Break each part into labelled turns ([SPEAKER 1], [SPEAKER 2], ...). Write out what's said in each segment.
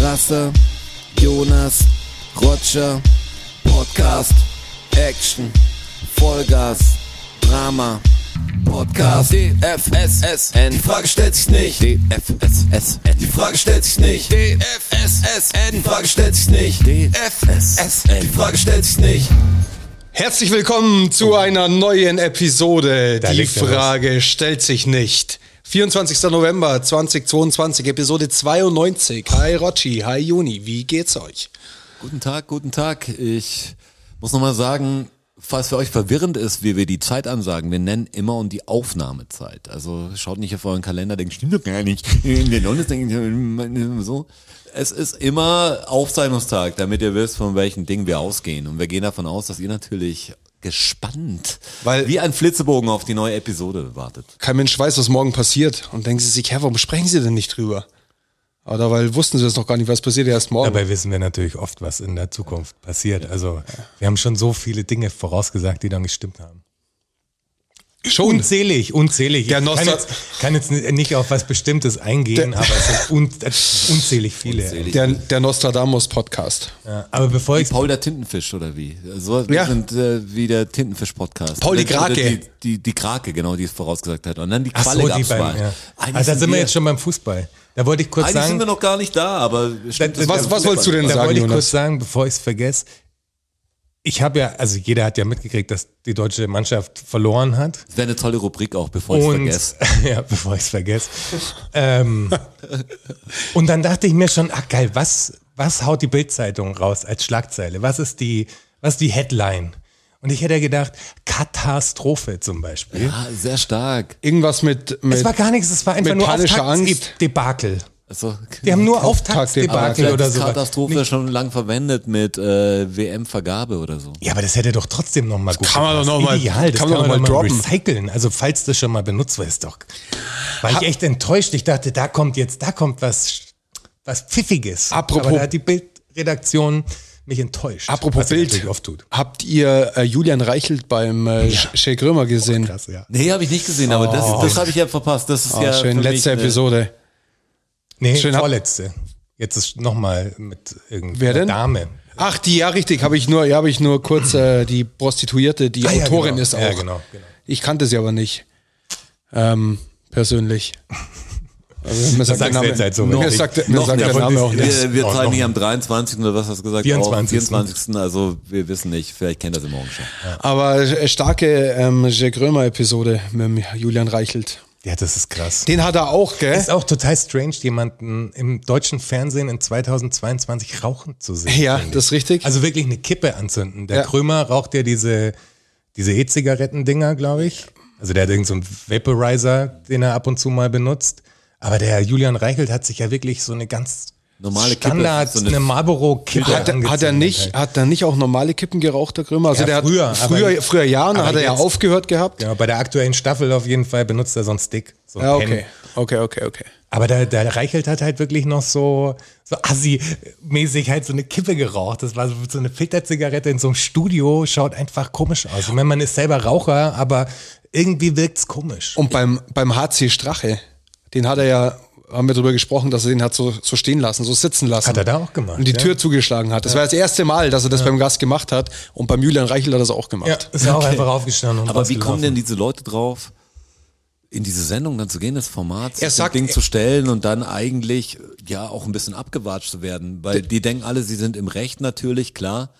[SPEAKER 1] Rasse, Jonas, Roger, Podcast, Action, Vollgas, Drama, Podcast, DFSSN, die Frage stellt sich nicht, DFSSN, die Frage stellt sich nicht, DFSSN, die Frage stellt sich nicht, DFSSN, die Frage stellt sich nicht.
[SPEAKER 2] Herzlich willkommen zu einer neuen Episode.
[SPEAKER 3] Da
[SPEAKER 2] Die
[SPEAKER 3] liegt ja
[SPEAKER 2] Frage stellt sich nicht. 24. November 2022, Episode 92. Hi Rochi, hi Juni, wie geht's euch?
[SPEAKER 4] Guten Tag, guten Tag. Ich muss nochmal sagen, falls für euch verwirrend ist, wie wir die Zeit ansagen, wir nennen immer und die Aufnahmezeit. Also schaut nicht auf euren Kalender, denkt, stimmt doch gar nicht. In den Londres denken so. Es ist immer Aufzeichnungstag, damit ihr wisst, von welchem Ding wir ausgehen. Und wir gehen davon aus, dass ihr natürlich gespannt,
[SPEAKER 2] Weil-
[SPEAKER 4] wie ein Flitzebogen auf die neue Episode wartet.
[SPEAKER 2] Kein Mensch weiß, was morgen passiert. Und denken sie sich, hä, warum sprechen sie denn nicht drüber? Oder weil wussten sie das noch gar nicht, was passiert erst morgen.
[SPEAKER 3] Dabei wissen wir natürlich oft, was in der Zukunft passiert. Also wir haben schon so viele Dinge vorausgesagt, die dann gestimmt haben.
[SPEAKER 2] Schon.
[SPEAKER 3] Unzählig, unzählig.
[SPEAKER 2] Der
[SPEAKER 3] ich kann
[SPEAKER 2] Nostra-
[SPEAKER 3] jetzt, kann jetzt nicht auf was Bestimmtes eingehen, aber es sind un, unzählig viele.
[SPEAKER 2] Der, der Nostradamus-Podcast.
[SPEAKER 3] Ja, aber bevor ich
[SPEAKER 4] Paul der Tintenfisch oder wie? So
[SPEAKER 2] Ja.
[SPEAKER 4] wir sind äh, wie der Tintenfisch-Podcast.
[SPEAKER 2] Paul die
[SPEAKER 4] Und dann wurde
[SPEAKER 2] Krake.
[SPEAKER 4] Die, die, die Krake, genau, die es vorausgesagt hat. Und dann die
[SPEAKER 3] Ach
[SPEAKER 4] Qualle
[SPEAKER 3] so, die
[SPEAKER 4] gab's mal.
[SPEAKER 3] beiden. Ja.
[SPEAKER 4] Eigentlich
[SPEAKER 3] Also da sind wir jetzt schon beim Fußball. Da wollte ich kurz
[SPEAKER 4] eigentlich sind
[SPEAKER 3] sagen,
[SPEAKER 4] wir noch gar nicht da, aber stimmt, das
[SPEAKER 2] was-
[SPEAKER 4] ist
[SPEAKER 2] was
[SPEAKER 4] ja
[SPEAKER 2] wolltest du denn
[SPEAKER 3] da
[SPEAKER 4] Fußball.
[SPEAKER 2] sagen,
[SPEAKER 3] wollte ich
[SPEAKER 2] Jonas.
[SPEAKER 3] kurz sagen, bevor ich es vergesse. Ich habe ja, also jeder hat ja mitgekriegt, dass die deutsche Mannschaft verloren hat.
[SPEAKER 4] Das wäre eine tolle Rubrik auch, bevor ich vergesse.
[SPEAKER 3] ja, bevor ich es vergesse. ähm, und dann dachte ich mir schon, ach geil, was, was haut die Bildzeitung raus als Schlagzeile? Was ist die, was ist die Headline? Und ich hätte gedacht, Katastrophe zum Beispiel.
[SPEAKER 4] Ah, sehr stark.
[SPEAKER 2] Irgendwas mit, mit
[SPEAKER 3] es war gar nichts, es war einfach
[SPEAKER 2] mit
[SPEAKER 3] nur
[SPEAKER 2] panischer Angst.
[SPEAKER 3] Auftaktsdebakel.
[SPEAKER 4] Also,
[SPEAKER 3] Die haben nur
[SPEAKER 2] Auftaktdebakel
[SPEAKER 3] Auftaktsdebakel
[SPEAKER 4] vielleicht
[SPEAKER 3] oder
[SPEAKER 4] ist
[SPEAKER 3] so.
[SPEAKER 4] Katastrophe schon lang verwendet mit äh, WM-Vergabe oder so.
[SPEAKER 3] Ja, aber das hätte doch trotzdem nochmal gut
[SPEAKER 2] kann man
[SPEAKER 3] gepasst.
[SPEAKER 2] doch noch mal-
[SPEAKER 3] Ideal, das
[SPEAKER 2] kann
[SPEAKER 3] kann,
[SPEAKER 2] man
[SPEAKER 3] man
[SPEAKER 2] doch
[SPEAKER 3] doch
[SPEAKER 2] mal
[SPEAKER 3] mal
[SPEAKER 2] droppen.
[SPEAKER 3] recyceln. Also falls das schon mal benutzt war, ist doch... War ich echt enttäuscht. Ich dachte, da kommt jetzt, da kommt was, was Pfiffiges.
[SPEAKER 2] Apropos-
[SPEAKER 3] Aber da hat die Bildredaktion mich enttäuscht.
[SPEAKER 2] Apropos
[SPEAKER 3] was sie
[SPEAKER 2] Bild.
[SPEAKER 3] natürlich oft tut.
[SPEAKER 2] Habt ihr äh, Julian Reichelt beim äh, ja. Shea Grömer gesehen?
[SPEAKER 3] Krass, ja.
[SPEAKER 4] Nee, habe ich nicht gesehen, aber
[SPEAKER 3] Oh.
[SPEAKER 4] das, das habe ich ja verpasst. Das ist
[SPEAKER 2] Ah,
[SPEAKER 4] ja
[SPEAKER 2] schön,
[SPEAKER 4] für mich
[SPEAKER 2] letzte
[SPEAKER 3] ne.
[SPEAKER 4] eine-
[SPEAKER 2] Episode.
[SPEAKER 3] Nee,
[SPEAKER 2] Schön ab-
[SPEAKER 3] vorletzte. Jetzt ist nochmal mit
[SPEAKER 2] Wer
[SPEAKER 3] irgendeiner
[SPEAKER 2] denn?
[SPEAKER 3] Dame.
[SPEAKER 2] Ach, die, ja, richtig, habe ich nur, ja, habe ich nur kurz äh, die Prostituierte, die
[SPEAKER 3] Ah, ja,
[SPEAKER 2] Autorin
[SPEAKER 3] genau.
[SPEAKER 2] ist auch.
[SPEAKER 3] Ja, genau, genau.
[SPEAKER 2] Ich kannte sie aber nicht. Ähm, persönlich. Also, mir sagt der
[SPEAKER 3] sagst du
[SPEAKER 2] Name,
[SPEAKER 3] jetzt halt so,
[SPEAKER 2] mir
[SPEAKER 3] wirklich.
[SPEAKER 2] sagt, mir
[SPEAKER 4] Noch
[SPEAKER 2] sagt der
[SPEAKER 4] nicht.
[SPEAKER 2] Name auch
[SPEAKER 3] Ja.
[SPEAKER 2] nicht.
[SPEAKER 4] Wir, wir
[SPEAKER 3] Auch
[SPEAKER 4] zeigen
[SPEAKER 3] noch.
[SPEAKER 4] hier am 23. oder was hast du gesagt?
[SPEAKER 3] 24..
[SPEAKER 4] Auf 24. Also wir wissen nicht, vielleicht kennt das im Morgen schon.
[SPEAKER 2] Aber äh, starke ähm, Jack Römer-Episode mit dem Julian Reichelt.
[SPEAKER 3] Ja, das ist krass.
[SPEAKER 2] Den hat er auch, gell?
[SPEAKER 3] ist auch total strange, jemanden im deutschen Fernsehen in 2022 rauchen zu sehen.
[SPEAKER 2] ja,
[SPEAKER 3] finde ich.
[SPEAKER 2] das ist richtig.
[SPEAKER 3] Also wirklich eine Kippe anzünden. Der
[SPEAKER 2] Ja.
[SPEAKER 3] Krömer raucht ja diese, diese E-Zigaretten-Dinger, glaube ich. Also der hat irgendeinen so einen Vaporizer, den er ab und zu mal benutzt. Aber der Julian Reichelt hat sich ja wirklich so eine ganz
[SPEAKER 4] Normale Kippe,
[SPEAKER 3] Standard,
[SPEAKER 4] so
[SPEAKER 3] eine,
[SPEAKER 4] eine-
[SPEAKER 3] Marlboro-Kippe
[SPEAKER 2] hat, er- hat er
[SPEAKER 3] angezündet
[SPEAKER 2] nicht,
[SPEAKER 3] Halt.
[SPEAKER 2] hat er nicht auch normale Kippen geraucht, der Grömer? Also
[SPEAKER 3] Ja,
[SPEAKER 2] der hat
[SPEAKER 3] früher, aber-
[SPEAKER 2] früher, früher Jahren
[SPEAKER 3] aber
[SPEAKER 2] hat er ja
[SPEAKER 3] jetzt-
[SPEAKER 2] aufgehört gehabt.
[SPEAKER 3] Genau, bei der aktuellen Staffel auf jeden Fall benutzt er so einen Stick. So einen
[SPEAKER 2] Ja,
[SPEAKER 3] Pen.
[SPEAKER 2] okay. Okay, okay, okay.
[SPEAKER 3] Aber der, der Reichelt hat halt wirklich noch so, so assi-mäßig halt so eine Kippe geraucht. Das war so, so eine Filterzigarette in so einem Studio, schaut einfach komisch aus. Ich meine, man ist selber Raucher, aber irgendwie wirkt's komisch.
[SPEAKER 4] Oh
[SPEAKER 2] Und beim, beim HC Strache, den hat er ja, haben wir drüber gesprochen, dass er den hat so, so stehen lassen, so sitzen lassen.
[SPEAKER 3] Hat er da auch gemacht,
[SPEAKER 2] Und die
[SPEAKER 3] ja.
[SPEAKER 2] Tür zugeschlagen hat. Das war das erste Mal, dass er das beim Gast gemacht hat. Und beim Julian Reichel hat er das auch gemacht.
[SPEAKER 3] Ja, ist auch einfach aufgestanden. Und
[SPEAKER 4] Aber wie kommen denn
[SPEAKER 3] rausgelaufen.
[SPEAKER 4] diese Leute drauf, in diese Sendung dann zu gehen, das Format,
[SPEAKER 2] Er
[SPEAKER 4] das
[SPEAKER 2] sagt-
[SPEAKER 4] Ding zu stellen und dann eigentlich ja auch ein bisschen abgewatscht zu werden? Weil die denken alle, sie sind im Recht natürlich, klar.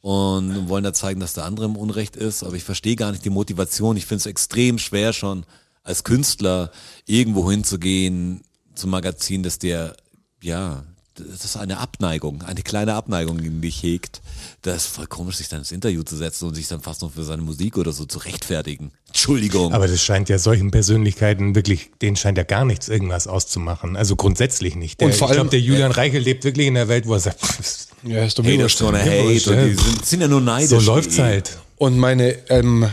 [SPEAKER 4] Und wollen da zeigen, dass der andere im Unrecht ist. Aber ich verstehe gar nicht die Motivation. Ich finde es extrem schwer schon als Künstler irgendwo hinzugehen zum Magazin, dass der, ja, das ist eine Abneigung, eine kleine Abneigung gegen dich hegt. Das ist voll komisch, sich dann ins Interview zu setzen und sich dann fast noch für seine Musik oder so zu rechtfertigen. Entschuldigung.
[SPEAKER 3] Aber das scheint ja solchen Persönlichkeiten wirklich, denen scheint ja gar nichts irgendwas auszumachen. Also grundsätzlich nicht. Der,
[SPEAKER 2] Und vor
[SPEAKER 3] ich
[SPEAKER 2] allem-
[SPEAKER 3] glaube, der Julian
[SPEAKER 4] äh,
[SPEAKER 3] Reichelt lebt wirklich in der Welt, wo er sagt, pff,
[SPEAKER 2] Ja, ist doch
[SPEAKER 4] Haters
[SPEAKER 2] mir wurscht.
[SPEAKER 4] gonna
[SPEAKER 3] mir
[SPEAKER 4] hate und die
[SPEAKER 3] wurscht, ja.
[SPEAKER 4] sind, sind ja nur neidisch.
[SPEAKER 3] so läuft's
[SPEAKER 4] Eh.
[SPEAKER 3] halt.
[SPEAKER 2] Und meine, ähm,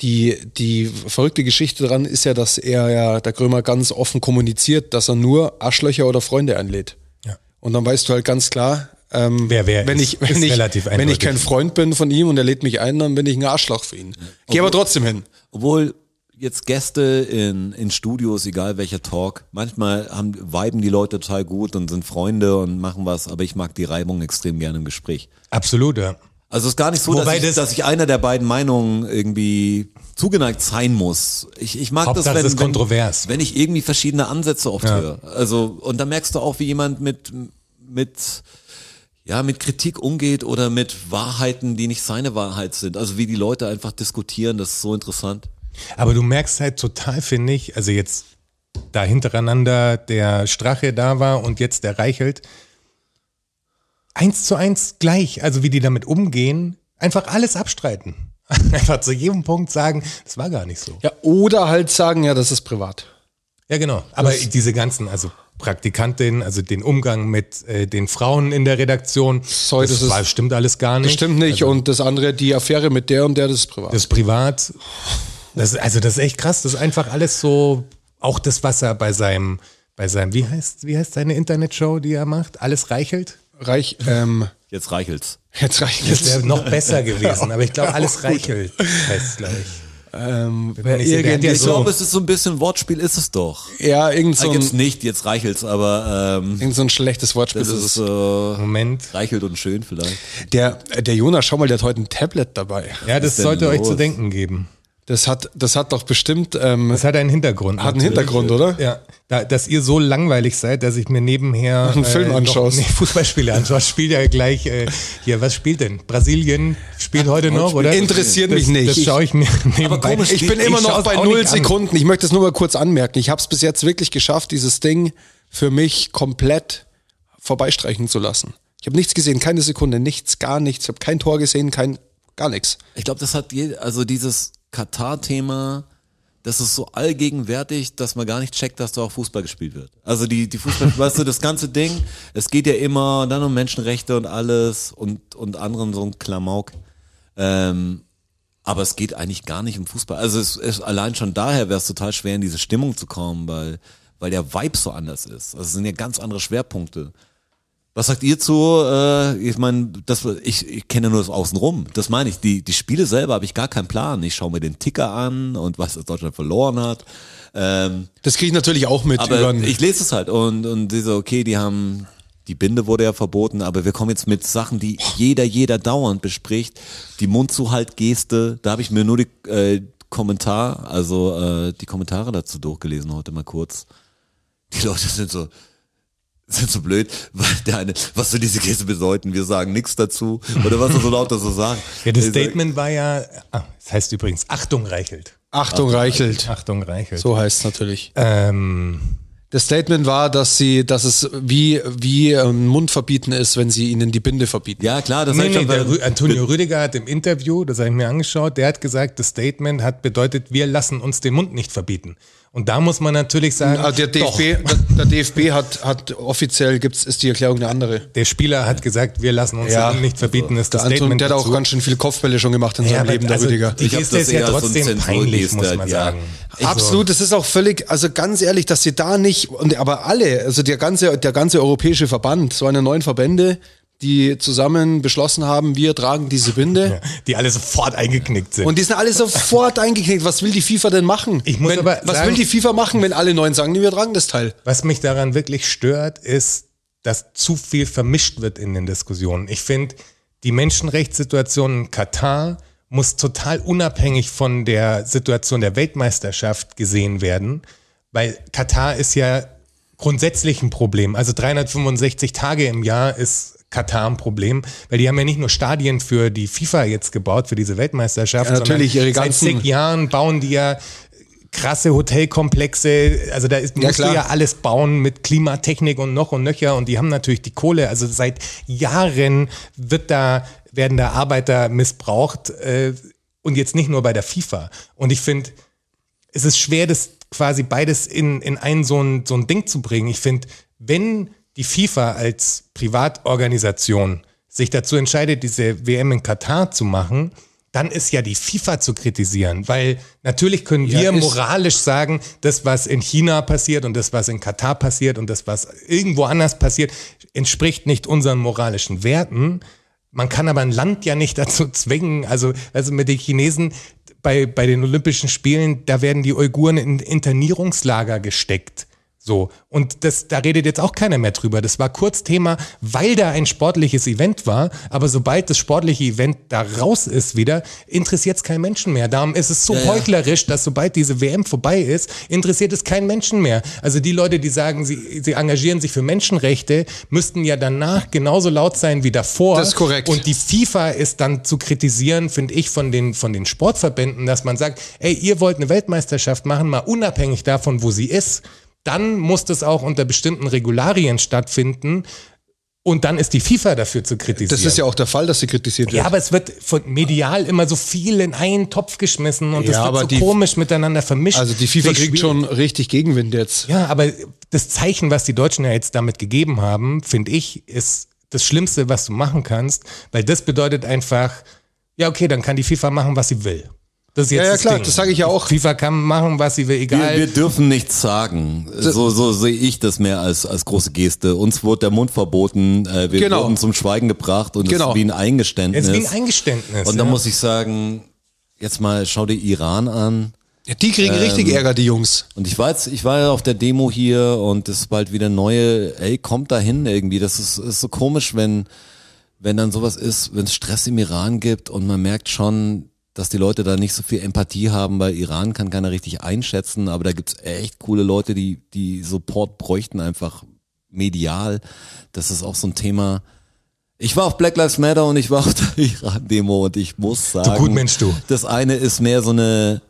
[SPEAKER 2] die, die verrückte Geschichte daran ist ja, dass er ja, der Grömer ganz offen kommuniziert, dass er nur Arschlöcher oder Freunde einlädt.
[SPEAKER 3] Ja.
[SPEAKER 2] Und dann weißt du halt ganz klar, ähm,
[SPEAKER 3] Wer wer
[SPEAKER 2] wenn,
[SPEAKER 3] ist,
[SPEAKER 2] ich, wenn,
[SPEAKER 3] ist
[SPEAKER 2] ich,
[SPEAKER 3] relativ
[SPEAKER 2] wenn ich
[SPEAKER 3] eindeutig.
[SPEAKER 2] kein Freund bin von ihm und er lädt mich ein, dann bin ich ein Arschloch für ihn. Gehe aber trotzdem hin.
[SPEAKER 4] Obwohl jetzt Gäste in, in Studios, egal welcher Talk, manchmal haben, viben die Leute total gut und sind Freunde und machen was, aber ich mag die Reibung extrem gerne im Gespräch.
[SPEAKER 3] Absolut, ja.
[SPEAKER 4] Also es ist gar nicht so, dass
[SPEAKER 3] Wobei
[SPEAKER 4] ich,
[SPEAKER 3] das-
[SPEAKER 4] dass ich einer der beiden Meinungen irgendwie zugeneigt sein muss. Ich, ich mag
[SPEAKER 3] Hauptsache,
[SPEAKER 4] das, wenn,
[SPEAKER 3] es ist kontrovers.
[SPEAKER 4] Wenn, wenn ich irgendwie verschiedene Ansätze oft
[SPEAKER 3] Ja.
[SPEAKER 4] höre. Also, und da merkst du auch, wie jemand mit, mit, ja, mit Kritik umgeht oder mit Wahrheiten, die nicht seine Wahrheit sind. Also wie die Leute einfach diskutieren, das ist so interessant.
[SPEAKER 3] Aber du merkst halt total, finde ich, also jetzt da hintereinander der Strache da war und jetzt der Reichelt, eins zu eins gleich, also wie die damit umgehen, einfach alles abstreiten. Einfach zu jedem Punkt sagen, das war gar nicht so.
[SPEAKER 2] Ja, oder halt sagen, ja, das ist privat.
[SPEAKER 3] Ja, genau. Aber diese ganzen, also Praktikantinnen, also den Umgang mit äh, den Frauen in der Redaktion,
[SPEAKER 2] Sorry,
[SPEAKER 3] das,
[SPEAKER 2] das ist-
[SPEAKER 3] war, stimmt alles gar nicht. Also.
[SPEAKER 2] Das stimmt nicht. Und das andere, die Affäre mit der und der, das ist privat.
[SPEAKER 3] Das ist privat. Das, ist- also das ist echt krass. Das ist einfach alles so, auch das Wasser bei seinem, bei seinem, wie heißt, wie heißt seine Internetshow, die er macht? Alles reichelt?
[SPEAKER 2] Reich, ähm,
[SPEAKER 4] Jetzt reichelt's.
[SPEAKER 2] jetzt reicht
[SPEAKER 3] Das
[SPEAKER 2] es.
[SPEAKER 3] wäre noch besser gewesen, aber ich glaube, alles reichelt heißt gleich.
[SPEAKER 2] Ähm,
[SPEAKER 3] mir
[SPEAKER 2] wer
[SPEAKER 3] nicht sicher.
[SPEAKER 2] irgendwie
[SPEAKER 3] Der
[SPEAKER 4] Ich
[SPEAKER 3] So.
[SPEAKER 4] glaube, es ist so ein bisschen Wortspiel, ist es doch.
[SPEAKER 2] ja, irgend
[SPEAKER 4] Da
[SPEAKER 2] so
[SPEAKER 4] gibt's
[SPEAKER 2] ein,
[SPEAKER 4] nicht, jetzt reichelt's, aber ähm,
[SPEAKER 2] irgend so ein schlechtes Wortspiel
[SPEAKER 4] das
[SPEAKER 2] ist
[SPEAKER 4] ist
[SPEAKER 2] es.
[SPEAKER 4] äh,
[SPEAKER 3] Moment.
[SPEAKER 4] reichelt und schön vielleicht.
[SPEAKER 2] Der, der Jonas, schau mal, der hat heute ein Tablet dabei.
[SPEAKER 3] Ja, das
[SPEAKER 4] denn
[SPEAKER 3] sollte euch
[SPEAKER 4] los?
[SPEAKER 3] zu denken geben.
[SPEAKER 2] Das hat, das hat doch bestimmt, ähm,
[SPEAKER 3] Das hat einen Hintergrund.
[SPEAKER 2] hat einen
[SPEAKER 3] natürlich.
[SPEAKER 2] Hintergrund, oder?
[SPEAKER 3] Ja, da, dass ihr so langweilig seid, dass ich mir nebenher äh,
[SPEAKER 2] Einen Film
[SPEAKER 3] noch-
[SPEAKER 2] anschaust.
[SPEAKER 3] Nee, Fußballspiele anschaust. Spielt ja gleich äh, hier. Was spielt denn? Brasilien spielt heute noch, oder?
[SPEAKER 2] Interessiert
[SPEAKER 3] das,
[SPEAKER 2] mich nicht.
[SPEAKER 3] Das schaue ich mir nebenbei.
[SPEAKER 4] komisch,
[SPEAKER 2] Ich bin immer noch
[SPEAKER 3] schau's
[SPEAKER 2] bei
[SPEAKER 3] auch
[SPEAKER 2] null
[SPEAKER 3] nicht an.
[SPEAKER 2] Sekunden. Ich möchte es nur mal kurz anmerken. Ich habe es bis jetzt wirklich geschafft, dieses Ding für mich komplett vorbeistreichen zu lassen. Ich habe nichts gesehen, keine Sekunde, nichts, gar nichts. Ich habe kein Tor gesehen, kein gar nichts.
[SPEAKER 4] Ich glaube, das hat je, also dieses Katar-Thema, das ist so allgegenwärtig, dass man gar nicht checkt, dass da auch Fußball gespielt wird. Also die, die Fußball, weißt du, das ganze Ding, es geht ja immer dann um Menschenrechte und alles und, und anderen so ein Klamauk. Ähm, aber es geht eigentlich gar nicht um Fußball. Also es ist allein schon daher wäre es total schwer, in diese Stimmung zu kommen, weil, weil der Vibe so anders ist. Also es sind ja ganz andere Schwerpunkte. Was sagt ihr zu, äh, ich meine, das, ich, ich kenne nur das Außenrum. Das meine ich. Die, die Spiele selber habe ich gar keinen Plan. Ich schaue mir den Ticker an und was Deutschland verloren hat. Ähm,
[SPEAKER 2] Das kriege ich natürlich auch mit.
[SPEAKER 4] aber
[SPEAKER 2] übern-
[SPEAKER 4] ich lese es halt und, und sie so, okay, die haben, die Binde wurde ja verboten, aber wir kommen jetzt mit Sachen, die jeder, jeder dauernd bespricht. Die Mundzuhalt-Geste, da habe ich mir nur die äh, Kommentar, also äh, die Kommentare dazu durchgelesen heute mal kurz. Die Leute sind so, sind so blöd, weil der eine, was soll diese Geste bedeuten? Wir sagen nichts dazu. Oder was soll so laut das so sagen? Also,
[SPEAKER 3] Ja, das
[SPEAKER 4] Ich sag,
[SPEAKER 3] Statement war ja. Ah, das heißt übrigens Achtung reichelt.
[SPEAKER 2] Achtung, Reichelt.
[SPEAKER 3] Achtung reichelt.
[SPEAKER 2] So heißt es natürlich.
[SPEAKER 3] Ähm,
[SPEAKER 2] Das Statement war, dass sie, dass es wie, wie ähm, Mundverbieten ist, wenn sie ihnen die Binde verbieten.
[SPEAKER 4] Ja, klar, das
[SPEAKER 3] nee,
[SPEAKER 4] hab
[SPEAKER 3] nee,
[SPEAKER 4] ich
[SPEAKER 3] der
[SPEAKER 4] schon
[SPEAKER 3] Rü Antonio Rüdiger hat im Interview, das habe ich mir angeschaut, der hat gesagt, das Statement hat bedeutet, wir lassen uns den Mund nicht verbieten. Und da muss man natürlich sagen,
[SPEAKER 2] Also der
[SPEAKER 3] doch.
[SPEAKER 2] DFB, der, der DFB hat, hat offiziell gibt's, ist die Erklärung eine andere.
[SPEAKER 3] Der Spieler hat gesagt, wir lassen uns
[SPEAKER 2] Ja.
[SPEAKER 3] den Mund nicht verbieten. ist
[SPEAKER 2] Der
[SPEAKER 3] das
[SPEAKER 2] Anton,
[SPEAKER 3] Statement
[SPEAKER 2] der hat auch
[SPEAKER 3] dazu.
[SPEAKER 2] ganz schön viel Kopfbälle schon gemacht in
[SPEAKER 3] ja,
[SPEAKER 2] seinem
[SPEAKER 3] aber
[SPEAKER 2] Leben, der
[SPEAKER 3] also,
[SPEAKER 2] Rüdiger.
[SPEAKER 3] Die
[SPEAKER 4] Ich hab
[SPEAKER 3] Geste
[SPEAKER 4] das
[SPEAKER 3] ist ja
[SPEAKER 4] eher so ein
[SPEAKER 3] trotzdem peinlich,
[SPEAKER 4] Zensurgeste,
[SPEAKER 3] muss man
[SPEAKER 4] ja.
[SPEAKER 3] sagen.
[SPEAKER 2] Absolut, das ist auch völlig, also ganz ehrlich, dass sie da nicht, und aber alle, also der ganze, der ganze europäische Verband, so eine neuen Verbände, die zusammen beschlossen haben, wir tragen diese Binde.
[SPEAKER 3] Die alle sofort eingeknickt sind.
[SPEAKER 2] Und die sind alle sofort eingeknickt. Was will die FIFA denn machen?
[SPEAKER 3] Ich muss
[SPEAKER 2] wenn,
[SPEAKER 3] aber
[SPEAKER 2] was
[SPEAKER 3] sagen-
[SPEAKER 2] will die FIFA machen, wenn alle neuen sagen, nee, wir tragen das Teil?
[SPEAKER 3] Was mich daran wirklich stört, ist, dass zu viel vermischt wird in den Diskussionen. Ich finde, die Menschenrechtssituation in Katar muss total unabhängig von der Situation der Weltmeisterschaft gesehen werden, weil Katar ist ja grundsätzlich ein Problem. Also 365 Tage im Jahr ist Katar ein Problem, weil die haben ja nicht nur Stadien für die FIFA jetzt gebaut, für diese Weltmeisterschaft.
[SPEAKER 2] Ja, natürlich,
[SPEAKER 3] sondern
[SPEAKER 2] ihre ganzen-
[SPEAKER 3] Seit zig Jahren bauen die ja krasse Hotelkomplexe, also da ist, musst
[SPEAKER 2] klar.
[SPEAKER 3] du ja alles bauen mit Klimatechnik und noch und nöcher und die haben natürlich die Kohle, also seit Jahren wird da, werden da Arbeiter missbraucht äh, und jetzt nicht nur bei der FIFA und ich finde, es ist schwer, das quasi beides in, in ein so, ein so ein Ding zu bringen. Ich finde, wenn die FIFA als Privatorganisation sich dazu entscheidet, diese WM in Katar zu machen, dann ist ja die FIFA zu kritisieren, weil natürlich können
[SPEAKER 2] Ja,
[SPEAKER 3] wir
[SPEAKER 2] ist-
[SPEAKER 3] moralisch sagen, das, was in China passiert und das, was in Katar passiert und das, was irgendwo anders passiert, entspricht nicht unseren moralischen Werten. Man kann aber ein Land ja nicht dazu zwingen. Also, also mit den Chinesen, bei, bei den Olympischen Spielen, da werden die Uiguren in Internierungslager gesteckt. So. Und das, da redet jetzt auch keiner mehr drüber. Das war kurz Thema, weil da ein sportliches Event war. Aber sobald das sportliche Event da raus ist wieder, interessiert es keinen Menschen mehr. Darum ist es so
[SPEAKER 4] Ja, ja.
[SPEAKER 3] heuchlerisch, dass sobald diese WM vorbei ist, interessiert es keinen Menschen mehr. Also die Leute, die sagen, sie, sie engagieren sich für Menschenrechte, müssten ja danach genauso laut sein wie davor.
[SPEAKER 2] Das ist korrekt.
[SPEAKER 3] Und die FIFA ist dann zu kritisieren, finde ich, von den, von den Sportverbänden, dass man sagt, ey, ihr wollt eine Weltmeisterschaft machen, mal unabhängig davon, wo sie ist. Dann muss das auch unter bestimmten Regularien stattfinden. Und dann ist die FIFA dafür zu kritisieren.
[SPEAKER 2] Das ist ja auch der Fall, dass sie kritisiert wird.
[SPEAKER 3] Ja, aber es wird von medial immer so viel in einen Topf geschmissen und
[SPEAKER 2] Ja,
[SPEAKER 3] das wird
[SPEAKER 2] aber
[SPEAKER 3] so
[SPEAKER 2] die-
[SPEAKER 3] komisch miteinander vermischt.
[SPEAKER 2] also die FIFA
[SPEAKER 3] Finde ich
[SPEAKER 2] kriegt
[SPEAKER 3] schwierig.
[SPEAKER 2] schon richtig Gegenwind jetzt.
[SPEAKER 3] Ja, aber das Zeichen, was die Deutschen ja jetzt damit gegeben haben, finde ich, ist das Schlimmste, was du machen kannst, weil das bedeutet einfach, ja, okay, dann kann die FIFA machen, was sie will. Das ist jetzt
[SPEAKER 2] Ja, ja,
[SPEAKER 3] das
[SPEAKER 2] klar,
[SPEAKER 3] Ding.
[SPEAKER 2] das sage ich ja auch.
[SPEAKER 3] FIFA kann machen, was sie will,
[SPEAKER 4] Wir,
[SPEAKER 3] egal.
[SPEAKER 4] wir dürfen nichts sagen. So, so sehe ich das mehr als, als große Geste. Uns wurde der Mund verboten, äh, wir
[SPEAKER 2] Genau.
[SPEAKER 4] wurden zum Schweigen gebracht und es
[SPEAKER 2] Genau.
[SPEAKER 4] ist wie ein Eingeständnis.
[SPEAKER 3] es ist wie ein Eingeständnis.
[SPEAKER 4] und da
[SPEAKER 3] ja.
[SPEAKER 4] muss ich sagen, jetzt mal schau dir Iran an.
[SPEAKER 2] Ja, die kriegen richtig Ärger, die Jungs.
[SPEAKER 4] Und ich war jetzt, ich war ja auf der Demo hier und es ist bald wieder neue, ey, kommt da hin irgendwie. Das ist, ist so komisch, wenn, wenn dann sowas ist, wenn es Stress im Iran gibt und man merkt schon, dass die Leute da nicht so viel Empathie haben, weil Iran kann keiner richtig einschätzen, aber da gibt's echt coole Leute, die, die Support bräuchten einfach medial. Das ist auch so ein Thema. Ich war auf Black Lives Matter und ich war auf der Iran-Demo und ich muss sagen.
[SPEAKER 3] gut Mensch, du.
[SPEAKER 4] Das eine ist mehr so eine,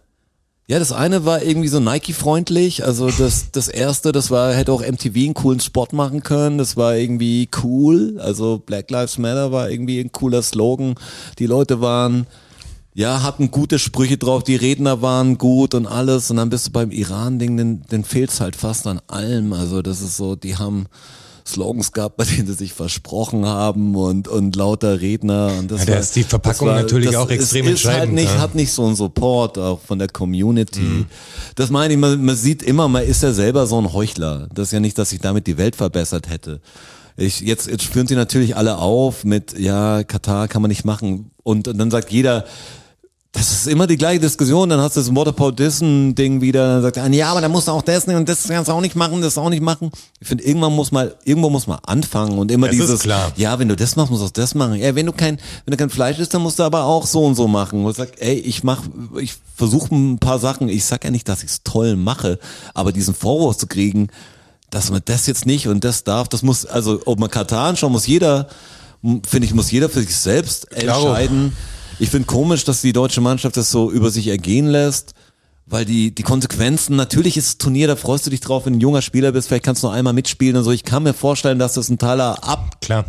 [SPEAKER 4] ja, das eine war irgendwie so Nike-freundlich. Also das, das erste, das war, hätte auch MTV einen coolen Spot machen können. Das war irgendwie cool. Also Black Lives Matter war irgendwie ein cooler Slogan. Die Leute waren, ja, hatten gute Sprüche drauf. Die Redner waren gut und alles. Und dann bist du beim Iran-Ding, den, den fehlt's halt fast an allem. Also das ist so, die haben Slogans gehabt, bei denen sie sich versprochen haben und, und lauter Redner. Und das
[SPEAKER 3] Ja, da
[SPEAKER 4] war-
[SPEAKER 3] ist die Verpackung
[SPEAKER 4] das war,
[SPEAKER 3] natürlich
[SPEAKER 4] das
[SPEAKER 3] auch extrem
[SPEAKER 4] ist, ist Halt
[SPEAKER 3] entscheidend,
[SPEAKER 4] nicht,
[SPEAKER 3] ja. Mhm.
[SPEAKER 4] Hat nicht so einen Support auch von der Community. Das meine ich, man, man sieht immer, man ist ja selber so ein Heuchler. Das ist ja nicht, dass ich damit die Welt verbessert hätte. Ich, jetzt, jetzt spüren sie natürlich alle auf mit, ja, Katar kann man nicht machen. Und, und dann sagt jeder, das ist immer die gleiche Diskussion. Dann hast du das Waterpow-Dissen-Ding wieder. Dann sagt einer, ja, aber da musst du auch das nehmen und das kannst du auch nicht machen, das auch nicht machen. Ich finde, irgendwann muss mal, irgendwo muss man anfangen und immer
[SPEAKER 3] Das ist
[SPEAKER 4] dieses,
[SPEAKER 3] klar.
[SPEAKER 4] ja, wenn du das machst, musst du auch das machen. Ja, wenn du kein, wenn du kein Fleisch isst, dann musst du aber auch so und so machen. Und ich sag, ey, ich mach, ich versuche ein paar Sachen. Ich sag ja nicht, dass ich's toll mache, aber diesen Vorwurf zu kriegen, dass man das jetzt nicht und das darf, das muss, also, ob man Katar anschaut, muss jeder, m- finde ich, muss jeder für sich selbst
[SPEAKER 2] Klaro.
[SPEAKER 4] entscheiden. Ich finde komisch, dass die deutsche Mannschaft das so über sich ergehen lässt. Weil die, die Konsequenzen, natürlich ist das Turnier, da freust du dich drauf, wenn du ein junger Spieler bist, vielleicht kannst du noch einmal mitspielen und so. Ich kann mir vorstellen, dass das ein totaler Ab
[SPEAKER 3] Klar.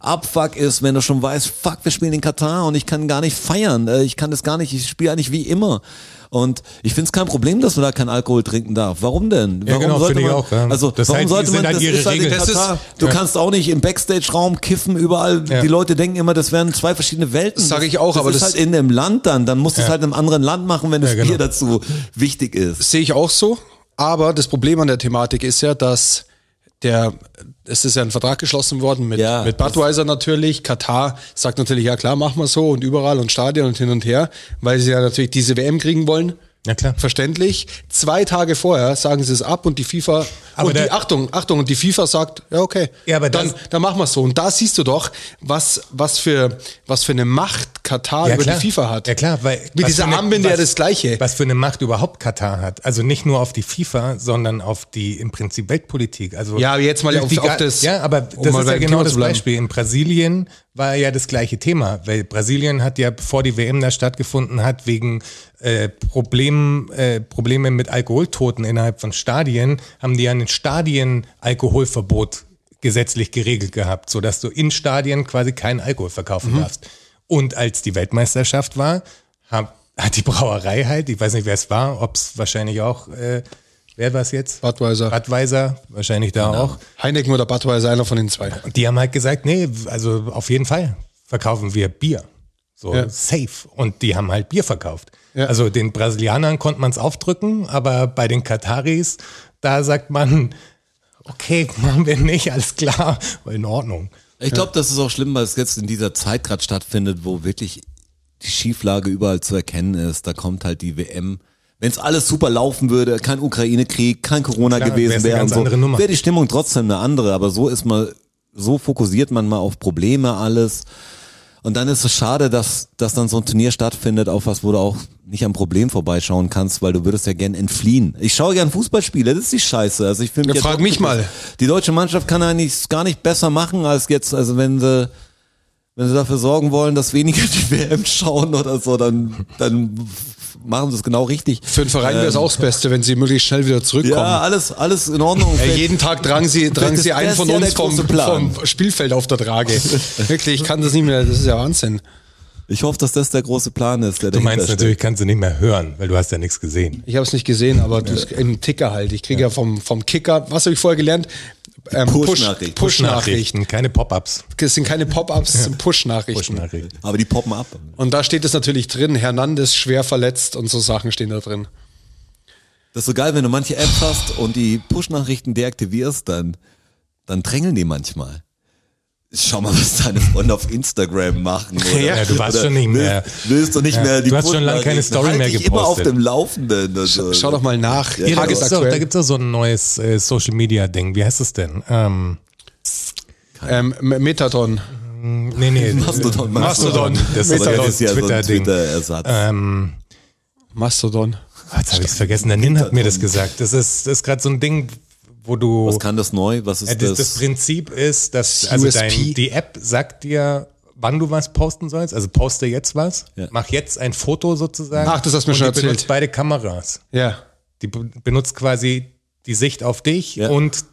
[SPEAKER 4] Abfuck ist, wenn du schon weißt, fuck, wir spielen in Katar und ich kann gar nicht feiern. äh, Ich kann das gar nicht, ich spiele eigentlich wie immer. Und ich finde es kein Problem, dass man da keinen Alkohol trinken darf. Warum denn? Warum
[SPEAKER 3] genau,
[SPEAKER 4] sollte
[SPEAKER 3] finde ich
[SPEAKER 4] man,
[SPEAKER 3] auch, ja.
[SPEAKER 4] Also
[SPEAKER 3] Das
[SPEAKER 4] warum
[SPEAKER 3] heißt,
[SPEAKER 4] sollte
[SPEAKER 3] die sind
[SPEAKER 4] man
[SPEAKER 3] halt
[SPEAKER 4] das
[SPEAKER 3] ihre
[SPEAKER 4] ist halt in
[SPEAKER 3] Regeln.
[SPEAKER 2] Das
[SPEAKER 4] Katar.
[SPEAKER 2] ist-
[SPEAKER 4] du
[SPEAKER 3] ja.
[SPEAKER 4] kannst auch nicht im Backstage-Raum kiffen, überall.
[SPEAKER 3] Ja.
[SPEAKER 4] Die Leute denken immer, das wären zwei verschiedene Welten.
[SPEAKER 2] Das sag ich auch,
[SPEAKER 4] das
[SPEAKER 2] aber
[SPEAKER 4] ist
[SPEAKER 2] das-
[SPEAKER 4] halt in einem Land dann. Dann musst du es
[SPEAKER 3] Ja.
[SPEAKER 4] halt in einem anderen Land machen, wenn das
[SPEAKER 3] Ja, genau.
[SPEAKER 4] Bier dazu wichtig ist.
[SPEAKER 2] Sehe ich auch so. Aber das Problem an der Thematik ist ja, dass der, es ist ja ein Vertrag geschlossen worden mit,
[SPEAKER 4] Ja,
[SPEAKER 2] mit Budweiser natürlich. Katar sagt natürlich, ja klar, machen wir so und überall und Stadion und hin und her, weil sie ja natürlich diese WM kriegen wollen.
[SPEAKER 3] Ja, klar.
[SPEAKER 2] Verständlich. Zwei Tage vorher sagen sie es ab und die FIFA,
[SPEAKER 3] Aber
[SPEAKER 2] und die,
[SPEAKER 3] der-
[SPEAKER 2] Achtung, Achtung, und die FIFA sagt, ja okay,
[SPEAKER 3] Ja, aber
[SPEAKER 2] dann,
[SPEAKER 3] das-
[SPEAKER 2] dann machen wir so. Und da siehst du doch, was, was, für, was für eine Macht Katar über die FIFA hat.
[SPEAKER 3] Ja klar, weil
[SPEAKER 2] Mit
[SPEAKER 3] was
[SPEAKER 2] dieser
[SPEAKER 3] für eine-
[SPEAKER 2] Armbinde ja
[SPEAKER 3] was-
[SPEAKER 2] das Gleiche.
[SPEAKER 3] Was für eine Macht überhaupt Katar hat. Also nicht nur auf die FIFA, sondern auf die im Prinzip Weltpolitik. Also
[SPEAKER 2] Ja, aber jetzt mal
[SPEAKER 3] durch
[SPEAKER 2] auf-
[SPEAKER 3] die
[SPEAKER 2] auf
[SPEAKER 3] Ga-
[SPEAKER 2] das-
[SPEAKER 3] Ja, aber
[SPEAKER 2] um
[SPEAKER 3] das
[SPEAKER 2] mal
[SPEAKER 3] ist ja
[SPEAKER 2] beim
[SPEAKER 3] genau
[SPEAKER 2] Thema
[SPEAKER 3] das
[SPEAKER 2] zu bleiben.
[SPEAKER 3] Beispiel. In Brasilien war ja das gleiche Thema, weil Brasilien hat ja bevor die WM da stattgefunden hat wegen äh, Problemen, äh, Probleme mit Alkoholtoten innerhalb von Stadien, haben die ja ein Stadien Alkoholverbot gesetzlich geregelt gehabt, sodass du in Stadien quasi keinen Alkohol verkaufen darfst. Und als die Weltmeisterschaft war, hab, hat die Brauerei halt, ich weiß nicht, wer es war, ob es wahrscheinlich auch, äh, wer war es jetzt?
[SPEAKER 2] Budweiser.
[SPEAKER 3] Radweiser, wahrscheinlich da auch.
[SPEAKER 2] Heineken oder Budweiser, einer von den zwei.
[SPEAKER 3] Die haben halt gesagt, nee, also auf jeden Fall verkaufen wir Bier. So
[SPEAKER 2] Ja.
[SPEAKER 3] safe. Und die haben halt Bier verkauft.
[SPEAKER 2] Ja.
[SPEAKER 3] Also den Brasilianern konnte man es aufdrücken, aber bei den Kataris, da sagt man, okay, machen wir nicht, alles klar, in Ordnung.
[SPEAKER 4] Ich glaube, das ist auch schlimm, weil es jetzt in dieser Zeit gerade stattfindet, wo wirklich die Schieflage überall zu erkennen ist. Da kommt halt die WM. Wenn es alles super laufen würde, kein Ukraine-Krieg, kein Corona
[SPEAKER 3] Klar,
[SPEAKER 4] gewesen
[SPEAKER 3] wär's eine
[SPEAKER 4] wäre und
[SPEAKER 3] ganz
[SPEAKER 4] so,
[SPEAKER 3] andere Nummer.
[SPEAKER 4] wäre die Stimmung trotzdem eine andere. Aber so ist mal, so fokussiert man mal auf Probleme alles. Und dann ist es schade, dass, dass dann so ein Turnier stattfindet, auf was wo du auch nicht am Problem vorbeischauen kannst, weil du würdest ja gern entfliehen. Ich schaue gern Fußballspiele, das ist die Scheiße. Also ich finde
[SPEAKER 2] Ja, frag mich mal.
[SPEAKER 4] Die deutsche Mannschaft kann eigentlich gar nicht besser machen als jetzt, also wenn sie wenn sie dafür sorgen wollen, dass weniger die WM schauen oder so, dann dann machen sie es genau richtig. Ähm,
[SPEAKER 2] Für den Verein wäre es auch das Beste, wenn sie möglichst schnell wieder zurückkommen.
[SPEAKER 4] Ja, alles alles in Ordnung.
[SPEAKER 2] Ja, jeden Tag drangen sie, drangen
[SPEAKER 4] das-
[SPEAKER 2] sie einen
[SPEAKER 4] das ist
[SPEAKER 2] von
[SPEAKER 4] ja
[SPEAKER 2] uns
[SPEAKER 4] der
[SPEAKER 2] vom,
[SPEAKER 4] große Plan.
[SPEAKER 2] vom Spielfeld auf der Trage. Wirklich, ich kann das nicht mehr, das ist ja Wahnsinn.
[SPEAKER 4] Ich hoffe, dass das der große Plan ist, der
[SPEAKER 3] Du meinst natürlich, kannst du nicht mehr hören, weil du hast ja nichts gesehen.
[SPEAKER 2] Ich habe es nicht gesehen, aber du, im Ticker halt. Ich kriege ja. vom, vom Kicker, was habe ich vorher gelernt? Ähm,
[SPEAKER 4] Push-Nachricht.
[SPEAKER 2] Push, Push-Nachrichten.
[SPEAKER 3] Nachrichten, keine Pop-ups.
[SPEAKER 2] das sind keine Pop-Ups, das sind Push-Nachrichten.
[SPEAKER 3] Push-Nachrichten.
[SPEAKER 4] Aber die poppen ab.
[SPEAKER 2] und da steht es natürlich drin, Hernandez schwer verletzt und so Sachen stehen da drin.
[SPEAKER 4] Das ist so geil, wenn du manche Apps hast und die Push-Nachrichten deaktivierst, dann, dann drängeln die manchmal. Schau mal, was deine Freunde auf Instagram machen. Oder,
[SPEAKER 3] Ja, du warst
[SPEAKER 4] oder
[SPEAKER 3] schon nicht mehr-
[SPEAKER 4] Willst, willst du nicht
[SPEAKER 3] Ja,
[SPEAKER 4] mehr die
[SPEAKER 3] du hast schon lange keine
[SPEAKER 4] Push-Nachrichten.
[SPEAKER 3] Story
[SPEAKER 4] halt
[SPEAKER 3] mehr
[SPEAKER 4] dich immer auf
[SPEAKER 3] gepostet.
[SPEAKER 4] dem Laufenden. Also,
[SPEAKER 2] Schau doch mal nach.
[SPEAKER 4] Ja, Ist
[SPEAKER 3] Da
[SPEAKER 4] gibt's
[SPEAKER 3] gibt's doch- da
[SPEAKER 2] Tagesaktuell.
[SPEAKER 3] gibt's doch so ein neues äh, Social-Media-Ding. Wie heißt es denn? Ähm,
[SPEAKER 2] Ähm, M- Metaton.
[SPEAKER 3] nee, nee.
[SPEAKER 4] Mastodon,
[SPEAKER 3] Mastodon.
[SPEAKER 4] Mastodon.
[SPEAKER 3] Das ist,
[SPEAKER 4] Aber
[SPEAKER 3] doch
[SPEAKER 4] das
[SPEAKER 3] das
[SPEAKER 4] ist ja so ein
[SPEAKER 3] Twitter-Ding. Äh,
[SPEAKER 4] Twitter-Ersatz.
[SPEAKER 2] Mastodon.
[SPEAKER 3] Ah, Jetzt habe ich es vergessen. Der Nin hat mir das gesagt. Das ist, das ist gerade so ein Ding, wo du.
[SPEAKER 4] Was kann das neu? Was ist
[SPEAKER 3] Äh, das, das Prinzip ist, dass
[SPEAKER 2] Das
[SPEAKER 3] also
[SPEAKER 2] USP.
[SPEAKER 3] dein, die App sagt dir, wann du was posten sollst. Also poste jetzt was,
[SPEAKER 4] Ja.
[SPEAKER 3] mach jetzt ein Foto sozusagen.
[SPEAKER 2] Ach, das hast du mir
[SPEAKER 3] und
[SPEAKER 2] schon
[SPEAKER 3] die
[SPEAKER 2] erzählt.
[SPEAKER 3] benutzt beide Kameras.
[SPEAKER 2] Ja.
[SPEAKER 3] Die be- benutzt quasi die Sicht auf dich
[SPEAKER 4] Ja.
[SPEAKER 3] und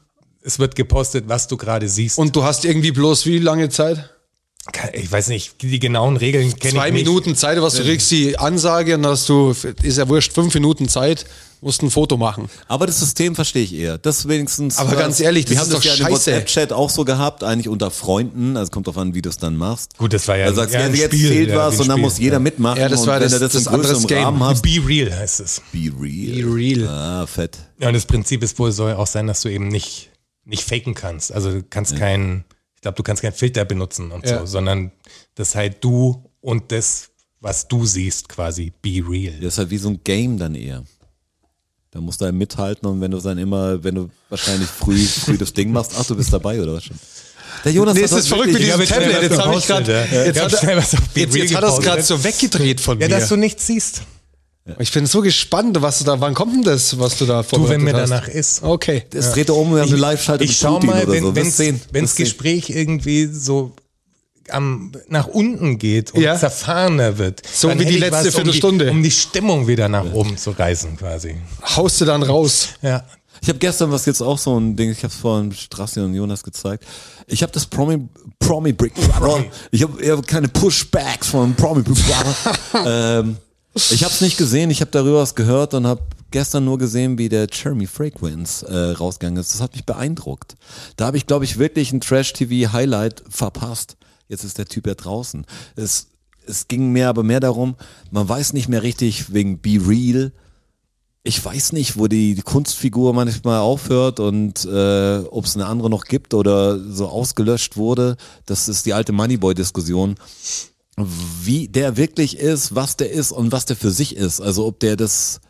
[SPEAKER 3] es wird gepostet, was du gerade siehst.
[SPEAKER 2] Und du hast irgendwie bloß wie lange Zeit?
[SPEAKER 3] Ke- ich weiß nicht, die genauen Regeln kenne ich
[SPEAKER 2] Zwei
[SPEAKER 3] nicht.
[SPEAKER 2] Minuten Zeit, was du kriegst die Ansage und dann hast du, ist ja wurscht, fünf Minuten Zeit, musst ein Foto machen.
[SPEAKER 4] Aber das System verstehe ich eher. Das wenigstens. äh,
[SPEAKER 2] Aber ganz ehrlich, das
[SPEAKER 4] wir
[SPEAKER 2] ist
[SPEAKER 4] haben
[SPEAKER 2] doch
[SPEAKER 4] das ja im
[SPEAKER 2] scheiße.
[SPEAKER 4] WhatsApp-Chat auch so gehabt, eigentlich unter Freunden. Also kommt drauf an, wie du es dann machst.
[SPEAKER 3] Gut, das war ja
[SPEAKER 4] Da sagst du,
[SPEAKER 3] eher
[SPEAKER 4] ja,
[SPEAKER 3] ein
[SPEAKER 4] jetzt
[SPEAKER 3] Spiel,
[SPEAKER 4] zählt
[SPEAKER 3] ja,
[SPEAKER 4] was
[SPEAKER 3] wie ein
[SPEAKER 4] und dann
[SPEAKER 3] Spiel,
[SPEAKER 4] muss jeder
[SPEAKER 3] ja.
[SPEAKER 4] mitmachen.
[SPEAKER 2] Ja, das
[SPEAKER 4] und
[SPEAKER 2] war
[SPEAKER 4] wenn
[SPEAKER 2] das-
[SPEAKER 4] du das,
[SPEAKER 2] das
[SPEAKER 4] im größeren
[SPEAKER 2] anderes Game.
[SPEAKER 4] Rahmen hast,
[SPEAKER 3] Be real heißt es.
[SPEAKER 4] be real.
[SPEAKER 2] Be real.
[SPEAKER 4] Ah, fett.
[SPEAKER 3] Ja, und das Prinzip ist wohl, soll auch sein, dass du eben nicht, nicht faken kannst. Also du kannst keinen, ich glaube, du kannst keinen Filter benutzen und
[SPEAKER 2] Ja.
[SPEAKER 3] so, sondern das halt du und das, was du siehst, quasi, be real.
[SPEAKER 4] Das ist halt wie so ein Game dann eher. Da musst du halt mithalten und wenn du dann immer, wenn du wahrscheinlich früh, früh das Ding machst, ach, du bist dabei oder was schon? Der Jonas
[SPEAKER 2] Nee,
[SPEAKER 4] hat
[SPEAKER 2] es
[SPEAKER 4] das
[SPEAKER 2] ist verrückt mit
[SPEAKER 4] wirklich-
[SPEAKER 3] Ich hab
[SPEAKER 2] diesem
[SPEAKER 3] jetzt schnell
[SPEAKER 2] Tablet.
[SPEAKER 3] was
[SPEAKER 2] Jetzt habe ich
[SPEAKER 3] gepostet,
[SPEAKER 2] gerade,
[SPEAKER 3] ja. Ich
[SPEAKER 2] jetzt,
[SPEAKER 3] hab
[SPEAKER 2] hat
[SPEAKER 3] schnell
[SPEAKER 2] er-
[SPEAKER 3] was auf Be
[SPEAKER 2] jetzt,
[SPEAKER 3] Real
[SPEAKER 2] jetzt hat er es
[SPEAKER 3] gepostet.
[SPEAKER 2] gerade so weggedreht von
[SPEAKER 3] Ja,
[SPEAKER 2] mir.
[SPEAKER 3] dass du nichts siehst.
[SPEAKER 2] ich bin so gespannt, was du da, wann kommt denn das, was du da
[SPEAKER 3] Du,
[SPEAKER 2] vorbereitet
[SPEAKER 3] wenn mir
[SPEAKER 2] hast?
[SPEAKER 3] danach ist.
[SPEAKER 2] Okay.
[SPEAKER 4] Es dreht er um, wir haben eine Live-Schalte
[SPEAKER 3] Ich
[SPEAKER 4] mit
[SPEAKER 3] schau
[SPEAKER 4] Putin
[SPEAKER 3] mal,
[SPEAKER 4] oder so.
[SPEAKER 3] wenn
[SPEAKER 4] Wirst
[SPEAKER 3] wenn's
[SPEAKER 4] sehen.
[SPEAKER 3] wenns
[SPEAKER 4] Wirst sehen.
[SPEAKER 3] Gespräch irgendwie so am, nach unten geht und
[SPEAKER 2] Ja.
[SPEAKER 3] zerfahrener wird.
[SPEAKER 2] So
[SPEAKER 3] dann
[SPEAKER 2] wie die
[SPEAKER 3] hätte ich
[SPEAKER 2] letzte
[SPEAKER 3] was, um die-
[SPEAKER 2] Viertelstunde.
[SPEAKER 3] Um die Stimmung wieder nach oben zu reißen quasi.
[SPEAKER 2] Haust du dann raus.
[SPEAKER 3] Ja.
[SPEAKER 4] Ich habe gestern was jetzt auch so ein Ding, ich habe es vorhin Straße und Jonas gezeigt. Ich habe das Promi Promi Brick Brother. Ich habe hab keine Pushbacks von Promi Brick Brother. ähm, ich habe es nicht gesehen, ich habe darüber was gehört und habe gestern nur gesehen, wie der Jeremy Fragrance äh, rausgegangen ist. Das hat mich beeindruckt. Da habe ich glaube ich wirklich ein Trash TV Highlight verpasst. Jetzt ist der Typ ja draußen. Es es ging mir aber mehr darum, man weiß nicht mehr richtig wegen Be Real ich weiß nicht, wo die, die Kunstfigur manchmal aufhört und äh, ob es eine andere noch gibt oder so ausgelöscht wurde. Das ist die alte Moneyboy-Diskussion. Wie der wirklich ist, was der ist und was der für sich ist. Also ob der das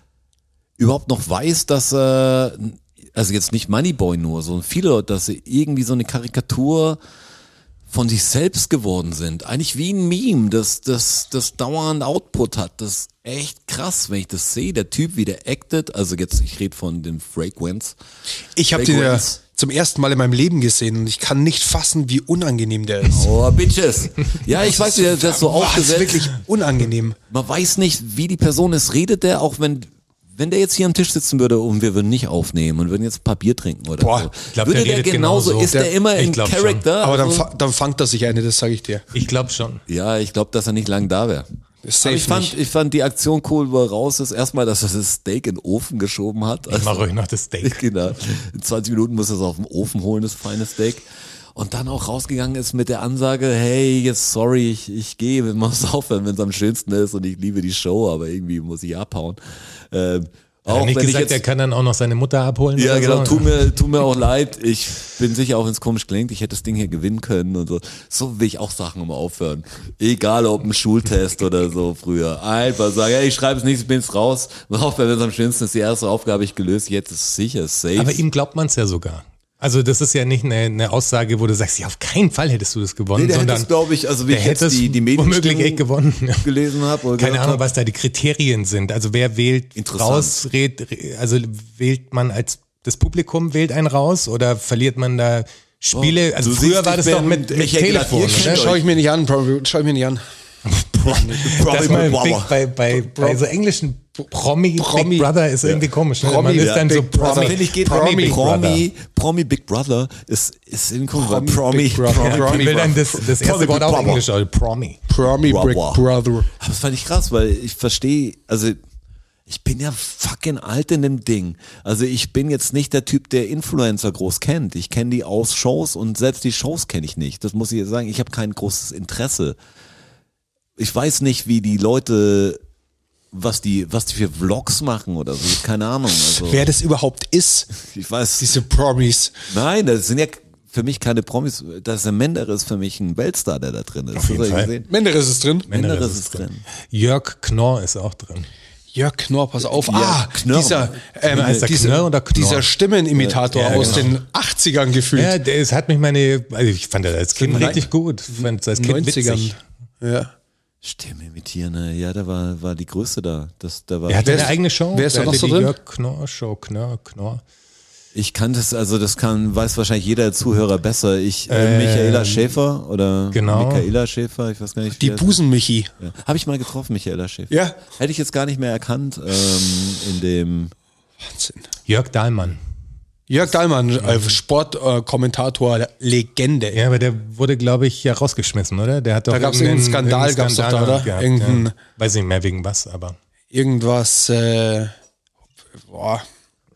[SPEAKER 4] überhaupt noch weiß, dass er, also jetzt nicht Moneyboy nur, sondern viele Leute, dass sie irgendwie so eine Karikatur von sich selbst geworden sind. Eigentlich wie ein Meme, das, das, das dauernd Output hat. Das ist echt krass, wenn ich das sehe. Der Typ, wie der acted, also jetzt, ich rede von den Frequenz.
[SPEAKER 2] Ich habe
[SPEAKER 4] Big
[SPEAKER 2] den ja
[SPEAKER 4] Wins.
[SPEAKER 2] zum ersten Mal in meinem Leben gesehen und ich kann nicht fassen, wie unangenehm der ist.
[SPEAKER 4] Oh, Bitches. Ja, ich weiß, wie der das so
[SPEAKER 2] Boah, das ist
[SPEAKER 4] aufgesetzt.
[SPEAKER 2] wirklich unangenehm.
[SPEAKER 4] Man weiß nicht, wie die Person ist. Redet der, auch wenn, wenn der jetzt hier am Tisch sitzen würde und wir würden nicht aufnehmen und würden jetzt ein paar Bier trinken oder
[SPEAKER 2] Boah,
[SPEAKER 4] so.
[SPEAKER 3] ich glaub, der
[SPEAKER 4] würde der,
[SPEAKER 3] redet
[SPEAKER 4] genauso,
[SPEAKER 3] genauso.
[SPEAKER 4] ist
[SPEAKER 3] Der-
[SPEAKER 4] der, immer
[SPEAKER 3] ich
[SPEAKER 4] in
[SPEAKER 3] glaub schon.
[SPEAKER 4] Character?
[SPEAKER 2] Aber dann,
[SPEAKER 4] Also-
[SPEAKER 2] fa- dann fangt er sich eine, das sage ich dir.
[SPEAKER 3] Ich glaube schon.
[SPEAKER 4] ja, ich glaube, dass er nicht lang da wäre.
[SPEAKER 2] Safe
[SPEAKER 4] Aber ich fand,
[SPEAKER 2] nicht.
[SPEAKER 4] ich fand die Aktion cool, wo er raus ist. Erstmal, dass er das Steak in den Ofen geschoben hat. Also,
[SPEAKER 3] Ich mache euch noch das Steak.
[SPEAKER 4] Genau. In 20 Minuten muss er es auf dem Ofen holen, das feine Steak. Und dann auch rausgegangen ist mit der Ansage, hey, jetzt sorry, ich, ich gehe, wir müssen aufhören, wenn es am schönsten ist und ich liebe die Show, aber irgendwie muss ich abhauen. Ähm,
[SPEAKER 3] Hat er
[SPEAKER 4] Auch
[SPEAKER 3] nicht
[SPEAKER 4] wenn ich
[SPEAKER 3] gesagt,
[SPEAKER 4] jetzt,
[SPEAKER 3] er kann dann auch noch seine Mutter abholen.
[SPEAKER 4] ja,
[SPEAKER 3] oder
[SPEAKER 4] genau,
[SPEAKER 3] so.
[SPEAKER 4] tut mir, tut mir auch leid. Ich bin sicher, auch wenn es komisch klingt, ich hätte das Ding hier gewinnen können und so. So will ich auch Sachen immer aufhören. Egal ob ein Schultest oder so früher. Einfach sagen, hey, ich schreibe es nicht, ich bin's raus. Und auch wenn es am schönsten ist, die erste Aufgabe ich gelöst, jetzt ist es sicher, safe.
[SPEAKER 3] Aber ihm glaubt man es ja sogar. Also das ist ja nicht eine, eine Aussage, wo du sagst, ja, auf keinen Fall hättest du das gewonnen,
[SPEAKER 4] Nee, der hätte
[SPEAKER 3] sondern
[SPEAKER 4] es, glaube ich, also wie
[SPEAKER 3] der
[SPEAKER 4] ich jetzt
[SPEAKER 3] hätte es
[SPEAKER 4] die, die
[SPEAKER 3] womöglich echt
[SPEAKER 4] Medien
[SPEAKER 3] gewonnen. Ja.
[SPEAKER 4] gelesen habe. oder
[SPEAKER 3] Keine
[SPEAKER 4] gehört
[SPEAKER 3] Ahnung,
[SPEAKER 4] habe.
[SPEAKER 3] was da die Kriterien sind. Also wer wählt
[SPEAKER 4] Interessant.
[SPEAKER 3] raus, red, also wählt man als das Publikum wählt einen raus oder verliert man da Spiele? also
[SPEAKER 4] Oh, du
[SPEAKER 3] früher
[SPEAKER 4] siehst,
[SPEAKER 3] war
[SPEAKER 4] ich
[SPEAKER 3] das doch
[SPEAKER 4] bin
[SPEAKER 3] mit, mit
[SPEAKER 4] Michael
[SPEAKER 3] Telefon. ne?
[SPEAKER 4] Gladier-
[SPEAKER 3] Oder?
[SPEAKER 4] Schau
[SPEAKER 2] Schau ich mir nicht an, Bro, schau ich mir nicht an.
[SPEAKER 3] Dass
[SPEAKER 4] Promi-
[SPEAKER 3] man Big,
[SPEAKER 4] Brother.
[SPEAKER 3] bei, bei, bei so englischen Promi,
[SPEAKER 2] Promi.
[SPEAKER 3] Big Brother ist irgendwie komisch. Ne?
[SPEAKER 2] Promi,
[SPEAKER 3] man ist
[SPEAKER 2] ja,
[SPEAKER 3] dann so
[SPEAKER 2] Big Brother.
[SPEAKER 3] Promi.
[SPEAKER 4] Also, finde ich geht
[SPEAKER 3] Promi
[SPEAKER 4] Promi,
[SPEAKER 3] Big Brother.
[SPEAKER 4] Promi, Promi Big Brother ist, ist in Promi, Promi,
[SPEAKER 2] Big Brother.
[SPEAKER 4] Promi.
[SPEAKER 2] Ja,
[SPEAKER 3] Ich will dann das, das erste
[SPEAKER 4] Promi
[SPEAKER 3] Wort
[SPEAKER 4] Big
[SPEAKER 3] auf
[SPEAKER 4] Brother.
[SPEAKER 3] Englisch, also Promi.
[SPEAKER 2] Promi
[SPEAKER 4] Wow,
[SPEAKER 2] Brick
[SPEAKER 4] wow.
[SPEAKER 2] Brother.
[SPEAKER 4] Aber das fand ich krass, weil ich verstehe, also ich bin ja fucking alt in dem Ding. Also ich bin jetzt nicht der Typ, der Influencer groß kennt. Ich kenne die aus Shows und selbst die Shows kenne ich nicht. Das muss ich jetzt sagen. Ich habe kein großes Interesse. Ich weiß nicht, wie die Leute, was die, was die für Vlogs machen oder so. Keine Ahnung. Also
[SPEAKER 2] Wer das überhaupt ist,
[SPEAKER 4] ich weiß.
[SPEAKER 2] diese Promis.
[SPEAKER 4] Nein, das sind ja für mich keine Promis. Das ist ein Menderes für mich ein Weltstar, der da drin ist. Also Auf
[SPEAKER 3] jeden Fall.
[SPEAKER 2] Menderes ist drin.
[SPEAKER 4] Menderes ist drin.
[SPEAKER 3] Jörg Knorr ist auch drin.
[SPEAKER 2] Jörg Knorr, pass auf.
[SPEAKER 4] Ja,
[SPEAKER 2] ah,
[SPEAKER 4] Knörr.
[SPEAKER 2] dieser, ähm,
[SPEAKER 3] Knörr, heißt der
[SPEAKER 2] dieser,
[SPEAKER 3] Knörr oder Knorr?
[SPEAKER 2] dieser Stimmenimitator
[SPEAKER 3] Ja,
[SPEAKER 2] aus
[SPEAKER 3] genau.
[SPEAKER 2] den 80ern gefühlt.
[SPEAKER 3] Ja, der- es hat mich meine, also ich fand das als Kind
[SPEAKER 2] Nein.
[SPEAKER 3] richtig gut. Ich fand das als Kind
[SPEAKER 2] 90ern.
[SPEAKER 3] witzig.
[SPEAKER 2] Ja.
[SPEAKER 4] Stimme imitieren, ne? ja, da war, war die Größte da. Das, da war
[SPEAKER 3] Er hatte
[SPEAKER 2] Wer
[SPEAKER 3] eine
[SPEAKER 2] ist-
[SPEAKER 3] eigene Show.
[SPEAKER 2] wer ist
[SPEAKER 3] Der
[SPEAKER 2] da noch
[SPEAKER 3] hatte
[SPEAKER 2] so
[SPEAKER 3] die
[SPEAKER 2] drin?
[SPEAKER 3] Jörg Knorr Show, Knorr, Knorr.
[SPEAKER 4] ich kann das, also das kann, weiß wahrscheinlich jeder Zuhörer besser. Ich, äh, Michaela Schäfer oder
[SPEAKER 3] genau.
[SPEAKER 4] Michaela Schäfer, ich weiß gar nicht. wie
[SPEAKER 2] Die
[SPEAKER 4] heißt-
[SPEAKER 2] Busenmichi.
[SPEAKER 4] Ja. Habe ich mal getroffen, Michaela Schäfer.
[SPEAKER 2] Ja.
[SPEAKER 4] Hätte ich jetzt gar nicht mehr erkannt ähm, in dem
[SPEAKER 2] Wahnsinn.
[SPEAKER 3] Jörg Dahlmann.
[SPEAKER 2] Jörg Dahlmann, äh, Sportkommentator, Legende.
[SPEAKER 3] Ja, aber der wurde, glaube ich, ja rausgeschmissen, oder? Der hat doch
[SPEAKER 2] Da gab's
[SPEAKER 3] irgendeinen-
[SPEAKER 2] irgendeinen Skandal,
[SPEAKER 3] irgendeinen
[SPEAKER 2] gab's doch da,
[SPEAKER 3] Skandal
[SPEAKER 2] oder?
[SPEAKER 3] gehabt,
[SPEAKER 2] Irgendeinen-
[SPEAKER 3] ja. Weiß nicht mehr wegen was, aber
[SPEAKER 2] Irgendwas, äh, boah.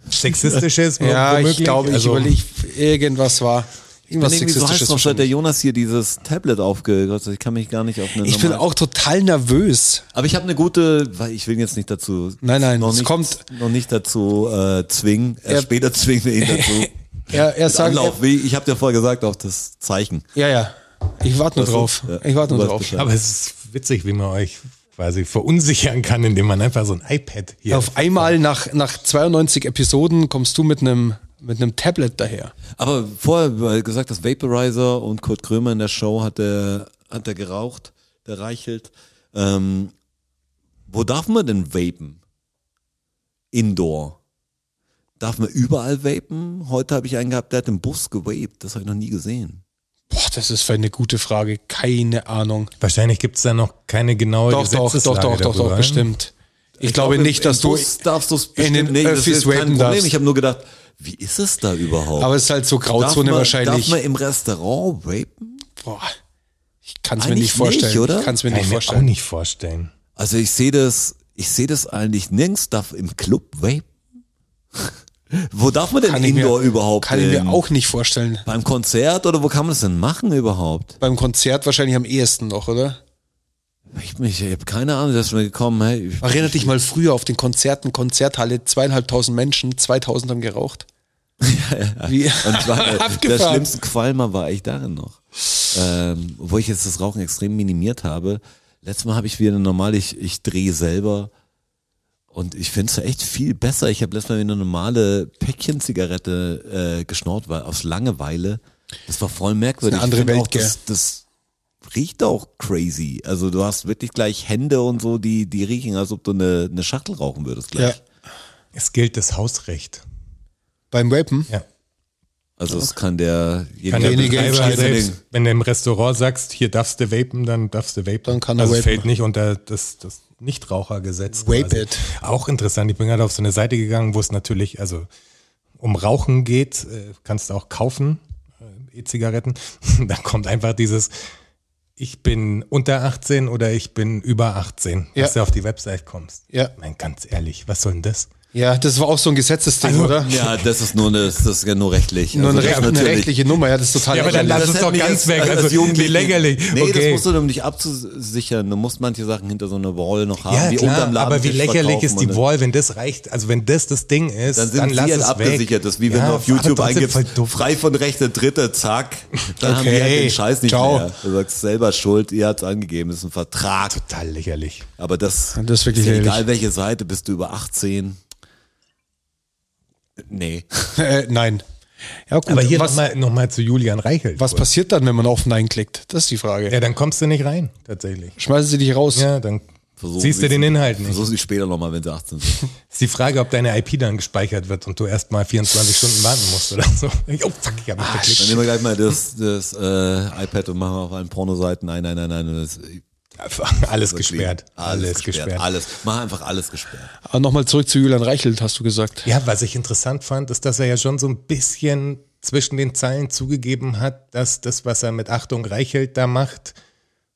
[SPEAKER 3] sexistisches.
[SPEAKER 2] Ja, ich
[SPEAKER 3] womöglich.
[SPEAKER 2] glaube, ich
[SPEAKER 3] Also,
[SPEAKER 2] überlege, irgendwas war. Irgendwas
[SPEAKER 4] irgendwie so heißt
[SPEAKER 2] Sexistisches.
[SPEAKER 4] noch, seit der Jonas hier dieses Tablet aufgehört. hat. Ich kann mich gar nicht auf eine
[SPEAKER 2] ich bin
[SPEAKER 4] normale-
[SPEAKER 2] auch total nervös.
[SPEAKER 4] Aber ich habe eine gute, weil ich will jetzt nicht dazu.
[SPEAKER 2] Nein, nein,
[SPEAKER 4] noch
[SPEAKER 2] es
[SPEAKER 4] nicht,
[SPEAKER 2] kommt-
[SPEAKER 4] noch nicht dazu äh, zwingen. Erst
[SPEAKER 2] Er-
[SPEAKER 4] später zwingen wir ihn dazu.
[SPEAKER 2] Er, er
[SPEAKER 4] Mit
[SPEAKER 2] sagt,
[SPEAKER 4] Anlauf, wie ich habe dir vorher gesagt, auf das Zeichen.
[SPEAKER 2] ja, ja. Ich warte nur drauf.
[SPEAKER 4] Ja,
[SPEAKER 2] Ich warte
[SPEAKER 4] du
[SPEAKER 2] nur
[SPEAKER 4] weißt
[SPEAKER 2] drauf.
[SPEAKER 4] Bescheid.
[SPEAKER 3] Aber es ist witzig, wie man euch quasi verunsichern kann, indem man einfach so ein iPad hier.
[SPEAKER 2] Auf einmal nach, nach 92 Episoden kommst du mit einem mit einem Tablet daher.
[SPEAKER 4] Aber vorher weil gesagt, dass Vaporizer und Kurt Krömer in der Show hat der, hat der geraucht, der reichelt. Ähm, wo darf man denn vapen? Indoor. Darf man überall vapen? Heute habe ich einen gehabt, der hat im Bus gewaped. Das habe ich noch nie gesehen.
[SPEAKER 2] Boah, das ist für eine gute Frage. Keine Ahnung.
[SPEAKER 3] Wahrscheinlich gibt's da noch keine genaue
[SPEAKER 2] Doch, doch, doch, doch,
[SPEAKER 3] Gesetzeslage
[SPEAKER 2] doch, doch,
[SPEAKER 3] darüber, ne?
[SPEAKER 2] bestimmt. Ich, glaube nicht, dass du.
[SPEAKER 4] Bus darfst du's
[SPEAKER 2] in
[SPEAKER 4] bestimmt
[SPEAKER 2] den
[SPEAKER 4] nicht. Das
[SPEAKER 2] Öffis
[SPEAKER 4] ist kein
[SPEAKER 2] vapen
[SPEAKER 4] Problem.
[SPEAKER 2] darfst.
[SPEAKER 4] Ich habe nur gedacht, wie ist es da überhaupt?
[SPEAKER 2] Aber es ist halt so
[SPEAKER 4] darf
[SPEAKER 2] Grauzone
[SPEAKER 4] man,
[SPEAKER 2] wahrscheinlich.
[SPEAKER 4] Darf man im Restaurant vapen?
[SPEAKER 2] Boah, ich kann es mir
[SPEAKER 4] Eigentlich
[SPEAKER 2] Ah, nicht vorstellen.
[SPEAKER 4] nicht, oder?
[SPEAKER 2] Ich kann es mir
[SPEAKER 3] Kann
[SPEAKER 2] nicht
[SPEAKER 3] ich mir auch
[SPEAKER 2] vorstellen.
[SPEAKER 3] nicht vorstellen.
[SPEAKER 4] Also ich sehe das, ich sehe das eigentlich nirgends. Darf im Club vapen? wo darf man denn
[SPEAKER 2] Kann ich mir-
[SPEAKER 4] Indoor überhaupt?
[SPEAKER 2] Kann ich
[SPEAKER 4] ähm,
[SPEAKER 2] mir auch nicht vorstellen.
[SPEAKER 4] Beim Konzert oder wo kann man das denn machen überhaupt?
[SPEAKER 2] Beim Konzert wahrscheinlich am ehesten noch, oder?
[SPEAKER 4] Ich, ich, ich habe keine Ahnung, dass mir gekommen, hey, ich,
[SPEAKER 2] Erinnert dich mal früher auf den Konzerten, Konzerthalle, zweieinhalbtausend Menschen, 2000 haben geraucht. Wie?
[SPEAKER 4] Und ich war, äh, der
[SPEAKER 2] Abgefahren.
[SPEAKER 4] schlimmste Qualmer war ich darin noch. Ähm, wo ich jetzt das Rauchen extrem minimiert habe. Letztes Mal habe ich wieder normal, ich, ich drehe selber und ich finde es echt viel besser. Ich habe letztes Mal wieder eine normale Päckchen-Zigarette äh, geschnort, weil aus Langeweile. Das war voll merkwürdig.
[SPEAKER 2] Ist eine andere
[SPEAKER 4] ich find auch,
[SPEAKER 2] Welt, gell?
[SPEAKER 4] das, das riecht auch crazy. Also du hast wirklich gleich Hände und so, die, die riechen, als ob du eine, eine Schachtel rauchen würdest
[SPEAKER 2] Ja,
[SPEAKER 4] gleich.
[SPEAKER 3] Es gilt das Hausrecht.
[SPEAKER 2] beim Wapen.
[SPEAKER 3] Ja.
[SPEAKER 4] Also es kann der,
[SPEAKER 3] Kann der
[SPEAKER 2] Derjenige
[SPEAKER 3] Betreiber
[SPEAKER 2] entscheidet.
[SPEAKER 3] selbst, wenn du im Restaurant sagst, hier darfst du vapen, dann darfst du vapen.
[SPEAKER 2] Dann kann er
[SPEAKER 3] also es
[SPEAKER 2] vapen.
[SPEAKER 3] fällt nicht unter das, das Nichtrauchergesetz.
[SPEAKER 2] Vape
[SPEAKER 3] quasi.
[SPEAKER 2] it.
[SPEAKER 3] Auch interessant, ich bin gerade auf so eine Seite gegangen, wo es natürlich also um Rauchen geht, äh, kannst du auch kaufen, äh, E-Zigaretten. da kommt einfach dieses, ich bin unter 18 oder ich bin über 18,
[SPEAKER 2] Ja.
[SPEAKER 3] dass du auf die Website kommst.
[SPEAKER 2] Ja.
[SPEAKER 3] Mein, ganz ehrlich, was soll denn das?
[SPEAKER 2] Ja, das war auch so ein Gesetzesding,
[SPEAKER 3] Also,
[SPEAKER 2] oder?
[SPEAKER 4] Ja, das ist nur, eine, das ist ja nur rechtlich.
[SPEAKER 2] Nur eine,
[SPEAKER 4] Also das
[SPEAKER 2] recht,
[SPEAKER 4] ist
[SPEAKER 2] eine
[SPEAKER 4] natürlich-
[SPEAKER 2] rechtliche Nummer, ja, das ist total
[SPEAKER 3] Ja, aber dann
[SPEAKER 2] lächerlich.
[SPEAKER 3] lass es doch
[SPEAKER 4] hätte mich
[SPEAKER 3] ganz weg,
[SPEAKER 4] als
[SPEAKER 3] also,
[SPEAKER 4] Jugendlichen-
[SPEAKER 3] wie lächerlich.
[SPEAKER 4] Nee, das
[SPEAKER 3] Okay.
[SPEAKER 4] musst du um dich abzusichern. Du musst manche Sachen hinter so einer Wall noch haben,
[SPEAKER 3] Ja,
[SPEAKER 4] die
[SPEAKER 3] klar,
[SPEAKER 4] unterm Laden
[SPEAKER 3] aber wie lächerlich ist die Wall, wenn das reicht, also wenn das das Ding ist,
[SPEAKER 4] Dann
[SPEAKER 3] dann,
[SPEAKER 4] sind
[SPEAKER 3] lass
[SPEAKER 4] sie halt
[SPEAKER 3] es weg.
[SPEAKER 4] abgesichert. Das ist wie wenn
[SPEAKER 3] Ja,
[SPEAKER 4] du auf
[SPEAKER 3] aber
[SPEAKER 4] YouTube
[SPEAKER 3] trotzdem
[SPEAKER 4] eingibst,
[SPEAKER 3] voll doof.
[SPEAKER 4] frei von rechter, dritte, zack. Dann haben die
[SPEAKER 2] Okay,
[SPEAKER 4] halt den Scheiß nicht
[SPEAKER 2] ciao.
[SPEAKER 4] mehr. Du sagst selber schuld, ihr habt's angegeben, das ist ein Vertrag.
[SPEAKER 3] Total lächerlich.
[SPEAKER 4] Aber das,
[SPEAKER 2] Das ist wirklich
[SPEAKER 4] ja egal
[SPEAKER 2] lächerlich.
[SPEAKER 4] welche Seite, bist du über 18? Nee.
[SPEAKER 2] Äh, nein. Ja, gut.
[SPEAKER 3] Aber hier
[SPEAKER 2] was,
[SPEAKER 3] nochmal noch mal zu Julian Reichelt.
[SPEAKER 2] was passiert dann, wenn man auf Nein klickt? Das ist die Frage.
[SPEAKER 3] Ja, dann kommst du nicht rein, tatsächlich.
[SPEAKER 2] Schmeißen sie dich raus.
[SPEAKER 3] Ja, dann
[SPEAKER 4] Versuchen
[SPEAKER 3] siehst du
[SPEAKER 4] sie-
[SPEAKER 3] den Inhalt nicht.
[SPEAKER 4] Versuch sie später nochmal, wenn sie 18 sind.
[SPEAKER 3] Ist die Frage, ob deine IP dann gespeichert wird und du erst mal 24 Stunden warten musst oder so. Oh fuck, ich hab mich geklickt.
[SPEAKER 4] Dann nehmen wir gleich mal das, das äh, iPad und machen auf allen Pornoseiten. Nein, nein, nein, nein. Das,
[SPEAKER 3] Alles
[SPEAKER 4] wirklich
[SPEAKER 3] gesperrt.
[SPEAKER 4] Alles, gesperrt. Alles. Mach einfach alles gesperrt.
[SPEAKER 2] Aber nochmal zurück zu Julian Reichelt, hast du gesagt.
[SPEAKER 3] Ja, was ich interessant fand, ist, dass er ja schon so ein bisschen zwischen den Zeilen zugegeben hat, dass das, was er mit Achtung Reichelt da macht,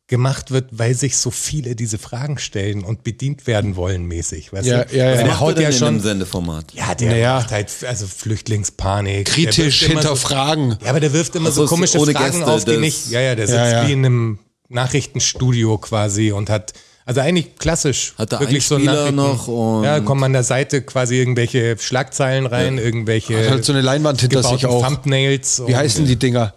[SPEAKER 3] gemacht wird, weil sich so viele diese Fragen stellen und bedient werden wollen mäßig. Weißt
[SPEAKER 2] Ja,
[SPEAKER 3] du?
[SPEAKER 2] ja,
[SPEAKER 4] Was
[SPEAKER 2] ja. Der
[SPEAKER 3] Weil Der
[SPEAKER 4] macht er
[SPEAKER 3] haut
[SPEAKER 4] denn
[SPEAKER 3] ja
[SPEAKER 4] in dem
[SPEAKER 3] schon.
[SPEAKER 4] Sendeformat.
[SPEAKER 3] Ja, der
[SPEAKER 2] Naja.
[SPEAKER 3] macht halt also Flüchtlingspanik. Der
[SPEAKER 2] Kritisch
[SPEAKER 3] wirft immer so-
[SPEAKER 2] hinterfragen.
[SPEAKER 3] Ja, aber der wirft immer
[SPEAKER 4] Ach
[SPEAKER 3] so,
[SPEAKER 4] so,
[SPEAKER 3] komische
[SPEAKER 4] Also ohne
[SPEAKER 3] Fragen
[SPEAKER 4] Gäste,
[SPEAKER 3] auf, die
[SPEAKER 4] das-
[SPEAKER 3] nicht. Ja, ja, der sitzt
[SPEAKER 2] Ja, ja.
[SPEAKER 3] wie in einem Nachrichtenstudio quasi und hat. Also eigentlich klassisch.
[SPEAKER 4] Hat der
[SPEAKER 3] wirklich so
[SPEAKER 4] Einspieler
[SPEAKER 3] Nachrichten-
[SPEAKER 4] noch und-
[SPEAKER 3] Ja, kommen an der Seite quasi irgendwelche Schlagzeilen rein, irgendwelche.
[SPEAKER 2] Hat halt so eine Leinwand hinter sich
[SPEAKER 3] gebauten
[SPEAKER 2] auch.
[SPEAKER 3] Thumbnails.
[SPEAKER 2] Wie heißen die Dinger?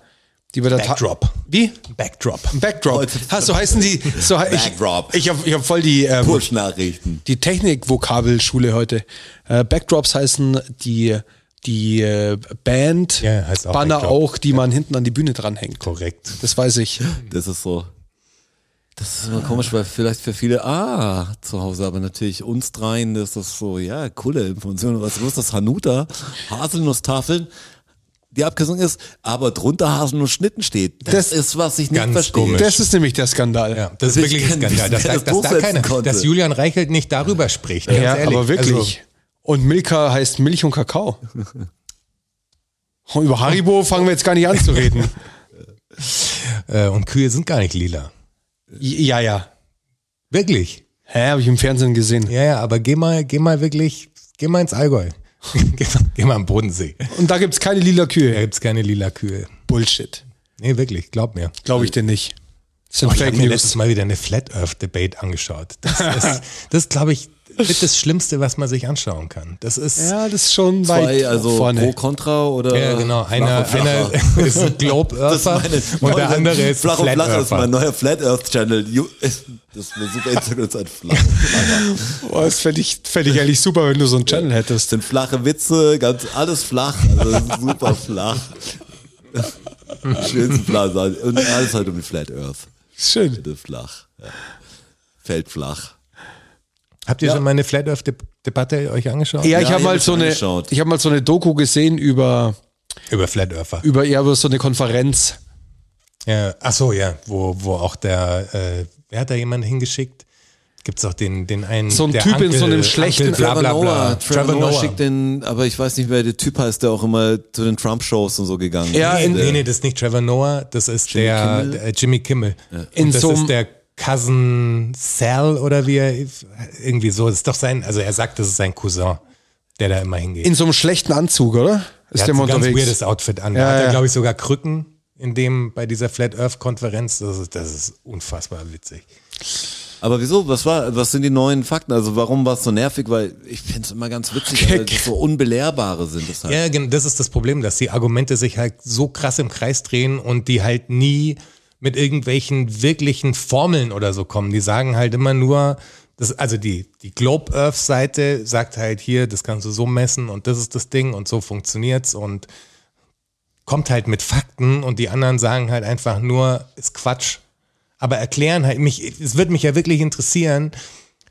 [SPEAKER 2] Die wir da ta-
[SPEAKER 3] Backdrop.
[SPEAKER 2] Wie?
[SPEAKER 3] Backdrop.
[SPEAKER 2] Backdrop.
[SPEAKER 4] Leute.
[SPEAKER 2] Ha, so heißen die. So, he-
[SPEAKER 4] Backdrop.
[SPEAKER 2] Ich, ich habe ich hab voll die, ähm,
[SPEAKER 4] Push-Nachrichten.
[SPEAKER 2] die Technik-Vokabelschule heute. Äh, Backdrops heißen die, die äh, Band,
[SPEAKER 3] Ja, heißt auch
[SPEAKER 2] Banner
[SPEAKER 3] Backdrop.
[SPEAKER 2] auch, die man hinten an die Bühne dranhängt.
[SPEAKER 3] Korrekt.
[SPEAKER 2] Das weiß ich.
[SPEAKER 4] Das ist so. Das ist immer komisch, weil vielleicht für viele, ah, zu Hause, aber natürlich uns dreien, das ist so, ja, coole Information. Was ist das? Hanuta, Haselnusstafeln. Die Abkürzung ist, aber drunter Haselnussschnitten steht. Das,
[SPEAKER 2] Das-
[SPEAKER 4] ist, was ich nicht
[SPEAKER 3] ganz
[SPEAKER 4] verstehe.
[SPEAKER 3] komisch.
[SPEAKER 2] Das ist nämlich der Skandal.
[SPEAKER 3] Ja, das ist
[SPEAKER 4] Ich
[SPEAKER 3] wirklich ein
[SPEAKER 4] kann nicht
[SPEAKER 3] Skandal, dass,
[SPEAKER 4] wissen, wer das
[SPEAKER 3] dass, dass, da
[SPEAKER 4] durchsetzen
[SPEAKER 3] keiner,
[SPEAKER 4] konnte.
[SPEAKER 3] dass Julian Reichelt nicht darüber spricht. Ganz
[SPEAKER 2] Ja,
[SPEAKER 3] ehrlich.
[SPEAKER 2] aber wirklich. also, und Milka heißt Milch und Kakao. Und über Haribo fangen wir jetzt gar nicht an zu reden.
[SPEAKER 3] Also, äh, und Kühe sind gar nicht lila.
[SPEAKER 2] ja, ja.
[SPEAKER 3] Wirklich.
[SPEAKER 2] Hä, habe ich im Fernsehen gesehen.
[SPEAKER 3] Ja, ja, aber geh mal, geh mal wirklich, geh mal ins Allgäu. geh, mal- geh mal am Bodensee.
[SPEAKER 2] Und da gibt's keine lila
[SPEAKER 3] Da
[SPEAKER 2] Kühe.
[SPEAKER 3] gibt's keine lila Kühe.
[SPEAKER 2] Bullshit. Also, Oh,
[SPEAKER 3] Nee, wirklich, glaub mir.
[SPEAKER 2] Glaube ich dir nicht. Das sind
[SPEAKER 3] Ich habe
[SPEAKER 2] Fake
[SPEAKER 3] mir
[SPEAKER 2] News.
[SPEAKER 3] letztes Mal wieder eine Flat Earth Debate angeschaut. Das ist, das glaube ich, mit das Schlimmste, was man sich anschauen kann. Das ist,
[SPEAKER 2] Ja, das ist schon weit
[SPEAKER 4] Zwei, also pro,
[SPEAKER 2] vorne.
[SPEAKER 4] contra oder?
[SPEAKER 3] Ja, genau. Einer,
[SPEAKER 4] flacher, flacher.
[SPEAKER 3] einer ist ein Globe
[SPEAKER 4] Das
[SPEAKER 3] Earther
[SPEAKER 4] ist meine
[SPEAKER 3] und der
[SPEAKER 4] neue-
[SPEAKER 3] andere ist
[SPEAKER 4] Flach und
[SPEAKER 3] Flat
[SPEAKER 4] Flach ist mein
[SPEAKER 3] Earther.
[SPEAKER 4] neuer Flat Earth Channel. Ju- Das ist eine super Instagram-Zeit. Flach und Flacher.
[SPEAKER 2] Oh, das fände ich, fänd ich eigentlich super, wenn du so einen Channel
[SPEAKER 4] Das
[SPEAKER 2] hättest.
[SPEAKER 4] sind flache Witze, ganz alles flach, also super flach. Schönsten flach sein. Und alles halt um die Flat Earth.
[SPEAKER 2] Schön.
[SPEAKER 4] Bitte flach. Ja. Fällt flach.
[SPEAKER 3] Habt ihr schon mal eine Flat Earth Deb- Debatte euch angeschaut?
[SPEAKER 2] Ja,
[SPEAKER 4] Ja,
[SPEAKER 2] ich habe
[SPEAKER 4] die hab
[SPEAKER 2] mal
[SPEAKER 4] ich
[SPEAKER 2] so eine,
[SPEAKER 4] angeschaut.
[SPEAKER 2] ich habe mal so eine Doku gesehen über
[SPEAKER 3] Über Flat Earther.
[SPEAKER 2] über ja, über so eine Konferenz.
[SPEAKER 3] Ja, ach so, ja, wo, wo auch der, äh, wer hat da jemanden hingeschickt? Gibt's auch den, den einen.
[SPEAKER 2] So ein
[SPEAKER 3] der
[SPEAKER 2] Typ in so einem
[SPEAKER 3] Uncle-
[SPEAKER 2] schlechten-
[SPEAKER 3] Uncle bla, bla, bla.
[SPEAKER 4] Trevor, Noah, schickt den, aber ich weiß nicht, wer der Typ heißt, der auch immer zu den Trump-Shows und so gegangen
[SPEAKER 2] Ja,
[SPEAKER 4] ist.
[SPEAKER 2] in-
[SPEAKER 4] Der-
[SPEAKER 3] Nee, nee, das ist nicht Trevor Noah, das ist der,
[SPEAKER 4] Kimmel?
[SPEAKER 3] der, äh, Jimmy Kimmel.
[SPEAKER 2] In
[SPEAKER 3] Und das
[SPEAKER 2] so einem-
[SPEAKER 3] ist der Cousin Sal oder wie er irgendwie so. Das ist doch sein, also er sagt, das ist sein Cousin, der da immer hingeht.
[SPEAKER 2] In so einem schlechten Anzug, oder? Ist der
[SPEAKER 3] Er hat
[SPEAKER 2] mal
[SPEAKER 3] ein ganz
[SPEAKER 2] unterwegs?
[SPEAKER 3] weirdes Outfit an.
[SPEAKER 2] Ja,
[SPEAKER 3] da hat
[SPEAKER 2] ja.
[SPEAKER 3] er, glaube ich, sogar Krücken in dem, bei dieser Flat Earth Konferenz. Das ist, das ist unfassbar witzig.
[SPEAKER 4] Aber wieso? Was war, was sind die neuen Fakten? Also warum war es so nervig? Weil ich finde es immer ganz witzig, weil das so unbelehrbare sind das halt.
[SPEAKER 3] Ja, genau, das ist das Problem, dass die Argumente sich halt so krass im Kreis drehen und die halt nie mit irgendwelchen wirklichen Formeln oder so kommen. Die sagen halt immer nur, das, also die, die Globe Earth Seite sagt halt hier, das kannst du so messen und das ist das Ding und so funktioniert's und kommt halt mit Fakten und die anderen sagen halt einfach nur, ist Quatsch. Aber erklären halt mich, es wird mich ja wirklich interessieren,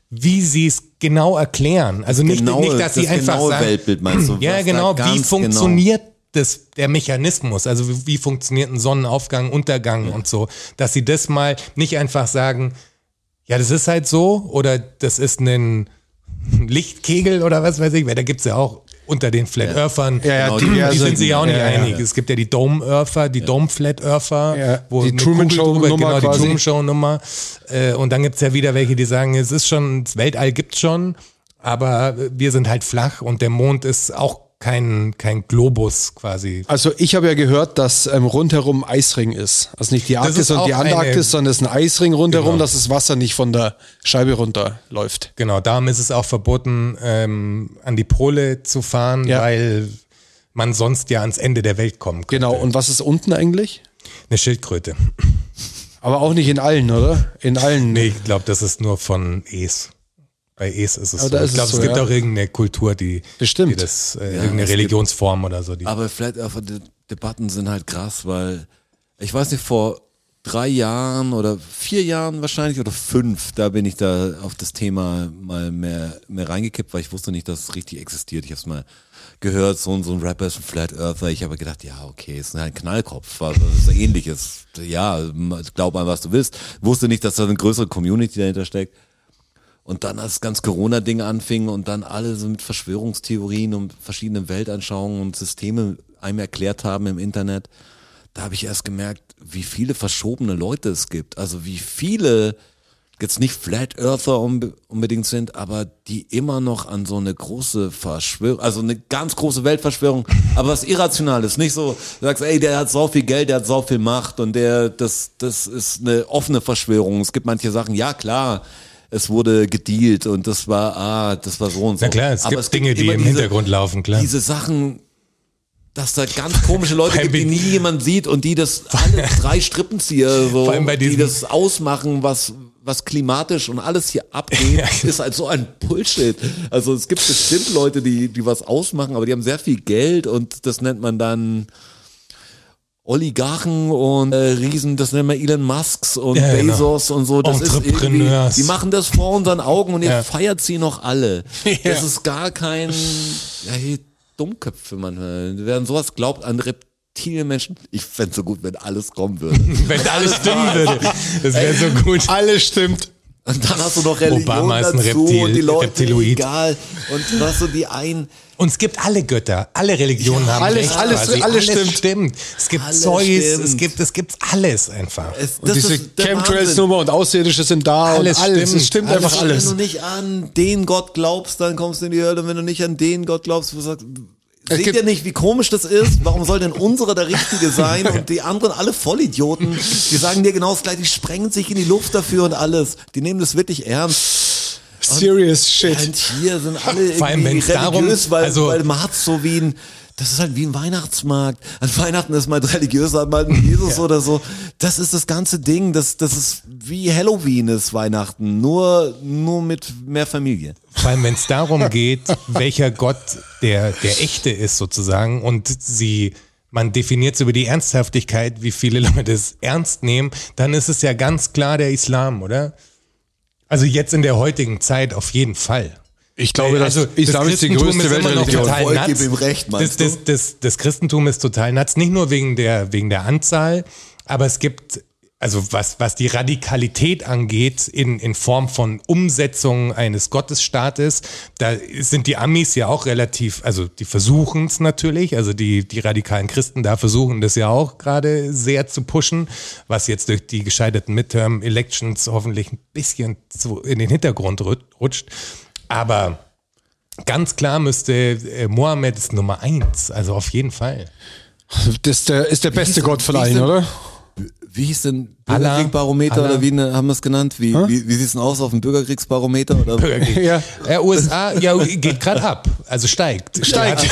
[SPEAKER 3] wie sie es genau erklären. Also nicht,
[SPEAKER 4] genaue-
[SPEAKER 3] nicht dass sie
[SPEAKER 4] Genau das
[SPEAKER 3] einfach
[SPEAKER 4] genaue
[SPEAKER 3] sagen,
[SPEAKER 4] Weltbild meinst
[SPEAKER 2] Also
[SPEAKER 4] du?
[SPEAKER 3] ja,
[SPEAKER 4] Was da
[SPEAKER 3] genau. Wie
[SPEAKER 4] ganz
[SPEAKER 3] funktioniert das, der Mechanismus? Also wie, wie funktioniert ein Sonnenaufgang, Untergang und so? Dass sie das mal nicht einfach sagen, ja, das ist halt so oder das ist ein Lichtkegel oder was weiß ich, weil da gibt's ja auch unter den Flat Earthern,
[SPEAKER 2] Ja, ja,
[SPEAKER 4] Genau,
[SPEAKER 2] die,
[SPEAKER 4] die-
[SPEAKER 2] ja,
[SPEAKER 3] die
[SPEAKER 2] so-
[SPEAKER 3] sind sich ja auch nicht
[SPEAKER 2] ja, ja.
[SPEAKER 3] einig. Es gibt ja die Dome Earther, die Dome Flat Earther,
[SPEAKER 2] Ja,
[SPEAKER 3] wo
[SPEAKER 2] die
[SPEAKER 3] eine
[SPEAKER 2] Truman
[SPEAKER 3] Kugel
[SPEAKER 2] Show
[SPEAKER 3] drüber-
[SPEAKER 2] Nummer
[SPEAKER 3] genau,
[SPEAKER 2] quasi.
[SPEAKER 3] die Truman Show Nummer. Äh, und dann gibt's ja wieder welche, die sagen, es ist schon, das Weltall gibt's schon. aber wir sind halt flach und der Mond ist auch kein, kein Globus quasi.
[SPEAKER 2] Also ich habe ja gehört, dass ähm, rundherum Eisring ist. Also nicht die Arktis
[SPEAKER 3] ist
[SPEAKER 2] und
[SPEAKER 3] auch
[SPEAKER 2] die Antarktis,
[SPEAKER 3] eine-
[SPEAKER 2] sondern es ist ein Eisring rundherum,
[SPEAKER 3] Genau.
[SPEAKER 2] dass das Wasser nicht von der Scheibe runterläuft.
[SPEAKER 3] Genau, darum ist es auch verboten, ähm, an die Pole zu fahren,
[SPEAKER 2] Ja.
[SPEAKER 3] weil man sonst ja ans Ende der Welt kommen könnte.
[SPEAKER 2] Genau. Und was ist unten eigentlich?
[SPEAKER 3] Eine Schildkröte.
[SPEAKER 2] Aber auch nicht in allen, oder? In allen.
[SPEAKER 3] Nee, ich glaube, das ist nur von Es. Bei Es ist es
[SPEAKER 2] Aber
[SPEAKER 3] so.
[SPEAKER 2] da ist
[SPEAKER 3] Ich
[SPEAKER 2] es
[SPEAKER 3] glaube, es,
[SPEAKER 2] so,
[SPEAKER 3] gibt
[SPEAKER 2] ja.
[SPEAKER 3] auch irgendeine Kultur, die,
[SPEAKER 2] Bestimmt.
[SPEAKER 3] die das, äh, irgendeine Religionsform oder so. Die,
[SPEAKER 4] Aber Flat Earther De Debatten sind halt krass, weil ich weiß nicht, vor drei Jahren oder vier Jahren wahrscheinlich oder fünf, da bin ich da auf das Thema mal mehr, mehr reingekippt, weil ich wusste nicht, dass es richtig existiert. Ich habe es mal gehört, so, ein- so ein Rapper ist ein Flat Earther. Ich habe gedacht, ja, okay, ist halt ein Knallkopf, also das ist ähnliches. Ja, glaub an, was du willst. Wusste nicht, dass da eine größere Community dahinter steckt. Und dann, als das ganz Corona-Ding anfing und dann alle so mit Verschwörungstheorien und verschiedenen Weltanschauungen und Systeme einem erklärt haben im Internet, da habe ich erst gemerkt, wie viele verschobene Leute es gibt. Also wie viele jetzt nicht Flat Earther unbe- unbedingt sind, aber die immer noch an so eine große Verschwörung, also eine ganz große Weltverschwörung, aber was Irrationales, nicht so, du sagst, ey, der hat so viel Geld, der hat so viel Macht und der, das, das ist eine offene Verschwörung. Es gibt manche Sachen, ja klar, es wurde gedealt und das war, ah, das war so und so.
[SPEAKER 3] na klar, es
[SPEAKER 4] aber
[SPEAKER 3] gibt Dinge, die
[SPEAKER 4] immer
[SPEAKER 3] im
[SPEAKER 4] diese-
[SPEAKER 3] Hintergrund laufen, klar.
[SPEAKER 4] diese Sachen, dass da ganz komische Leute
[SPEAKER 3] Vor allem
[SPEAKER 4] gibt, die
[SPEAKER 3] bei-
[SPEAKER 4] nie jemand sieht und die das alle drei Strippenzieher so,
[SPEAKER 3] Vor allem bei
[SPEAKER 4] die
[SPEAKER 3] diesem-
[SPEAKER 4] das ausmachen, was was klimatisch und alles hier abgeht,
[SPEAKER 3] genau.
[SPEAKER 4] ist halt so ein Bullshit. Also es gibt bestimmt Leute, die die was ausmachen, aber die haben sehr viel Geld und das nennt man dann Oligarchen und äh, Riesen, das nennen wir Elon Musks und
[SPEAKER 3] Ja, genau.
[SPEAKER 4] Bezos und so. Das ist irgendwie,
[SPEAKER 3] Entrepreneurs.
[SPEAKER 4] die machen das vor unseren Augen und ihr
[SPEAKER 3] Ja.
[SPEAKER 4] feiert sie noch alle.
[SPEAKER 3] Ja.
[SPEAKER 4] Das ist gar kein ja, hey, Dummköpfe manchmal. Wer an sowas glaubt, an Reptilienmenschen, ich fände so gut, wenn alles kommen würde.
[SPEAKER 3] Wenn alles stimmen würde, das wäre so gut.
[SPEAKER 2] Alles stimmt.
[SPEAKER 4] Und dann hast du noch Religion
[SPEAKER 3] Obama ist ein
[SPEAKER 4] dazu
[SPEAKER 3] Reptil-
[SPEAKER 4] und die Leute
[SPEAKER 3] Reptiloid.
[SPEAKER 4] egal. Und dann hast du die einen,
[SPEAKER 3] Und es gibt alle Götter, alle Religionen haben
[SPEAKER 2] alles-
[SPEAKER 3] recht,
[SPEAKER 2] alles-
[SPEAKER 3] quasi.
[SPEAKER 2] alles stimmt.
[SPEAKER 3] Es gibt
[SPEAKER 4] Alles
[SPEAKER 3] Zeus, es
[SPEAKER 4] stimmt.
[SPEAKER 3] gibt es gibt alles einfach.
[SPEAKER 4] es,
[SPEAKER 2] Und
[SPEAKER 4] das
[SPEAKER 2] diese
[SPEAKER 4] ist der Wahnsinn.
[SPEAKER 2] Chemtrails-Nummer und Außerirdische sind da
[SPEAKER 3] Alles
[SPEAKER 2] und alles.
[SPEAKER 3] stimmt.
[SPEAKER 2] Es stimmt
[SPEAKER 3] Alles
[SPEAKER 2] einfach alles.
[SPEAKER 4] Wenn du nicht an den Gott glaubst, dann kommst du in die Hölle. Und wenn du nicht an den Gott glaubst, du sagst, seht
[SPEAKER 2] gibt-
[SPEAKER 4] ihr nicht, wie komisch das ist? Warum soll denn unsere der Richtige sein? Und die anderen alle Vollidioten, die sagen dir genau das gleiche, die sprengen sich in die Luft dafür und alles. Die nehmen das wirklich ernst.
[SPEAKER 2] Serious shit.
[SPEAKER 4] Und hier sind alle
[SPEAKER 3] Vor allem,
[SPEAKER 4] irgendwie religiös,
[SPEAKER 3] wenn's darum-
[SPEAKER 4] weil,
[SPEAKER 3] also-
[SPEAKER 4] weil man hat so wie ein, das ist halt wie ein Weihnachtsmarkt. An Weihnachten ist man religiös, hat man Jesus oder so. Das ist das ganze Ding. Das, das ist wie Halloween ist Weihnachten. Nur, nur mit mehr Familie.
[SPEAKER 3] Vor allem, wenn es darum geht, welcher Gott der, der echte ist sozusagen und sie, man definiert es über die Ernsthaftigkeit, wie viele Leute es ernst nehmen, dann ist es ja ganz klar der Islam, oder? Also jetzt in der heutigen Zeit auf jeden Fall.
[SPEAKER 2] Ich glaube, dass
[SPEAKER 3] also,
[SPEAKER 2] Islam ist die
[SPEAKER 3] Christentum
[SPEAKER 2] größte
[SPEAKER 3] ist immer noch
[SPEAKER 2] Weltreligion.
[SPEAKER 3] total
[SPEAKER 4] Volk,
[SPEAKER 3] nuts.
[SPEAKER 4] gib ihm recht,
[SPEAKER 3] das,
[SPEAKER 4] meinst du?
[SPEAKER 3] das, das, das Christentum ist total nuts, nicht nur wegen der, wegen der Anzahl, aber es gibt, also was, was die Radikalität angeht, in, in Form von Umsetzung eines Gottesstaates, da sind die Amis ja auch relativ, also die versuchen es natürlich, also die, die radikalen Christen da versuchen das ja auch gerade sehr zu pushen, was jetzt durch die gescheiterten Midterm-Elections hoffentlich ein bisschen zu, in den Hintergrund rut- rutscht. Aber Ganz klar müsste äh, Mohammed ist Nummer eins, also auf jeden Fall.
[SPEAKER 2] Das ist der, ist der beste
[SPEAKER 4] Riesen-
[SPEAKER 2] Gott von allen,
[SPEAKER 4] Riesen-
[SPEAKER 2] oder?
[SPEAKER 4] Wie hieß denn
[SPEAKER 3] Allah,
[SPEAKER 4] Bürgerkriegsbarometer
[SPEAKER 3] Allah.
[SPEAKER 4] oder wie ne, haben wir es genannt? Wie, wie, wie sieht denn aus auf dem Bürgerkriegsbarometer? Oder
[SPEAKER 3] Ja. Äh, USA ja, geht gerade ab, also steigt.
[SPEAKER 2] Steigt.
[SPEAKER 3] Ja,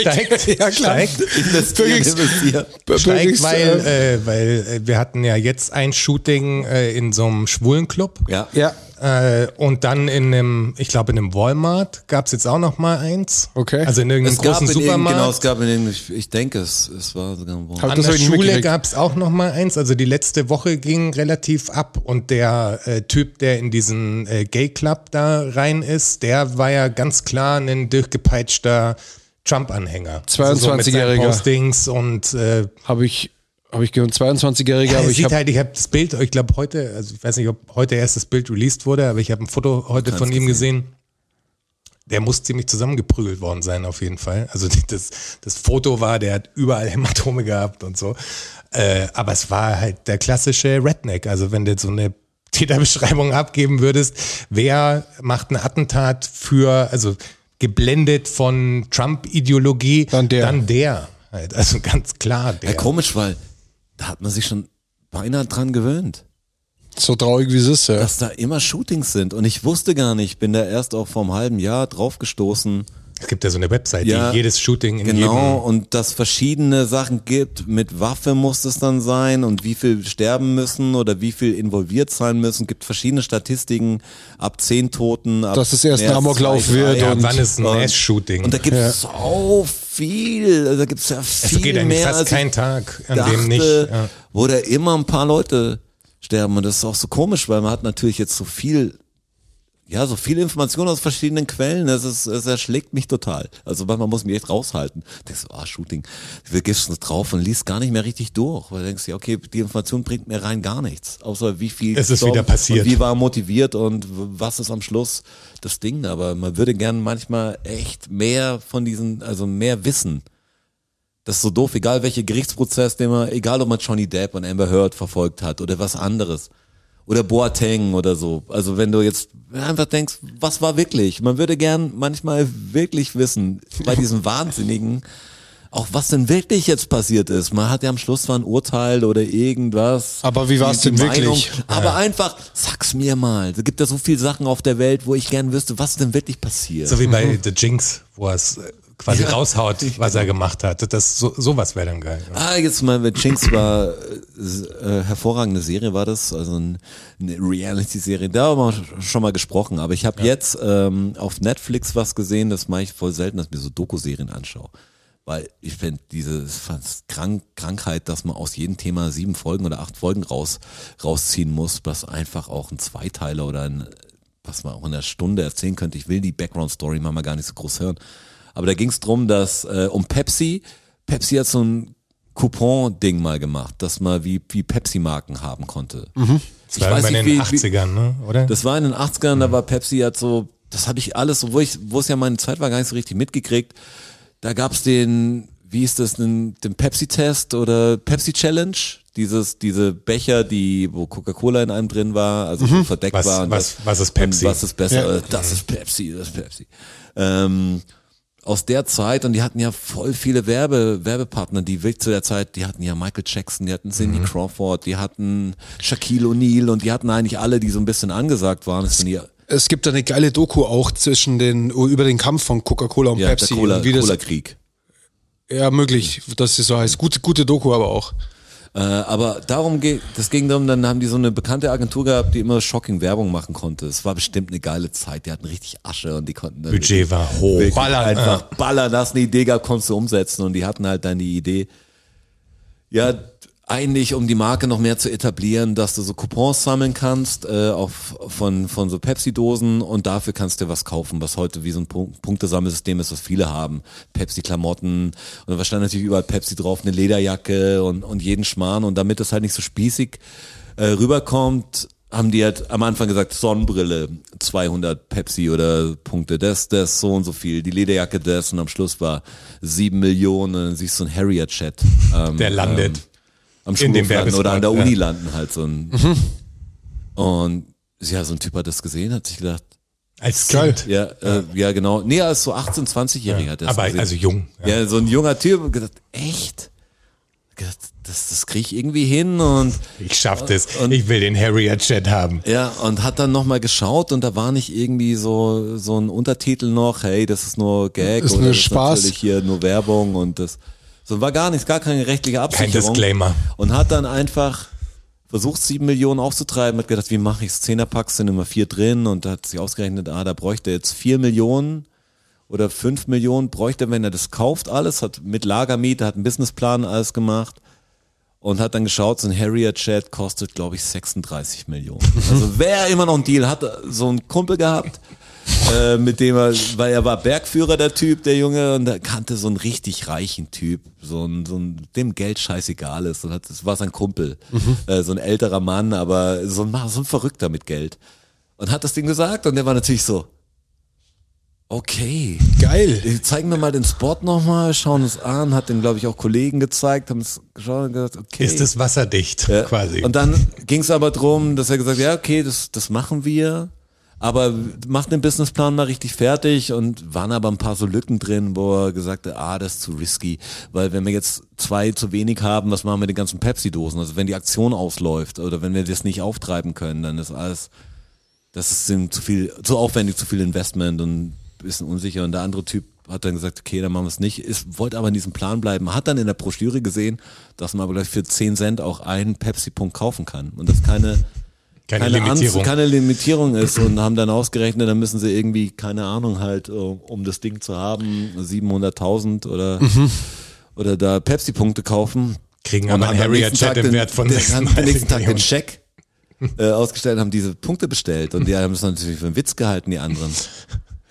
[SPEAKER 3] steigt.
[SPEAKER 2] Ja, klar.
[SPEAKER 3] Steigt.
[SPEAKER 4] investieren,
[SPEAKER 2] Bürgerkriegs-
[SPEAKER 4] investieren.
[SPEAKER 3] Steigt,
[SPEAKER 2] Übrigens,
[SPEAKER 3] weil,
[SPEAKER 2] äh,
[SPEAKER 3] äh, weil äh, wir hatten ja jetzt ein Shooting äh, in so einem schwulen Club.
[SPEAKER 4] Ja.
[SPEAKER 2] ja,
[SPEAKER 3] Äh, und dann in einem, ich glaube in einem Walmart gab es jetzt auch noch mal eins.
[SPEAKER 2] Okay.
[SPEAKER 3] Also in irgendeinem
[SPEAKER 4] Es gab
[SPEAKER 3] großen
[SPEAKER 4] in dem,
[SPEAKER 3] Supermarkt.
[SPEAKER 4] genau, es gab in dem, ich, ich denke, es, es war sogar ein Wort.
[SPEAKER 2] Hab-
[SPEAKER 3] An
[SPEAKER 2] Das
[SPEAKER 3] der
[SPEAKER 2] hab ich nicht
[SPEAKER 3] Schule
[SPEAKER 2] mitgekriegt.
[SPEAKER 3] gab es auch noch mal eins. Also die letzte Woche ging relativ ab und der äh, Typ, der in diesen äh, Gay Club da rein ist, der war ja ganz klar ein durchgepeitschter Trump-Anhänger. Also so mit seinen
[SPEAKER 2] 22-Jähriger.
[SPEAKER 3] Postings und äh,
[SPEAKER 2] habe ich, hab ich gehört, 22-Jähriger,
[SPEAKER 3] ja,
[SPEAKER 2] aber ich
[SPEAKER 3] sieht
[SPEAKER 2] habe
[SPEAKER 3] halt, ich habe das Bild, ich glaube heute, also ich weiß nicht, ob heute erst das Bild released wurde, aber ich habe ein Foto heute von ihm gesehen. Der muss ziemlich zusammengeprügelt worden sein, auf jeden Fall. Also die- das, das Foto war, der hat überall Hämatome gehabt und so. Äh, aber es war halt der klassische Redneck. Also wenn der so eine Täterbeschreibung abgeben würdest, wer macht ein Attentat für, also geblendet von Trump-Ideologie,
[SPEAKER 2] Dann der.
[SPEAKER 3] Dann der. halt. Also ganz klar, der.
[SPEAKER 4] Ja, komisch, weil da hat man sich schon beinahe dran gewöhnt,
[SPEAKER 2] So traurig wie es ist, ja.
[SPEAKER 4] dass da immer Shootings sind. Und ich wusste gar nicht, bin da erst auch vor einem halben Jahr draufgestoßen.
[SPEAKER 3] es gibt ja so eine Website,
[SPEAKER 4] Ja,
[SPEAKER 3] die jedes Shooting in
[SPEAKER 4] Genau,
[SPEAKER 3] jedem
[SPEAKER 4] und dass verschiedene Sachen gibt, mit Waffe muss es dann sein und wie viel sterben müssen oder wie viel involviert sein müssen, gibt verschiedene Statistiken, ab zehn Toten, ab
[SPEAKER 2] Dass es erst ein
[SPEAKER 4] mehr als
[SPEAKER 2] Amoklauf
[SPEAKER 4] zwei,
[SPEAKER 2] wird
[SPEAKER 4] drei.
[SPEAKER 3] ja,
[SPEAKER 2] und-
[SPEAKER 3] wann ist ein
[SPEAKER 4] und-
[SPEAKER 3] Ass-Shooting?
[SPEAKER 4] Und da gibt es so viel, also da gibt es ja
[SPEAKER 3] Es
[SPEAKER 4] viel
[SPEAKER 3] geht eigentlich
[SPEAKER 4] mehr,
[SPEAKER 3] fast
[SPEAKER 4] als ich
[SPEAKER 3] kein Tag, an
[SPEAKER 4] dachte,
[SPEAKER 3] dem nicht. Ja.
[SPEAKER 4] wo da immer ein paar Leute sterben und das ist auch so komisch, weil man hat natürlich jetzt so viel, ja, so viel Information aus verschiedenen Quellen, das ist, es erschlägt mich total. Also manchmal muss ich mich echt raushalten. Denkst du, ah, Shooting, du gehst du drauf und liest gar nicht mehr richtig durch, weil du denkst dir, okay, die Information bringt mir rein gar nichts, außer wie viel
[SPEAKER 3] Es ist
[SPEAKER 4] gestorben
[SPEAKER 3] wieder passiert.
[SPEAKER 4] und wie war er motiviert und w- was ist am Schluss das Ding, aber man würde gern manchmal echt mehr von diesen, also mehr wissen. Das ist so doof, egal welcher Gerichtsprozess, den man, egal ob man Johnny Depp und Amber Heard verfolgt hat oder was anderes. Oder Boateng oder so. Also wenn du jetzt einfach denkst, was war wirklich? Man würde gern manchmal wirklich wissen, bei diesen Wahnsinnigen, auch was denn wirklich jetzt passiert ist. Man hat ja am Schluss zwar ein Urteil oder irgendwas.
[SPEAKER 2] Aber wie war's
[SPEAKER 4] Die- die
[SPEAKER 2] denn
[SPEAKER 4] Meinung.
[SPEAKER 2] wirklich?
[SPEAKER 4] Aber einfach, sag's mir mal. Es gibt ja so viele Sachen auf der Welt, wo ich gern wüsste, was denn wirklich passiert.
[SPEAKER 3] So wie bei
[SPEAKER 4] Mhm.
[SPEAKER 3] The Jinx, wo er es äh, quasi raushaut, was er gemacht hat. Das, so, sowas wäre dann geil.
[SPEAKER 4] Ah, jetzt mal mit Jinx war äh, äh, hervorragende Serie war das, also ein, eine Reality-Serie. Da haben wir sch- schon mal gesprochen, aber ich habe jetzt ähm, auf Netflix was gesehen, das mache ich voll selten, dass ich mir so Doku-Serien anschaue. Weil ich finde diese fast Krank Krankheit, dass man aus jedem Thema sieben Folgen oder acht Folgen raus rausziehen muss, was einfach auch ein Zweiteiler oder ein, was man auch in einer Stunde erzählen könnte. Ich will die Background-Story manchmal gar nicht so groß hören. Aber da ging es drum, dass äh, um Pepsi, Pepsi hat so ein Coupon-Ding mal gemacht, dass man wie, wie Pepsi-Marken haben konnte.
[SPEAKER 3] Mhm. Das war immer in den Mhm. 80ern, ne? oder?
[SPEAKER 4] Das war in den 80ern, da war Pepsi hat so, das habe ich alles, obwohl ich, wo es ja meine Zeit war, gar nicht so richtig mitgekriegt. Da gab's den, wie ist das, den, den Pepsi-Test oder Pepsi-Challenge? Dieses, diese Becher, die, wo Coca-Cola in einem drin war, also so verdeckt
[SPEAKER 3] Mhm. Was-
[SPEAKER 4] war. und
[SPEAKER 3] was-
[SPEAKER 4] das-
[SPEAKER 3] was ist Pepsi?
[SPEAKER 4] Und was ist besser?
[SPEAKER 2] Ja.
[SPEAKER 4] Das ist Pepsi, das ist Pepsi. Ähm, aus der Zeit, und die hatten ja voll viele Werbe, Werbepartner, die wirklich zu der Zeit, die hatten ja Michael Jackson, die hatten
[SPEAKER 2] Mhm.
[SPEAKER 4] Cindy Crawford, die hatten Shaquille O'Neal und die hatten eigentlich alle, die so ein bisschen angesagt waren. Das sind die,
[SPEAKER 2] Es gibt da eine geile Doku auch zwischen den, über den Kampf von Coca-Cola und
[SPEAKER 4] ja,
[SPEAKER 2] Pepsi.
[SPEAKER 4] der Cola,
[SPEAKER 2] und wie das,
[SPEAKER 4] Cola-Krieg.
[SPEAKER 2] ja, möglich, dass sie so heißt. Gute, gute Doku aber auch.
[SPEAKER 4] Äh, aber darum geht, das ging darum, dann haben die so eine bekannte Agentur gehabt, die immer shocking Werbung machen konnte. Es war bestimmt eine geile Zeit, die hatten richtig Asche und die konnten dann
[SPEAKER 3] Budget war hoch.
[SPEAKER 4] Wirklich Einfach ballern, hast eine Idee gehabt, konntest du umsetzen und die hatten halt dann die Idee, ja, eigentlich um die Marke noch mehr zu etablieren, dass du so Coupons sammeln kannst, äh, auf, von, von so Pepsi-Dosen und dafür kannst du dir was kaufen, was heute wie so ein Punk Punktesammelsystem ist, was viele haben. Pepsi-Klamotten und wahrscheinlich natürlich überall Pepsi drauf, eine Lederjacke und, und jeden Schmarrn und damit das halt nicht so spießig äh, rüberkommt, haben die halt am Anfang gesagt, Sonnenbrille, 200 Pepsi oder Punkte, das, das, so und so viel, die Lederjacke, das und am Schluss war sieben Millionen, und dann siehst du einen Harrier-Chat. Ähm,
[SPEAKER 3] Der landet.
[SPEAKER 4] am
[SPEAKER 3] In dem
[SPEAKER 4] Schulhof landen oder an der
[SPEAKER 3] Werbespot,
[SPEAKER 4] Uni
[SPEAKER 3] ja. Mhm.
[SPEAKER 4] landen halt so ein. Und ja, so ein Typ hat das gesehen, hat sich gedacht,
[SPEAKER 3] Als
[SPEAKER 2] Geil.
[SPEAKER 3] Kind.
[SPEAKER 4] ja, äh, ja genau. Nee, als so 18, 20-Jähriger hat das
[SPEAKER 3] Aber
[SPEAKER 4] gesehen.
[SPEAKER 3] also jung.
[SPEAKER 4] Ja, so ein junger Typ und gedacht, echt? Gedacht, Das, das kriege ich irgendwie hin und
[SPEAKER 3] Ich schaff das. ich will den Harrier-Chat haben.
[SPEAKER 4] ja, und hat dann nochmal geschaut und da war nicht irgendwie so, so ein Untertitel noch, hey, das ist nur Gag
[SPEAKER 2] Ist
[SPEAKER 4] oder
[SPEAKER 2] nur
[SPEAKER 4] das
[SPEAKER 2] Spaß.
[SPEAKER 4] ist natürlich hier nur Werbung und das. So war gar nichts, gar keine rechtliche Absicherung.
[SPEAKER 3] Disclaimer.
[SPEAKER 4] Und hat dann einfach versucht, sieben Millionen aufzutreiben, hat gedacht, wie mache ich's? Zehnerpacks sind immer vier drin und hat sich ausgerechnet, ah, da bräuchte er jetzt vier Millionen oder fünf Millionen bräuchte, er, wenn er das kauft, alles, hat mit Lagermiete, hat einen Businessplan alles gemacht und hat dann geschaut, so ein Harrier-Chat kostet, glaube ich, 36 Millionen. Also wer immer noch einen Deal hat, so einen Kumpel gehabt, äh, mit dem er, weil er war Bergführer, der Typ, der Junge, und er kannte so einen richtig reichen Typ, so ein, so ein dem Geld scheißegal ist. Und hat, das war sein Kumpel, äh, so ein älterer Mann, aber so ein, so ein Verrückter mit Geld. Und hat das Ding gesagt und der war natürlich so, Okay.
[SPEAKER 2] Geil.
[SPEAKER 4] Die zeigen mir mal den Spot nochmal, schauen es an, hat den, glaube ich, auch Kollegen gezeigt, haben es geschaut und gesagt, okay.
[SPEAKER 3] Ist es wasserdicht
[SPEAKER 4] Ja.
[SPEAKER 3] quasi?
[SPEAKER 4] Und dann ging es aber drum, dass er gesagt hat, ja, okay, das, das machen wir, aber macht den Businessplan mal richtig fertig und waren aber ein paar so Lücken drin, wo er gesagt hat, ah, das ist zu risky, weil wenn wir jetzt zwei zu wenig haben, was machen wir mit den ganzen Pepsi-Dosen? Also wenn die Aktion ausläuft oder wenn wir das nicht auftreiben können, dann ist alles, das ist ihm zu viel, zu aufwendig, zu viel Investment und ein bisschen unsicher. Und der andere Typ hat dann gesagt, okay, dann machen wir es nicht. Ist, wollte aber in diesem Plan bleiben. Hat dann in der Broschüre gesehen, dass man aber gleich für 10 Cent auch einen Pepsi-Punkt kaufen kann. Und das keine,
[SPEAKER 3] Keine,
[SPEAKER 4] Anz-
[SPEAKER 3] Limitierung.
[SPEAKER 4] keine Limitierung ist. Und haben dann ausgerechnet, dann müssen sie irgendwie, keine Ahnung halt, äh, um das Ding zu haben, 700.000 oder, oder da Pepsi-Punkte kaufen.
[SPEAKER 3] Mhm. Kriegen
[SPEAKER 4] Und
[SPEAKER 3] aber
[SPEAKER 4] haben
[SPEAKER 3] einen
[SPEAKER 4] am
[SPEAKER 3] Harrier
[SPEAKER 4] nächsten Tag
[SPEAKER 3] Chat im
[SPEAKER 4] den-
[SPEAKER 3] Wert von
[SPEAKER 4] den- haben am
[SPEAKER 3] 36
[SPEAKER 4] nächsten Tag den
[SPEAKER 3] Millionen.
[SPEAKER 4] Scheck äh, ausgestellt und haben diese Punkte bestellt. Und die haben es natürlich für einen Witz gehalten, die anderen.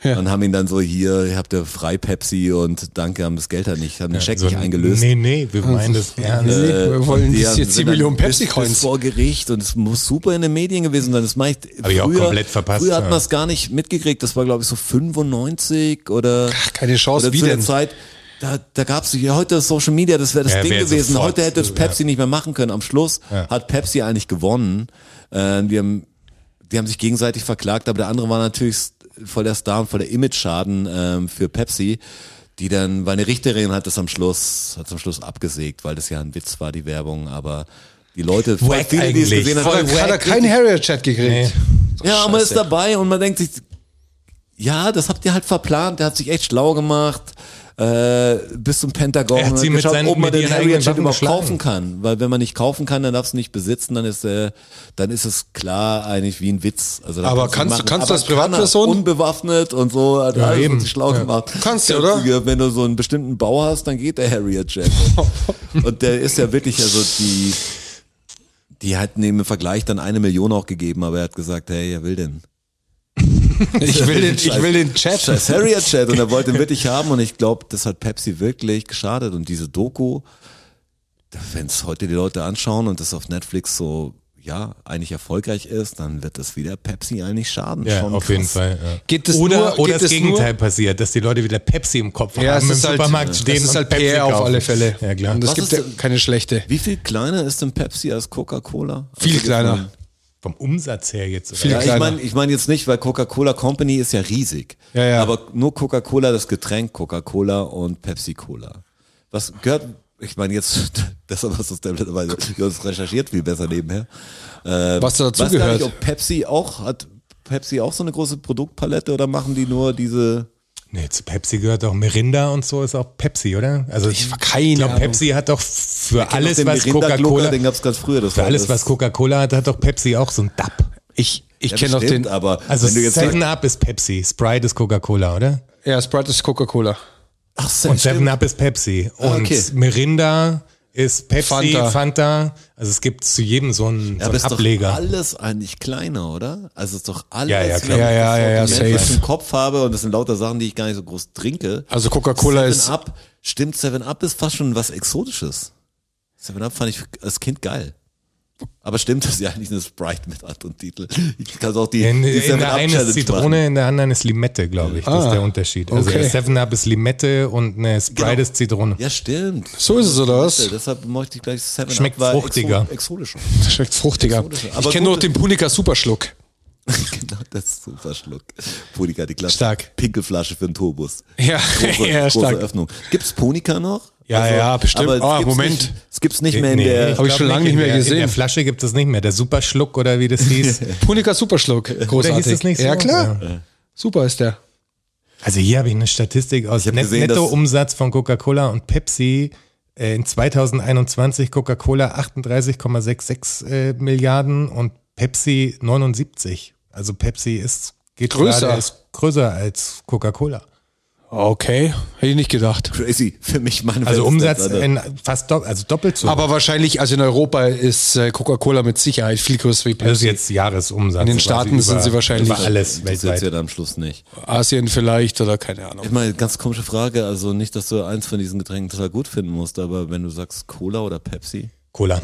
[SPEAKER 4] Und haben ihn dann so, hier, ihr habt ihr frei Pepsi und danke, haben das Geld halt nicht, haben den Scheck
[SPEAKER 3] So,
[SPEAKER 4] nicht eingelöst.
[SPEAKER 3] Also Nee, nee, wir meinen das ernst.
[SPEAKER 2] Nee, wir wollen
[SPEAKER 4] Äh, Und die
[SPEAKER 2] das
[SPEAKER 4] haben-
[SPEAKER 2] jetzt die
[SPEAKER 4] sind dann
[SPEAKER 2] Millionen
[SPEAKER 4] bis- bis
[SPEAKER 2] Pepsi-Coins.
[SPEAKER 4] vor Gericht und es muss super in den Medien gewesen sein. Das mache ich
[SPEAKER 3] Hab ich auch komplett verpasst,
[SPEAKER 4] Früher hat
[SPEAKER 3] ja.
[SPEAKER 4] man es gar nicht mitgekriegt. Das war, glaube ich, so 95 oder.
[SPEAKER 2] Ach, keine Chance,
[SPEAKER 4] oder
[SPEAKER 2] wie
[SPEAKER 4] zu der
[SPEAKER 2] denn?
[SPEAKER 4] Zeit. Da, da gab es ja heute das Social Media, das wäre das
[SPEAKER 3] Ja,
[SPEAKER 4] Ding
[SPEAKER 3] wär
[SPEAKER 4] gewesen.
[SPEAKER 3] sofort,
[SPEAKER 4] heute hätte das
[SPEAKER 3] ja.
[SPEAKER 4] Pepsi nicht mehr machen können. Am Schluss
[SPEAKER 3] Ja.
[SPEAKER 4] hat Pepsi eigentlich gewonnen. Äh, die, haben, die haben sich gegenseitig verklagt, aber der andere war natürlich voll der Star und voll der Image-Schaden ähm, für Pepsi. Die dann, weil eine Richterin hat das am Schluss, hat am Schluss abgesägt, weil das ja ein Witz war, die Werbung, aber die Leute, voll
[SPEAKER 3] Wack
[SPEAKER 4] viele, die es
[SPEAKER 3] eigentlich.
[SPEAKER 4] gesehen haben,
[SPEAKER 2] Vor allem
[SPEAKER 4] voll
[SPEAKER 2] hat er
[SPEAKER 4] wack.
[SPEAKER 2] keinen Harrier-Chat gekriegt.
[SPEAKER 4] Ja, man ist dabei und man denkt sich, ja, das habt ihr halt verplant, der hat sich echt schlau gemacht, äh, bis zum Pentagon
[SPEAKER 3] Er hat
[SPEAKER 4] und
[SPEAKER 3] sie mit seinen-
[SPEAKER 4] ob man
[SPEAKER 3] mit
[SPEAKER 4] den
[SPEAKER 3] ihren
[SPEAKER 4] Harrier
[SPEAKER 3] eigenen
[SPEAKER 4] Jet
[SPEAKER 3] Waffen
[SPEAKER 4] überhaupt
[SPEAKER 3] geschlagen.
[SPEAKER 4] kaufen kann. Weil wenn man nicht kaufen kann, dann darfst du nicht besitzen, dann ist, äh, dann ist es klar eigentlich wie ein Witz. Also, dann
[SPEAKER 2] Aber kannst du-
[SPEAKER 4] machen.
[SPEAKER 2] kannst du als
[SPEAKER 4] kann er,
[SPEAKER 2] Privatperson?
[SPEAKER 4] Unbewaffnet und so, hat alles
[SPEAKER 3] eben.
[SPEAKER 4] eben. schlau gemacht.
[SPEAKER 2] Kannst du, oder?
[SPEAKER 4] Ja, Wenn du so einen bestimmten Bau hast, dann geht der Harrier Jet. und der ist ja wirklich, also die, die hatten ihm im Vergleich dann eine Million auch gegeben, aber er hat gesagt, hey, er will den.
[SPEAKER 2] Ich will den, ich will den Chat.
[SPEAKER 4] Scheiß Harrier Chat und er wollte ihn wirklich haben und ich glaube, das hat Pepsi wirklich geschadet und diese Doku, wenn es heute die Leute anschauen und das auf Netflix so, ja, eigentlich erfolgreich ist, dann wird das wieder Pepsi eigentlich schaden.
[SPEAKER 3] Ja,
[SPEAKER 4] Schon
[SPEAKER 3] auf
[SPEAKER 4] krass.
[SPEAKER 3] jeden Fall. Ja.
[SPEAKER 2] Geht es
[SPEAKER 3] oder
[SPEAKER 2] nur-
[SPEAKER 3] oder
[SPEAKER 2] geht
[SPEAKER 3] das
[SPEAKER 2] es
[SPEAKER 3] Gegenteil passiert, dass die Leute wieder Pepsi im Kopf
[SPEAKER 2] Ja,
[SPEAKER 3] haben,
[SPEAKER 2] es
[SPEAKER 3] im
[SPEAKER 2] ist halt,
[SPEAKER 3] Supermarkt stehen
[SPEAKER 2] es ist
[SPEAKER 3] und
[SPEAKER 2] halt
[SPEAKER 3] Pepsi
[SPEAKER 2] PR auf
[SPEAKER 3] kaufen.
[SPEAKER 2] alle Fälle.
[SPEAKER 3] Ja, klar.
[SPEAKER 2] Und es
[SPEAKER 4] Was
[SPEAKER 2] gibt
[SPEAKER 4] ist
[SPEAKER 2] ja
[SPEAKER 4] denn-
[SPEAKER 2] keine schlechte.
[SPEAKER 4] Wie viel kleiner ist denn Pepsi als Coca-Cola?
[SPEAKER 2] Viel
[SPEAKER 4] Also,
[SPEAKER 2] kleiner.
[SPEAKER 3] Vom Umsatz her jetzt.
[SPEAKER 2] Viel
[SPEAKER 4] Ja, ich
[SPEAKER 2] kleiner.
[SPEAKER 4] meine ich mein jetzt nicht, weil Coca-Cola Company ist ja riesig.
[SPEAKER 2] Ja, ja.
[SPEAKER 4] Aber nur Coca-Cola, das Getränk Coca-Cola und Pepsi-Cola. Was gehört, ich meine jetzt, das ist aber so stellenweise, wir haben es recherchiert viel besser nebenher. Äh,
[SPEAKER 2] Was da dazu
[SPEAKER 4] weiß gar
[SPEAKER 2] gehört.
[SPEAKER 4] Nicht, ob Pepsi auch, hat Pepsi auch so eine große Produktpalette oder machen die nur diese,
[SPEAKER 3] Nee, zu Pepsi gehört auch Mirinda und so ist auch Pepsi, oder? Also ich
[SPEAKER 2] keine
[SPEAKER 3] glaube,
[SPEAKER 2] Ahnung.
[SPEAKER 3] Pepsi hat doch für alles,
[SPEAKER 4] den
[SPEAKER 3] was
[SPEAKER 4] Mirinda-Glucker,
[SPEAKER 3] Coca-Cola,
[SPEAKER 4] den gab's ganz früher. Das
[SPEAKER 3] für
[SPEAKER 4] war
[SPEAKER 3] alles,
[SPEAKER 4] das-
[SPEAKER 3] was Coca-Cola hat, hat doch Pepsi auch so ein Dab.
[SPEAKER 2] Ich, ich
[SPEAKER 4] ja,
[SPEAKER 2] kenne noch
[SPEAKER 4] bestimmt,
[SPEAKER 2] den.
[SPEAKER 4] aber
[SPEAKER 3] Also
[SPEAKER 4] wenn du jetzt
[SPEAKER 3] Seven Up ist Pepsi, Sprite ist Coca-Cola, oder?
[SPEAKER 2] Ja, Sprite ist Coca-Cola.
[SPEAKER 4] ach,
[SPEAKER 3] Und Seven
[SPEAKER 4] stimmt.
[SPEAKER 3] Up ist Pepsi und
[SPEAKER 4] Ah, okay.
[SPEAKER 3] Mirinda ist Pepsi,
[SPEAKER 2] Fanta.
[SPEAKER 3] Fanta. Also es gibt zu jedem so einen,
[SPEAKER 4] Ja, aber
[SPEAKER 3] so einen
[SPEAKER 4] ist doch
[SPEAKER 3] Ableger.
[SPEAKER 4] alles eigentlich kleiner, oder? Also ist doch alles.
[SPEAKER 3] Ja, ja, klar.
[SPEAKER 4] wenn ich
[SPEAKER 2] Ja, ja,
[SPEAKER 4] das
[SPEAKER 2] ja,
[SPEAKER 4] Sortiment,
[SPEAKER 2] ja,
[SPEAKER 4] was ich
[SPEAKER 2] safe.
[SPEAKER 4] im Kopf habe und das sind lauter Sachen, die ich gar nicht so groß trinke.
[SPEAKER 2] Also Coca-Cola
[SPEAKER 4] Seven
[SPEAKER 2] ist.
[SPEAKER 4] Up, stimmt, Seven Up ist fast schon was Exotisches. Seven Up fand ich als Kind geil. Aber stimmt, das ist ja eigentlich eine Sprite mit anderen Titel. Ich kann auch die,
[SPEAKER 3] In,
[SPEAKER 4] die
[SPEAKER 3] in
[SPEAKER 4] Seven
[SPEAKER 3] der
[SPEAKER 4] Up
[SPEAKER 3] einen ist
[SPEAKER 4] Challenge
[SPEAKER 3] Zitrone,
[SPEAKER 4] machen.
[SPEAKER 3] in der anderen ist Limette, glaube ich. Das
[SPEAKER 2] Ah,
[SPEAKER 3] ist der Unterschied. Also
[SPEAKER 2] okay.
[SPEAKER 3] okay. Seven Up ist Limette und eine Sprite
[SPEAKER 4] Genau.
[SPEAKER 3] ist Zitrone.
[SPEAKER 4] Ja, stimmt.
[SPEAKER 2] So ist es, oder was?
[SPEAKER 4] Deshalb mochte ich gleich Seven
[SPEAKER 3] Schmeckt
[SPEAKER 4] Up. war
[SPEAKER 3] fruchtiger.
[SPEAKER 4] Exo exotischer.
[SPEAKER 2] Das schmeckt fruchtiger.
[SPEAKER 4] Aber
[SPEAKER 2] Ich kenne nur
[SPEAKER 4] gute-
[SPEAKER 2] den Punika Superschluck.
[SPEAKER 4] genau, das ist so ein Verschluck. Punika, die Klasse.
[SPEAKER 2] Stark.
[SPEAKER 4] Pinke Flasche für den Turbus.
[SPEAKER 2] Ja,
[SPEAKER 4] große,
[SPEAKER 2] ja,
[SPEAKER 4] große
[SPEAKER 2] stark.
[SPEAKER 4] Öffnung. Gibt's Ponika noch? Also,
[SPEAKER 2] Ja, ja, bestimmt.
[SPEAKER 4] aber es
[SPEAKER 2] Ah,
[SPEAKER 4] gibt's
[SPEAKER 2] Moment.
[SPEAKER 4] Nicht, es gibt's nicht mehr in
[SPEAKER 3] Nee,
[SPEAKER 4] der.
[SPEAKER 2] Hab ich
[SPEAKER 3] glaub
[SPEAKER 2] schon lange nicht
[SPEAKER 3] in
[SPEAKER 2] mehr
[SPEAKER 3] der, In
[SPEAKER 2] gesehen.
[SPEAKER 3] der Flasche gibt es nicht mehr. Der Superschluck oder wie das hieß.
[SPEAKER 2] Punika Superschluck. Großartig.
[SPEAKER 3] hieß das nicht so?
[SPEAKER 2] ja, klar. Super ist der.
[SPEAKER 3] Also hier habe ich eine Statistik aus
[SPEAKER 4] hab
[SPEAKER 3] Net
[SPEAKER 4] gesehen, dass-
[SPEAKER 3] Nettoumsatz von Coca-Cola und Pepsi. Äh, In 2021 Coca-Cola 38,66 äh, Milliarden und Pepsi 79. Also Pepsi ist geht
[SPEAKER 2] Größer.
[SPEAKER 3] gerade, ist größer als Coca-Cola.
[SPEAKER 2] Okay. Hätte ich nicht gedacht.
[SPEAKER 4] Crazy. Für mich meine
[SPEAKER 3] Also
[SPEAKER 4] Welt ist
[SPEAKER 3] Umsatz
[SPEAKER 4] das, Alter.
[SPEAKER 3] in fast do also doppelt so.
[SPEAKER 2] Aber wahrscheinlich, also in Europa ist äh, Coca-Cola mit Sicherheit viel größer wie
[SPEAKER 3] das ist
[SPEAKER 2] Pepsi.
[SPEAKER 3] Also jetzt Jahresumsatz.
[SPEAKER 2] In den
[SPEAKER 3] quasi
[SPEAKER 2] Staaten sind sie wahrscheinlich-
[SPEAKER 3] über alles
[SPEAKER 4] Das ist
[SPEAKER 3] weltweit.
[SPEAKER 4] ja dann am Schluss nicht.
[SPEAKER 2] Asien vielleicht oder keine Ahnung.
[SPEAKER 4] Ich meine, ganz komische Frage. Also nicht, dass du eins von diesen Getränken total gut finden musst, aber wenn du sagst Cola oder Pepsi.
[SPEAKER 3] Cola.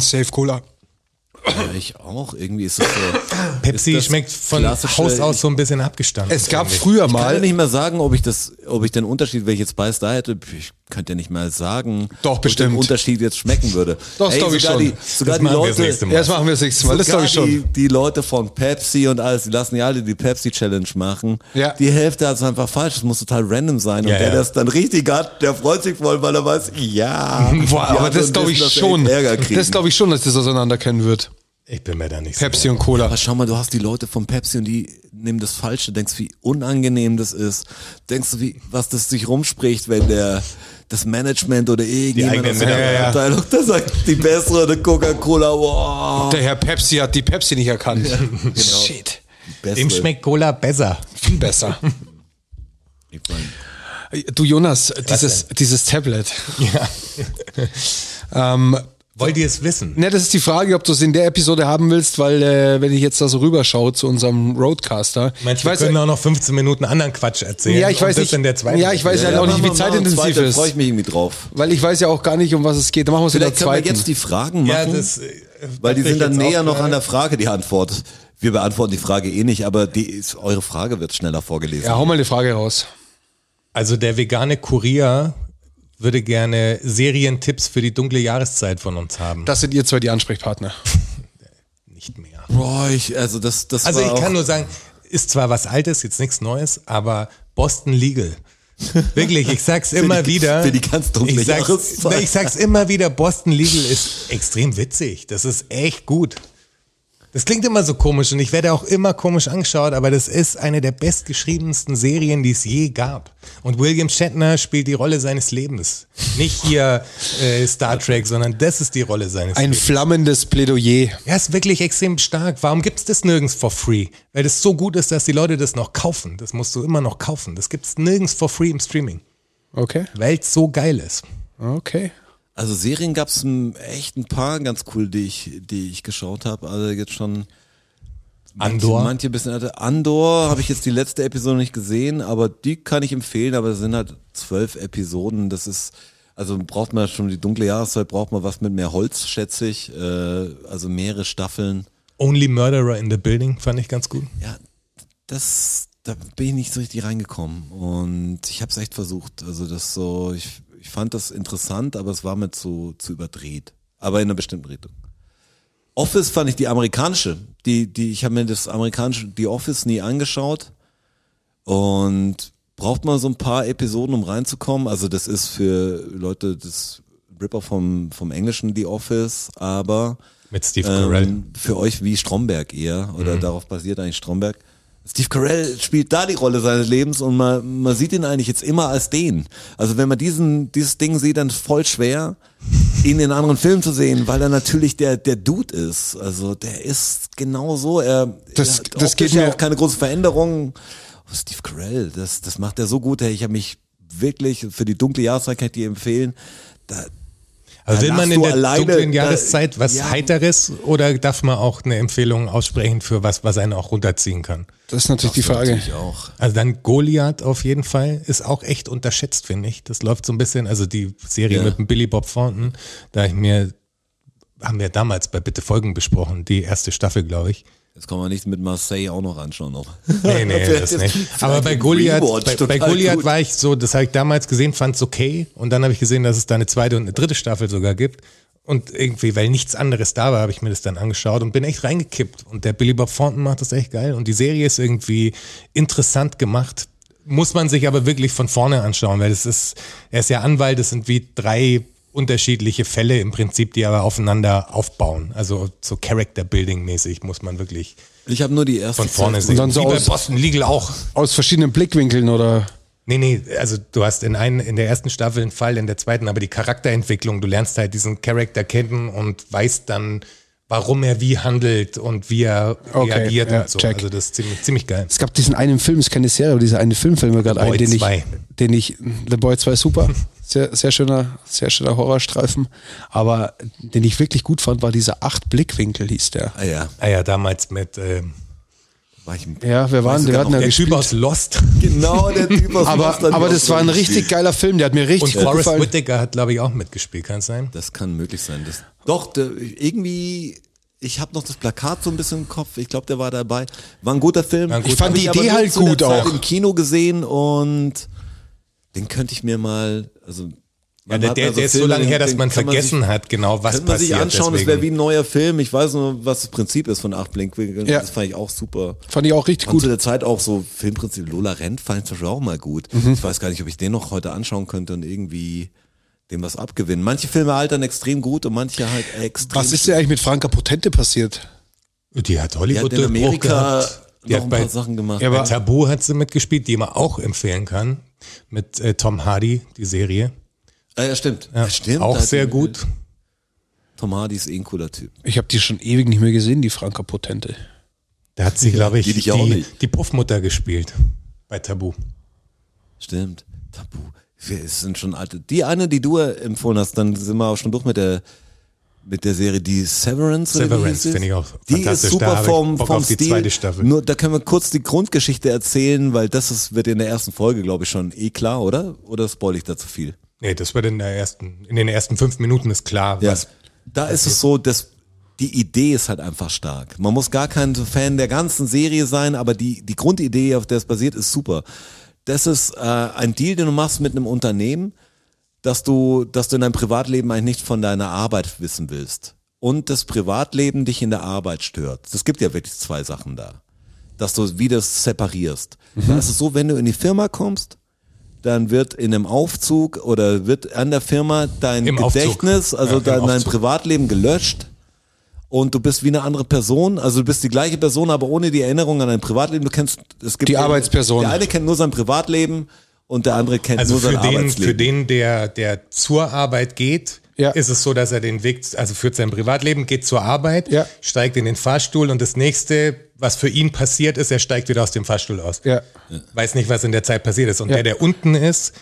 [SPEAKER 2] Safe Cola.
[SPEAKER 4] Ja, ich auch. Irgendwie ist das so.
[SPEAKER 3] Pepsi
[SPEAKER 4] Ist das
[SPEAKER 3] schmeckt von
[SPEAKER 4] klassische-
[SPEAKER 3] Haus aus so ein bisschen abgestanden.
[SPEAKER 2] Es gab früher
[SPEAKER 4] Ich kann ja
[SPEAKER 2] mal.
[SPEAKER 4] nicht mehr sagen, ob ich das, ob ich den Unterschied, welches Beiß da hätte. Ich könnte ja nicht mal sagen,
[SPEAKER 2] Doch,
[SPEAKER 4] ob
[SPEAKER 2] bestimmt.
[SPEAKER 4] den Unterschied jetzt schmecken würde.
[SPEAKER 2] Doch, das glaub ich
[SPEAKER 4] sogar
[SPEAKER 2] schon.
[SPEAKER 4] Die, sogar
[SPEAKER 3] Das
[SPEAKER 4] die
[SPEAKER 3] machen wir das nächste
[SPEAKER 4] Leute,
[SPEAKER 3] Mal.
[SPEAKER 2] Ja, das machen wir das nächste Mal. Das
[SPEAKER 4] sogar
[SPEAKER 2] glaube ich schon.
[SPEAKER 4] Die, die Leute von Pepsi und alles, die lassen ja alle die Pepsi-Challenge machen.
[SPEAKER 2] Ja.
[SPEAKER 4] Die Hälfte hat es einfach falsch. Das muss total random sein.
[SPEAKER 3] Ja,
[SPEAKER 4] und der,
[SPEAKER 3] ja.
[SPEAKER 4] das dann richtig hat, der freut sich voll, weil er weiß, ja.
[SPEAKER 2] Boah,
[SPEAKER 4] Die
[SPEAKER 2] aber
[SPEAKER 4] anderen
[SPEAKER 2] das glaube ich
[SPEAKER 4] wissen, dass sie
[SPEAKER 2] schon.
[SPEAKER 4] Ärger kriegen.
[SPEAKER 2] Das glaube ich schon, dass das auseinanderkennen wird.
[SPEAKER 3] Ich bin mir da nicht
[SPEAKER 2] Pepsi und Cola.
[SPEAKER 4] Aber schau mal, du hast die Leute von Pepsi und die nehmen das Falsche, denkst, wie unangenehm das ist. Denkst du, wie, was das sich rumspricht, wenn der, das Management oder irgendjemand
[SPEAKER 3] eigenen
[SPEAKER 4] aus der
[SPEAKER 3] Mitarbeiter.
[SPEAKER 2] Ja, ja.
[SPEAKER 4] Abteilung, da sagt, die bessere eine Coca-Cola, wow.
[SPEAKER 2] Der Herr Pepsi hat die Pepsi nicht erkannt. Shit.
[SPEAKER 4] Bessere.
[SPEAKER 3] Dem schmeckt Cola besser.
[SPEAKER 2] Viel besser.
[SPEAKER 4] Ich mein,
[SPEAKER 2] Du Jonas, dieses, dieses Tablet. Ähm,
[SPEAKER 3] Wollt ihr es wissen?
[SPEAKER 2] Ne, das ist die Frage, ob du es in der Episode haben willst, weil äh, wenn ich jetzt da so rüberschaue zu unserem Roadcaster, ich
[SPEAKER 3] Meinst, du, wir
[SPEAKER 2] weiß,
[SPEAKER 3] können auch noch 15 Minuten anderen Quatsch erzählen.
[SPEAKER 2] ja, ich
[SPEAKER 3] und
[SPEAKER 2] weiß
[SPEAKER 3] das
[SPEAKER 2] nicht,
[SPEAKER 3] in der zweiten
[SPEAKER 2] ja, ich weiß ja,
[SPEAKER 3] Episode.
[SPEAKER 2] auch
[SPEAKER 4] machen
[SPEAKER 2] nicht,
[SPEAKER 4] wir
[SPEAKER 2] wie
[SPEAKER 4] mal eine
[SPEAKER 2] zeitintensiv
[SPEAKER 4] zweite, freue ich
[SPEAKER 2] ist,
[SPEAKER 4] mich irgendwie drauf.
[SPEAKER 2] weil ich weiß ja auch gar nicht, um was es geht. Dann machen wir es in der
[SPEAKER 4] Vielleicht können wir
[SPEAKER 2] zweiten.
[SPEAKER 4] jetzt die Fragen machen,
[SPEAKER 3] Ja, das, äh,
[SPEAKER 4] weil die
[SPEAKER 3] hab ich
[SPEAKER 4] sind dann
[SPEAKER 3] jetzt auch
[SPEAKER 4] näher noch
[SPEAKER 3] gerade.
[SPEAKER 4] an der Frage, die Antwort. Wir beantworten die Frage eh nicht, aber die ist, eure Frage wird schneller vorgelesen.
[SPEAKER 2] ja, hau mal eine Frage raus.
[SPEAKER 3] Also der vegane Kurier würde gerne Serientipps für die dunkle Jahreszeit von uns haben.
[SPEAKER 2] Das sind ihr zwei die Ansprechpartner.
[SPEAKER 3] nicht mehr.
[SPEAKER 4] Boah, ich, also das, das
[SPEAKER 3] Also
[SPEAKER 4] war
[SPEAKER 3] ich
[SPEAKER 4] auch-
[SPEAKER 3] kann nur sagen, ist zwar was Altes, jetzt nichts Neues, aber Boston Legal. Wirklich, ich sag's immer
[SPEAKER 4] die-
[SPEAKER 3] wieder.
[SPEAKER 4] für die ganz dunkle
[SPEAKER 3] ich sag's,
[SPEAKER 4] Jahreszeit.
[SPEAKER 3] Nee, ich sag's immer wieder, Boston Legal ist extrem witzig. Das ist echt gut. Das klingt immer so komisch und ich werde auch immer komisch angeschaut, aber das ist eine der bestgeschriebensten Serien, die es je gab. Und William Shatner spielt die Rolle seines Lebens. Nicht hier äh, Star Trek, sondern das ist die Rolle seines
[SPEAKER 2] Ein
[SPEAKER 3] Lebens.
[SPEAKER 2] flammendes Plädoyer.
[SPEAKER 3] Ja, ist wirklich extrem stark. Warum gibt's das nirgends for free? Weil das so gut ist, dass die Leute das noch kaufen. Das musst du immer noch kaufen. Das gibt's nirgends for free im Streaming.
[SPEAKER 2] Okay,
[SPEAKER 3] Weil's so geil ist.
[SPEAKER 2] okay.
[SPEAKER 4] Also Serien gab es echt ein paar ganz cool, die ich, die ich geschaut habe. Also jetzt schon
[SPEAKER 3] Andor.
[SPEAKER 4] manche bisschen alte. Andor habe ich jetzt die letzte Episode nicht gesehen, aber die kann ich empfehlen. Aber es sind halt zwölf Episoden. Das ist also braucht man schon die dunkle Jahreszeit, braucht man was mit mehr Holz, schätze ich. Äh, also mehrere Staffeln.
[SPEAKER 3] Only Murderer in the Building fand ich ganz gut.
[SPEAKER 4] Ja, das, da bin ich nicht so richtig reingekommen. Und ich habe es echt versucht. Also das so, ich, ich fand das interessant, aber es war mir zu, zu überdreht. Aber in einer bestimmten Richtung. Office fand ich die amerikanische. Die, die, ich habe mir das amerikanische, die Office nie angeschaut. Und braucht man so ein paar Episoden, um reinzukommen. Also das ist für Leute das Ripper vom, vom Englischen, The Office, aber
[SPEAKER 3] Mit Steve Carell.
[SPEAKER 4] ähm, für euch wie Stromberg eher
[SPEAKER 2] Mhm.
[SPEAKER 4] oder darauf basiert eigentlich Stromberg. Steve Carell spielt da die Rolle seines Lebens und man, man sieht ihn eigentlich jetzt immer als den. Also wenn man diesen, dieses Ding sieht, dann ist voll schwer, ihn in anderen Filmen zu sehen, weil er natürlich der, der Dude ist. Also der ist genau so. Er, er
[SPEAKER 2] Das-
[SPEAKER 4] hat
[SPEAKER 2] das geht
[SPEAKER 4] optisch ja
[SPEAKER 2] mir-
[SPEAKER 4] auch keine große Veränderung. Oh, Steve Carell, das, das macht er so gut. Hey, Ich habe mich wirklich für die dunkle Jahreszeit kann ich dir empfehlen. Da,
[SPEAKER 3] Also will
[SPEAKER 4] da
[SPEAKER 3] man
[SPEAKER 4] lachst
[SPEAKER 3] in
[SPEAKER 4] du
[SPEAKER 3] der
[SPEAKER 4] alleine,
[SPEAKER 3] dunklen
[SPEAKER 4] da-
[SPEAKER 3] Jahreszeit was
[SPEAKER 4] ja.
[SPEAKER 3] Heiteres oder darf man auch eine Empfehlung aussprechen für was, was einen auch runterziehen kann?
[SPEAKER 2] Das ist natürlich die Frage.
[SPEAKER 4] Natürlich auch.
[SPEAKER 3] Also dann Goliath auf jeden Fall ist auch echt unterschätzt, finde ich. Das läuft so ein bisschen, also die Serie
[SPEAKER 4] Ja.
[SPEAKER 3] mit dem Billy Bob Thornton, da ich mir, haben wir damals bei Bitte Folgen besprochen, die erste Staffel, glaube ich.
[SPEAKER 4] Jetzt kann man nicht mit Marseille auch noch anschauen. Noch.
[SPEAKER 3] Nee, nee, das nicht. Aber bei
[SPEAKER 4] ein
[SPEAKER 3] Goliath,
[SPEAKER 4] Rewatch,
[SPEAKER 3] bei, bei
[SPEAKER 4] total
[SPEAKER 3] Goliath
[SPEAKER 4] gut.
[SPEAKER 3] war ich so, das habe ich damals gesehen, fand's okay. Und dann habe ich gesehen, dass es da eine zweite und eine dritte Staffel sogar gibt. Und irgendwie, weil nichts anderes da war, habe ich mir das dann angeschaut und bin echt reingekippt. Und der Billy Bob Thornton macht das echt geil. Und die Serie ist irgendwie interessant gemacht. Muss man sich aber wirklich von vorne anschauen, weil es ist, er ist ja Anwalt, es sind wie drei unterschiedliche Fälle im Prinzip, die aber aufeinander aufbauen. Also so Character-Building-mäßig muss man wirklich
[SPEAKER 4] Ich habe nur die erste
[SPEAKER 3] von vorne
[SPEAKER 4] Staffel-
[SPEAKER 3] sehen.
[SPEAKER 2] dann so
[SPEAKER 3] wie bei
[SPEAKER 2] aus-
[SPEAKER 3] Boston Legal auch.
[SPEAKER 2] Aus verschiedenen Blickwinkeln oder
[SPEAKER 3] Nee, nee, also du hast in, einen, in der ersten Staffel einen Fall, in der zweiten aber die Charakterentwicklung. Du lernst halt diesen Charakter kennen und weißt dann, warum er wie handelt und wie er
[SPEAKER 2] Okay,
[SPEAKER 3] reagiert
[SPEAKER 2] ja,
[SPEAKER 3] und so.
[SPEAKER 2] check.
[SPEAKER 3] Also das ist ziemlich, ziemlich geil.
[SPEAKER 2] Es gab diesen einen Film, ist keine Serie, aber dieser eine Film fällt mir gerade ein,
[SPEAKER 3] Boy
[SPEAKER 2] den ich,
[SPEAKER 3] 2.
[SPEAKER 2] den ich, The Boy 2 ist super, sehr, sehr schöner, sehr schöner Horrorstreifen, aber den ich wirklich gut fand, war dieser Acht Blickwinkel hieß der.
[SPEAKER 4] Ah ja,
[SPEAKER 3] Ah ja, damals mit ähm,
[SPEAKER 4] war ich ein
[SPEAKER 2] Ja,
[SPEAKER 4] Weißt
[SPEAKER 2] wir waren,
[SPEAKER 4] du
[SPEAKER 2] wir
[SPEAKER 4] gar
[SPEAKER 2] hatten
[SPEAKER 4] noch,
[SPEAKER 2] ja
[SPEAKER 3] der
[SPEAKER 2] gespielt.
[SPEAKER 3] Typ aus Lost
[SPEAKER 4] Genau, der Typ aus
[SPEAKER 2] Aber,
[SPEAKER 4] Boston,
[SPEAKER 2] aber
[SPEAKER 4] der
[SPEAKER 2] das
[SPEAKER 4] auch
[SPEAKER 2] war ein
[SPEAKER 4] drin
[SPEAKER 2] richtig
[SPEAKER 4] steht.
[SPEAKER 2] geiler Film, der hat mir
[SPEAKER 3] und
[SPEAKER 2] richtig gut
[SPEAKER 3] Forrest
[SPEAKER 2] gefallen.
[SPEAKER 3] Whitaker hat, glaube ich, auch mitgespielt, kann es sein?
[SPEAKER 4] Das kann möglich sein. Das, doch, der, irgendwie, ich habe noch das Plakat so ein bisschen im Kopf. Ich glaube, der war dabei. War ein guter Film.
[SPEAKER 3] War ein
[SPEAKER 2] Ich
[SPEAKER 3] guter-
[SPEAKER 2] fand
[SPEAKER 4] Hab
[SPEAKER 2] die
[SPEAKER 4] ich aber
[SPEAKER 2] Idee
[SPEAKER 4] nur
[SPEAKER 2] halt
[SPEAKER 4] zu der
[SPEAKER 2] gut
[SPEAKER 4] Zeit
[SPEAKER 2] auch.
[SPEAKER 4] im Kino gesehen und den könnte ich mir mal, also
[SPEAKER 3] Ja,
[SPEAKER 4] man
[SPEAKER 3] der,
[SPEAKER 4] hat
[SPEAKER 3] der,
[SPEAKER 4] also
[SPEAKER 3] der ist so
[SPEAKER 4] Filme,
[SPEAKER 3] lange her, dass
[SPEAKER 4] den
[SPEAKER 3] man
[SPEAKER 4] kann
[SPEAKER 3] vergessen
[SPEAKER 4] sich,
[SPEAKER 3] hat, genau was
[SPEAKER 4] Könnte man
[SPEAKER 3] passiert.
[SPEAKER 4] sich anschauen, das wäre
[SPEAKER 3] deswegen.
[SPEAKER 4] wie ein neuer Film. Ich weiß nur, was das Prinzip ist von Acht Blinkwinkel.
[SPEAKER 2] Ja.
[SPEAKER 4] Das fand ich auch super.
[SPEAKER 2] Fand ich auch richtig
[SPEAKER 4] Und zu
[SPEAKER 2] gut.
[SPEAKER 4] der Zeit auch so Filmprinzip Lola Rent fand ich zum Beispiel auch mal gut.
[SPEAKER 3] Mhm.
[SPEAKER 4] Ich weiß gar nicht, ob ich den noch heute anschauen könnte und irgendwie dem was abgewinnen. Manche Filme altern extrem gut und manche halt extrem.
[SPEAKER 2] Was ist denn eigentlich mit Franka Potente passiert?
[SPEAKER 3] Die hat
[SPEAKER 4] Die hat
[SPEAKER 3] Hollywood
[SPEAKER 4] in
[SPEAKER 3] Durchbruch
[SPEAKER 4] Amerika
[SPEAKER 3] gehabt. Die
[SPEAKER 4] noch
[SPEAKER 3] hat
[SPEAKER 4] ein paar
[SPEAKER 3] bei,
[SPEAKER 4] Sachen gemacht.
[SPEAKER 2] Ja, aber-
[SPEAKER 3] bei Tabu hat sie mitgespielt, die man auch empfehlen kann. Mit äh, Tom Hardy, die Serie.
[SPEAKER 4] ah, ja, stimmt.
[SPEAKER 3] Ja,
[SPEAKER 4] Ja, stimmt.
[SPEAKER 3] Auch
[SPEAKER 4] Da hat
[SPEAKER 3] sehr
[SPEAKER 4] die-
[SPEAKER 3] gut.
[SPEAKER 4] Tom Hardy ist eh ein cooler Typ.
[SPEAKER 2] Ich habe die schon ewig nicht mehr gesehen, die Franka Potente.
[SPEAKER 3] Da hat sie, glaube ich,
[SPEAKER 4] Die
[SPEAKER 3] die,
[SPEAKER 4] dich auch
[SPEAKER 3] die,
[SPEAKER 4] nicht.
[SPEAKER 3] Puffmutter gespielt. Bei Tabu.
[SPEAKER 4] Stimmt. Tabu. Wir es sind schon alte. Die eine, die du empfohlen hast, dann sind wir auch schon durch mit der mit der Serie die Severance. oder wie
[SPEAKER 3] Severance
[SPEAKER 4] hieß es?
[SPEAKER 3] finde ich auch
[SPEAKER 4] Die ist
[SPEAKER 3] fantastisch. Da
[SPEAKER 4] super
[SPEAKER 3] habe ich
[SPEAKER 4] vom,
[SPEAKER 3] Bock
[SPEAKER 4] vom
[SPEAKER 3] auf die
[SPEAKER 4] Stil.
[SPEAKER 3] zweite Staffel.
[SPEAKER 4] Nur da können wir kurz die Grundgeschichte erzählen, weil das ist, wird in der ersten Folge, glaube ich, schon eh klar, oder? Oder spoil ich da zu viel?
[SPEAKER 3] Nee, das wird in, der ersten, in den ersten fünf Minuten ist klar, was
[SPEAKER 4] Da ist es so, dass die Idee ist halt einfach stark. Man muss gar kein Fan der ganzen Serie sein, aber die, die Grundidee, auf der es basiert, ist super. Das ist äh, ein Deal, den du machst mit einem Unternehmen, dass du, dass du in deinem Privatleben eigentlich nicht von deiner Arbeit wissen willst. Und das Privatleben dich in der Arbeit stört. Es gibt ja wirklich zwei Sachen da. Dass du wie das separierst.
[SPEAKER 3] Mhm.
[SPEAKER 4] Da ist es so, wenn du in die Firma kommst, dann wird in einem Aufzug oder wird an der Firma dein
[SPEAKER 3] Im Aufzug.
[SPEAKER 4] Gedächtnis,
[SPEAKER 3] Ja,
[SPEAKER 4] also
[SPEAKER 3] im
[SPEAKER 4] dein, dein
[SPEAKER 3] Aufzug.
[SPEAKER 4] Privatleben gelöscht und du bist wie eine andere Person. Also du bist die gleiche Person, aber ohne die Erinnerung an dein Privatleben. Du kennst es gibt
[SPEAKER 2] Die Arbeitsperson.
[SPEAKER 4] Der eine kennt nur sein Privatleben und der andere kennt
[SPEAKER 3] Also
[SPEAKER 4] nur
[SPEAKER 3] für
[SPEAKER 4] sein
[SPEAKER 3] den,
[SPEAKER 4] Arbeitsleben.
[SPEAKER 3] für den, der, der zur Arbeit geht,
[SPEAKER 2] Ja.
[SPEAKER 3] ist es so, dass er den Weg, also führt sein Privatleben, geht zur Arbeit,
[SPEAKER 2] Ja.
[SPEAKER 3] steigt in den Fahrstuhl und das nächste, was für ihn passiert ist, er steigt wieder aus dem Fahrstuhl aus.
[SPEAKER 2] Ja.
[SPEAKER 3] Weiß nicht, was in der Zeit passiert ist. Und
[SPEAKER 2] Ja.
[SPEAKER 3] der, der unten ist,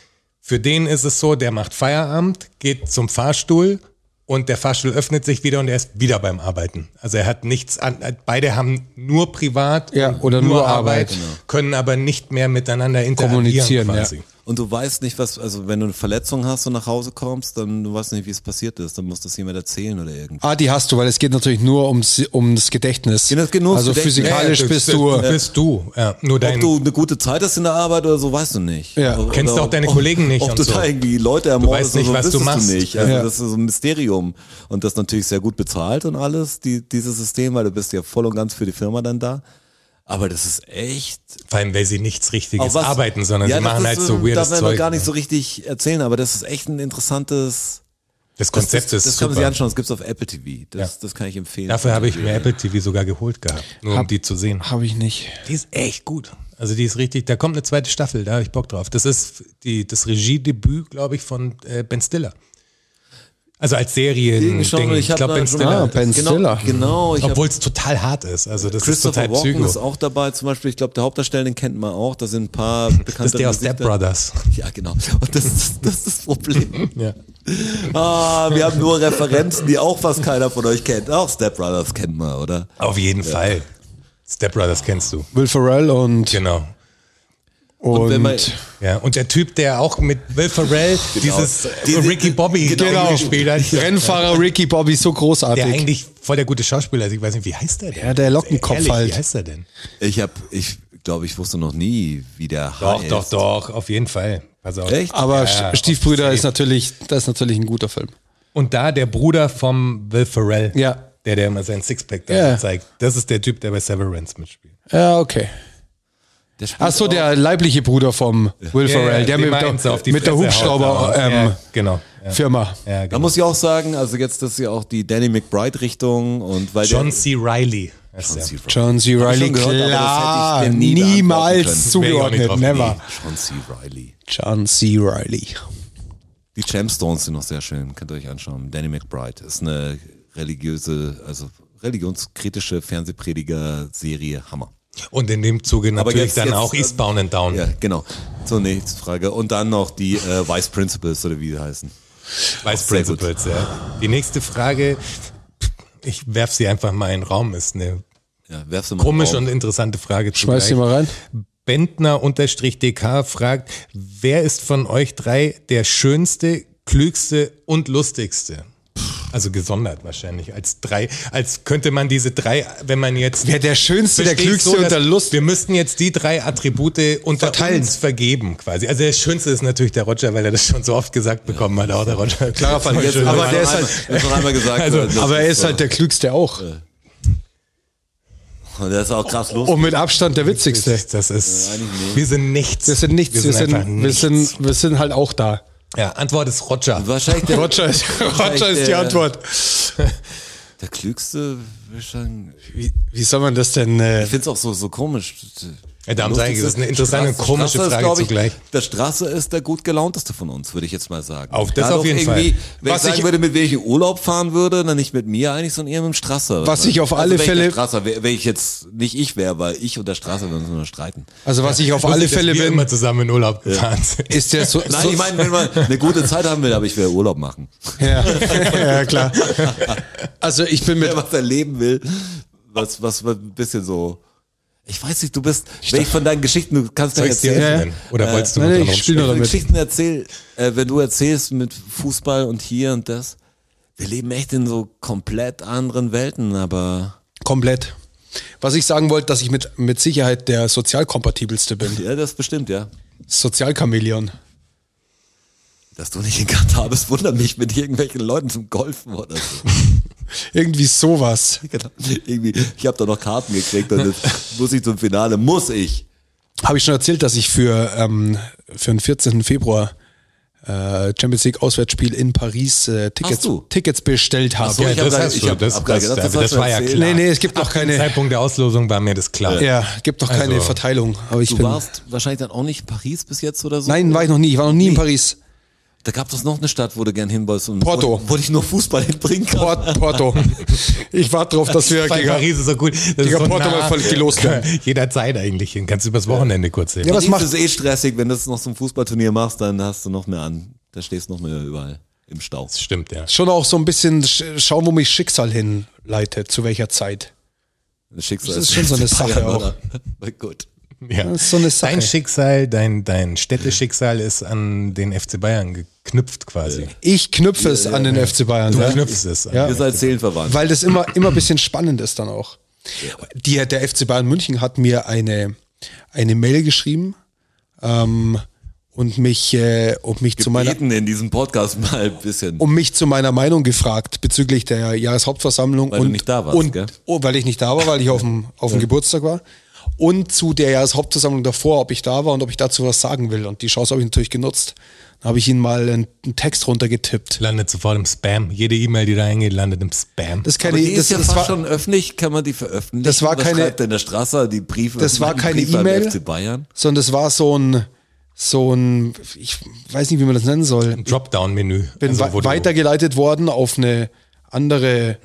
[SPEAKER 3] für den ist es so, der macht Feierabend, geht zum Fahrstuhl und der Fahrstuhl öffnet sich wieder und er ist wieder beim Arbeiten. Also er hat nichts an, beide haben nur privat
[SPEAKER 2] Ja,
[SPEAKER 3] und
[SPEAKER 2] oder nur Arbeit.
[SPEAKER 3] können aber nicht mehr miteinander interagieren.
[SPEAKER 2] Kommunizieren, ja.
[SPEAKER 3] quasi.
[SPEAKER 4] Und du weißt nicht, was, also wenn du eine Verletzung hast und nach Hause kommst, dann du weißt nicht, wie es passiert ist. Dann muss das jemand erzählen oder irgendwie.
[SPEAKER 2] Ah, die hast du, weil es geht natürlich nur ums, ums Gedächtnis.
[SPEAKER 4] Geht das genug?
[SPEAKER 2] also
[SPEAKER 4] Gedächtnis.
[SPEAKER 2] physikalisch
[SPEAKER 3] Ja, ja,
[SPEAKER 2] bist
[SPEAKER 3] das-
[SPEAKER 2] du.
[SPEAKER 3] das Bist du. Ja, nur dein,
[SPEAKER 4] Ob du eine gute Zeit hast in der Arbeit oder so, weißt du nicht.
[SPEAKER 2] Ja.
[SPEAKER 4] Oder-
[SPEAKER 3] Kennst
[SPEAKER 4] oder
[SPEAKER 3] auch deine
[SPEAKER 4] ob-
[SPEAKER 3] Kollegen nicht
[SPEAKER 4] Ob
[SPEAKER 3] und
[SPEAKER 4] du
[SPEAKER 3] so.
[SPEAKER 4] da irgendwie Leute ermordest
[SPEAKER 3] weißt nicht,
[SPEAKER 4] oder
[SPEAKER 3] was du
[SPEAKER 4] wissest
[SPEAKER 3] machst.
[SPEAKER 4] nicht. Also
[SPEAKER 2] Ja.
[SPEAKER 4] das ist so ein Mysterium. Und das natürlich sehr gut bezahlt und alles, die, dieses System, weil du bist ja voll und ganz für die Firma dann da. Aber das ist echt
[SPEAKER 3] vor allem, weil sie nichts Richtiges
[SPEAKER 4] Auch was-
[SPEAKER 3] arbeiten, sondern
[SPEAKER 4] Ja,
[SPEAKER 3] sie
[SPEAKER 4] das
[SPEAKER 3] machen
[SPEAKER 4] ist,
[SPEAKER 3] halt so
[SPEAKER 4] ähm,
[SPEAKER 3] weirdes
[SPEAKER 4] Darf man
[SPEAKER 3] Zeug.
[SPEAKER 4] gar nicht
[SPEAKER 3] ne?
[SPEAKER 4] so richtig erzählen, aber das ist echt ein interessantes
[SPEAKER 3] das Konzept
[SPEAKER 4] das, das,
[SPEAKER 3] ist
[SPEAKER 4] Das kann man sich
[SPEAKER 3] super.
[SPEAKER 4] anschauen, das gibt's auf Apple TV. Das, das kann ich empfehlen.
[SPEAKER 3] Dafür habe ich mir Apple TV sogar geholt gehabt, nur um die zu sehen.
[SPEAKER 2] Habe ich nicht.
[SPEAKER 3] Die ist echt gut. Also die ist richtig, da kommt eine zweite Staffel, da habe ich Bock drauf. Das ist die, das Regiedebüt, glaube ich, von äh, Ben Stiller. Also als Serien.
[SPEAKER 4] Irgendwie schon,
[SPEAKER 3] Ding.
[SPEAKER 4] ich
[SPEAKER 3] Ich
[SPEAKER 4] hab
[SPEAKER 3] glaube,
[SPEAKER 4] da
[SPEAKER 3] Ben
[SPEAKER 4] schon-
[SPEAKER 3] Stiller.
[SPEAKER 2] Ah, Ben
[SPEAKER 4] genau,
[SPEAKER 2] Stiller.
[SPEAKER 4] Genau, ich
[SPEAKER 3] Obwohl
[SPEAKER 4] habe
[SPEAKER 3] es total hart ist. Also das ist
[SPEAKER 4] Christopher
[SPEAKER 3] total
[SPEAKER 4] Walken ist
[SPEAKER 3] psycho.
[SPEAKER 4] auch dabei, zum Beispiel, ich glaube, der Hauptdarsteller, den kennt man auch, da sind ein paar bekannte
[SPEAKER 3] Das ist der aus Step Brothers.
[SPEAKER 4] Ja, genau. Und das ist das, ist das Problem.
[SPEAKER 3] Ja.
[SPEAKER 4] Ah, wir haben nur Referenzen, die auch fast keiner von euch kennt. Auch Step Brothers kennt man, oder?
[SPEAKER 3] Auf jeden Fall. Step Brothers kennst du.
[SPEAKER 2] Will Ferrell und,
[SPEAKER 3] Genau.
[SPEAKER 2] und,
[SPEAKER 4] wenn man-
[SPEAKER 3] Ja, und der Typ, der auch mit Will Ferrell dieses
[SPEAKER 4] Diese-
[SPEAKER 3] Ricky Bobby
[SPEAKER 2] genau,
[SPEAKER 3] gespielt hat,
[SPEAKER 2] Rennfahrer Ricky Bobby, so
[SPEAKER 3] der
[SPEAKER 2] großartig.
[SPEAKER 3] eigentlich voll der gute Schauspieler ist. Ich weiß nicht, wie heißt der denn?
[SPEAKER 2] Ja, der Lockenkopf
[SPEAKER 3] Ehrlich,
[SPEAKER 2] halt.
[SPEAKER 3] Wie heißt er denn?
[SPEAKER 4] Ich habe, ich glaube, ich wusste noch nie, wie der
[SPEAKER 3] Doch,
[SPEAKER 4] heißt.
[SPEAKER 3] doch, doch, auf jeden Fall. Pass auf.
[SPEAKER 4] Echt?
[SPEAKER 2] aber
[SPEAKER 3] Ja,
[SPEAKER 2] Sch- Stiefbrüder ist natürlich, das ist natürlich ein guter Film.
[SPEAKER 3] Und da der Bruder vom Will Ferrell,
[SPEAKER 2] Ja.
[SPEAKER 3] der, der immer sein Sixpack da
[SPEAKER 2] Ja.
[SPEAKER 3] zeigt, das ist der Typ, der bei Severance mitspielt.
[SPEAKER 2] Ja, okay.
[SPEAKER 4] Der spielt
[SPEAKER 2] Ach so,
[SPEAKER 4] auch-
[SPEAKER 2] der leibliche Bruder vom Will
[SPEAKER 3] Ja, ja,
[SPEAKER 2] Ferrell, der mit,
[SPEAKER 3] den meint's
[SPEAKER 2] der,
[SPEAKER 3] auf die
[SPEAKER 2] mit der ähm,
[SPEAKER 3] Fresse haut, aber-
[SPEAKER 2] Hubschrauber-Firma.
[SPEAKER 3] ja, genau. Ja, ja,
[SPEAKER 4] Da
[SPEAKER 3] genau.
[SPEAKER 4] muss ich auch sagen, also jetzt, das ist ja auch die Danny McBride-Richtung und weil
[SPEAKER 3] John
[SPEAKER 4] der,
[SPEAKER 3] C. Riley. ist der.
[SPEAKER 4] John C. Reilly.
[SPEAKER 2] John C.
[SPEAKER 4] ich
[SPEAKER 2] Reilly,
[SPEAKER 4] schon gehört, aber das hätte ich
[SPEAKER 2] klar,
[SPEAKER 4] dem nie beantworten können.
[SPEAKER 2] niemals
[SPEAKER 3] Wäre ich auch nicht
[SPEAKER 2] zugeordnet,
[SPEAKER 3] drauf
[SPEAKER 2] never.
[SPEAKER 4] John C. Riley.
[SPEAKER 2] John C. Reilly.
[SPEAKER 4] Die Gemstones sind noch sehr schön, könnt ihr euch anschauen. Danny McBride ist eine religiöse, also religionskritische Fernsehprediger-Serie, Hammer.
[SPEAKER 3] Und in dem Zuge natürlich
[SPEAKER 4] jetzt-
[SPEAKER 3] dann
[SPEAKER 4] jetzt,
[SPEAKER 3] auch
[SPEAKER 4] äh,
[SPEAKER 3] Eastbound and Down.
[SPEAKER 4] Ja, genau. Zur nächsten Frage. Und dann noch die äh, Vice Principals oder wie sie heißen.
[SPEAKER 3] Vice
[SPEAKER 4] Sehr gut.
[SPEAKER 3] Principals, ja. Die nächste Frage, ich werf sie einfach mal in den Raum, ist eine
[SPEAKER 4] Ja, werfst du mal
[SPEAKER 3] komische
[SPEAKER 4] drauf.
[SPEAKER 3] und interessante Frage.
[SPEAKER 2] Schmeiß die
[SPEAKER 3] zugleich.
[SPEAKER 2] mal rein.
[SPEAKER 3] Bentner-DK fragt, wer ist von euch drei der schönste, klügste und lustigste? Also gesondert wahrscheinlich. Als drei, als könnte man diese drei, wenn man jetzt.
[SPEAKER 2] Wer der Schönste, der
[SPEAKER 3] Verstehe ich
[SPEAKER 2] Klügste
[SPEAKER 3] so,
[SPEAKER 2] und
[SPEAKER 3] dass
[SPEAKER 2] der Lust.
[SPEAKER 3] Wir müssten jetzt die drei Attribute unter
[SPEAKER 2] Verteilen.
[SPEAKER 3] uns vergeben quasi. Also der Schönste ist natürlich der Roger, weil er das schon so oft gesagt bekommen hat. Auch der Roger.
[SPEAKER 2] Klarer Fall.
[SPEAKER 3] Voll
[SPEAKER 2] Jetzt
[SPEAKER 3] schön.
[SPEAKER 2] aber
[SPEAKER 4] Noch
[SPEAKER 2] der ist
[SPEAKER 4] einmal-
[SPEAKER 2] halt-
[SPEAKER 4] das noch einmal gesagt.
[SPEAKER 3] Also,
[SPEAKER 4] das
[SPEAKER 2] Aber er ist
[SPEAKER 4] so.
[SPEAKER 2] halt der Klügste auch.
[SPEAKER 4] Und der ist auch krass los.
[SPEAKER 2] Und mit Abstand der Witzigste.
[SPEAKER 3] das ist,
[SPEAKER 4] Ja, eigentlich nicht.
[SPEAKER 3] wir sind nichts.
[SPEAKER 2] Wir sind nichts, wir sind,
[SPEAKER 3] einfach
[SPEAKER 2] wir sind, wir sind halt auch da.
[SPEAKER 3] ja, Antwort ist Roger.
[SPEAKER 4] Wahrscheinlich der,
[SPEAKER 2] Roger ist, Roger ist die
[SPEAKER 4] der-
[SPEAKER 2] Antwort.
[SPEAKER 4] der klügste. würde ich sagen.
[SPEAKER 2] Wie, wie soll man das denn? Äh,
[SPEAKER 4] Ich finde es auch so, so komisch.
[SPEAKER 3] Ja, darum sage ich, das ist eine interessante und
[SPEAKER 4] Straße-
[SPEAKER 3] komische
[SPEAKER 4] Straße ist,
[SPEAKER 3] Frage
[SPEAKER 4] glaub ich,
[SPEAKER 3] zugleich.
[SPEAKER 4] Der Straße ist der gut gelaunteste von uns, würde ich jetzt mal sagen.
[SPEAKER 3] Auf- das
[SPEAKER 4] Dadurch
[SPEAKER 3] auf jeden
[SPEAKER 4] irgendwie,
[SPEAKER 3] Fall.
[SPEAKER 4] Wenn ich
[SPEAKER 3] Was
[SPEAKER 4] sagen
[SPEAKER 3] ich-
[SPEAKER 4] würde, mit wem ich in Urlaub fahren würde, dann nicht mit mir eigentlich, sondern eher mit dem Strasser. Also
[SPEAKER 2] Was ich auf alle
[SPEAKER 4] wenn ich der
[SPEAKER 2] Fälle-
[SPEAKER 4] Strasser, wär, wenn ich jetzt nicht ich wäre, weil ich und der Strasser würden uns nur noch streiten.
[SPEAKER 2] also was ich auf alle
[SPEAKER 3] Lustig, dass
[SPEAKER 2] Fälle
[SPEAKER 3] wir
[SPEAKER 2] bin,
[SPEAKER 3] immer zusammen in Urlaub gefahren sind.
[SPEAKER 2] ist der so.
[SPEAKER 3] Also
[SPEAKER 4] Nein,
[SPEAKER 2] so
[SPEAKER 4] ich meine, wenn man eine gute Zeit haben will, aber ich will Urlaub machen.
[SPEAKER 2] ja, ja, klar. Also ich bin mit.
[SPEAKER 4] Wer was erleben will, was, was, was ein bisschen so. Ich weiß nicht, du bist, wenn ich von deinen Geschichten, du kannst ja
[SPEAKER 3] Soll ich dir
[SPEAKER 4] erzählen.
[SPEAKER 2] Ja, ja.
[SPEAKER 3] öffnen? Oder wolltest du
[SPEAKER 2] Nein,
[SPEAKER 3] mit
[SPEAKER 2] nein,
[SPEAKER 3] dran
[SPEAKER 2] ich spiel nur
[SPEAKER 3] rumspielen?
[SPEAKER 4] Wenn
[SPEAKER 2] damit.
[SPEAKER 4] Äh, ich Geschichten erzähl, äh, wenn du erzählst mit Fußball und hier und das, wir leben echt in so komplett anderen Welten, aber
[SPEAKER 2] Komplett. Was ich sagen wollte, dass ich mit, mit Sicherheit der sozialkompatibelste bin.
[SPEAKER 4] ja, das bestimmt, ja.
[SPEAKER 2] Sozialchamäleon.
[SPEAKER 4] Dass du nicht in Katar bist, wundert mich mit irgendwelchen Leuten zum Golfen oder so.
[SPEAKER 2] Irgendwie sowas.
[SPEAKER 4] Genau. Irgendwie, ich habe da noch Karten gekriegt und jetzt muss ich zum Finale, muss ich.
[SPEAKER 2] Habe ich schon erzählt, dass ich für, ähm, für den 14. Februar äh, Champions League Auswärtsspiel in Paris äh, Tickets,
[SPEAKER 4] Hast du?
[SPEAKER 2] Tickets bestellt habe.
[SPEAKER 4] so, ich
[SPEAKER 3] Ja,
[SPEAKER 4] hab
[SPEAKER 3] das
[SPEAKER 4] grad-
[SPEAKER 3] hast
[SPEAKER 4] ich
[SPEAKER 3] du.
[SPEAKER 4] hab-
[SPEAKER 3] Das,
[SPEAKER 4] hab grad
[SPEAKER 3] das,
[SPEAKER 4] gedacht, das
[SPEAKER 3] das,
[SPEAKER 4] hast du
[SPEAKER 3] war ja
[SPEAKER 4] erzählt.
[SPEAKER 3] klar.
[SPEAKER 2] nee, nee, es gibt noch keine.
[SPEAKER 3] Zeitpunkt der Auslosung war mir das klar.
[SPEAKER 2] Ja, gibt noch keine
[SPEAKER 3] Also,
[SPEAKER 2] Verteilung. Aber ich
[SPEAKER 4] Du
[SPEAKER 2] bin.
[SPEAKER 4] warst wahrscheinlich dann auch nicht in Paris bis jetzt oder so.
[SPEAKER 2] Nein, war ich noch nie. Ich war noch nie in
[SPEAKER 4] Nee.
[SPEAKER 2] Paris.
[SPEAKER 4] Da gab es noch eine Stadt, wo du gern hin wolltest und
[SPEAKER 2] Porto.
[SPEAKER 4] Wo, wo ich nur Fußball hinbringen kann.
[SPEAKER 2] Port, Porto. Ich warte drauf, dass wir
[SPEAKER 3] Weil
[SPEAKER 2] gegen
[SPEAKER 3] Paris ist so gut.
[SPEAKER 2] Digga,
[SPEAKER 3] Das ist so
[SPEAKER 2] Porto mal voll gelost werden.
[SPEAKER 3] Jederzeit eigentlich hin. Kannst du übers Wochenende kurz hin.
[SPEAKER 2] Ja, was
[SPEAKER 4] Paris
[SPEAKER 2] macht-
[SPEAKER 4] ist eh stressig, wenn du es noch zum Fußballturnier machst, dann hast du noch mehr an. Da stehst du noch mehr überall im Stau.
[SPEAKER 3] das stimmt, ja.
[SPEAKER 2] schon auch so ein bisschen sch- schauen, wo mich Schicksal hinleitet, zu welcher Zeit.
[SPEAKER 4] Das Schicksal
[SPEAKER 2] Das ist schon so eine Sache auch.
[SPEAKER 4] Na gut.
[SPEAKER 3] ja.
[SPEAKER 2] Das ist so eine Sache.
[SPEAKER 3] Dein Schicksal, dein, dein Städteschicksal ist an den FC Bayern geknüpft quasi.
[SPEAKER 2] Ich knüpfe es an den FC Bayern.
[SPEAKER 3] Du
[SPEAKER 2] ja.
[SPEAKER 3] knüpfst es an.
[SPEAKER 2] Ja.
[SPEAKER 4] Ihr seid seelenverwandt.
[SPEAKER 2] weil das immer, immer ein bisschen spannend ist dann auch. Die, der FC Bayern München hat mir eine, eine Mail geschrieben ähm, und mich, äh, um, mich zu meiner,
[SPEAKER 4] Gebeten in diesem Podcast mal ein bisschen.
[SPEAKER 2] um mich zu meiner Meinung gefragt bezüglich der Jahreshauptversammlung.
[SPEAKER 4] Weil du
[SPEAKER 2] und,
[SPEAKER 4] nicht da warst,
[SPEAKER 2] und,
[SPEAKER 4] gell?
[SPEAKER 2] Oh, weil ich nicht da war, weil ich auf dem, auf dem Geburtstag war. Und zu der Jahreshauptversammlung davor, ob ich da war und ob ich dazu was sagen will. Und die Chance habe ich natürlich genutzt. Dann habe ich ihnen mal einen, einen Text runtergetippt.
[SPEAKER 3] Landet sofort im Spam. Jede E-Mail, die da hingeht, landet im Spam.
[SPEAKER 2] Das, ist
[SPEAKER 4] Aber
[SPEAKER 2] keine,
[SPEAKER 4] die ist
[SPEAKER 2] das,
[SPEAKER 4] ja
[SPEAKER 2] das
[SPEAKER 4] fast
[SPEAKER 2] war,
[SPEAKER 4] schon öffentlich, kann man die veröffentlichen?
[SPEAKER 2] Das war
[SPEAKER 4] Was
[SPEAKER 2] keine-
[SPEAKER 4] schreibt denn der Strasser die Briefe?
[SPEAKER 2] das war
[SPEAKER 4] die
[SPEAKER 2] keine
[SPEAKER 4] Briefe an
[SPEAKER 2] E-Mail.
[SPEAKER 4] FC Bayern.
[SPEAKER 2] sondern das war so ein, so ein, ich weiß nicht, wie man das nennen soll.
[SPEAKER 3] Dropdown-Menü.
[SPEAKER 2] Bin
[SPEAKER 3] Also,
[SPEAKER 2] wei-
[SPEAKER 3] wo du-
[SPEAKER 2] weitergeleitet worden auf eine andere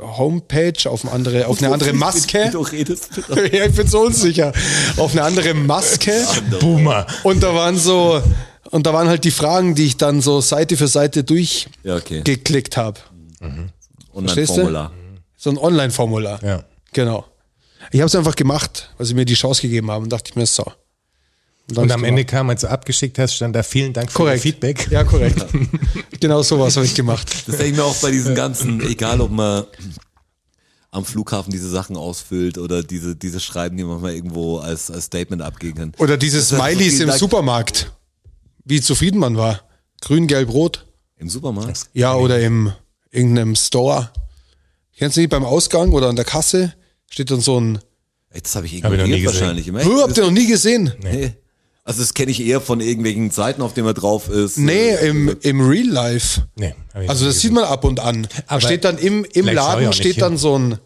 [SPEAKER 2] Homepage, auf eine andere, auf eine andere
[SPEAKER 4] Wie
[SPEAKER 2] Maske.
[SPEAKER 4] Mhm. du redest.
[SPEAKER 2] ja, ich bin so unsicher. Auf eine andere Maske.
[SPEAKER 3] Boomer.
[SPEAKER 2] Und da waren so, und da waren halt die Fragen, die ich dann so Seite für Seite
[SPEAKER 4] Ja, okay.
[SPEAKER 2] durchgeklickt habe.
[SPEAKER 4] Und ein
[SPEAKER 2] Verstehst du?
[SPEAKER 4] Formular.
[SPEAKER 2] So ein Online-Formular.
[SPEAKER 3] Ja.
[SPEAKER 2] Genau. Ich habe es einfach gemacht, weil sie mir die Chance gegeben haben und dachte ich mir, so. dann
[SPEAKER 3] Und
[SPEAKER 2] hab ich's
[SPEAKER 3] am
[SPEAKER 2] gemacht.
[SPEAKER 3] Ende kam, als du abgeschickt hast, stand da vielen Dank für
[SPEAKER 2] Korrekt.
[SPEAKER 3] Ihr Feedback.
[SPEAKER 2] Ja, korrekt. genau sowas habe ich gemacht.
[SPEAKER 4] Das denke ich mir auch bei diesen ganzen, egal ob man am Flughafen diese Sachen ausfüllt oder diese, diese Schreiben, die man mal irgendwo als, als Statement abgeben kann.
[SPEAKER 2] Oder diese Smileys
[SPEAKER 4] vielen
[SPEAKER 2] im
[SPEAKER 4] Dank.
[SPEAKER 2] Supermarkt. Wie zufrieden man war. Grün, gelb, rot.
[SPEAKER 4] Im Supermarkt?
[SPEAKER 2] Ja, oder im irgendeinem Store. Kennst du nicht beim Ausgang oder an der Kasse? Steht dann so ein.
[SPEAKER 4] Ey, Das habe ich
[SPEAKER 3] Hab ich noch nie
[SPEAKER 4] ignoriert
[SPEAKER 3] gesehen.
[SPEAKER 4] wahrscheinlich. Im Echt?
[SPEAKER 2] Hö, habt ihr noch nie gesehen?
[SPEAKER 4] Nee. Also das kenne ich eher von irgendwelchen Seiten, auf denen man drauf ist.
[SPEAKER 2] Nee, im, im Real Life.
[SPEAKER 3] Nee, hab ich
[SPEAKER 2] Also
[SPEAKER 3] nicht
[SPEAKER 2] das sieht man ab und an. Da
[SPEAKER 3] Aber
[SPEAKER 2] steht dann im, im
[SPEAKER 3] vielleicht schau ich auch
[SPEAKER 2] Laden
[SPEAKER 3] nicht
[SPEAKER 2] steht
[SPEAKER 3] hin.
[SPEAKER 2] dann so, ein,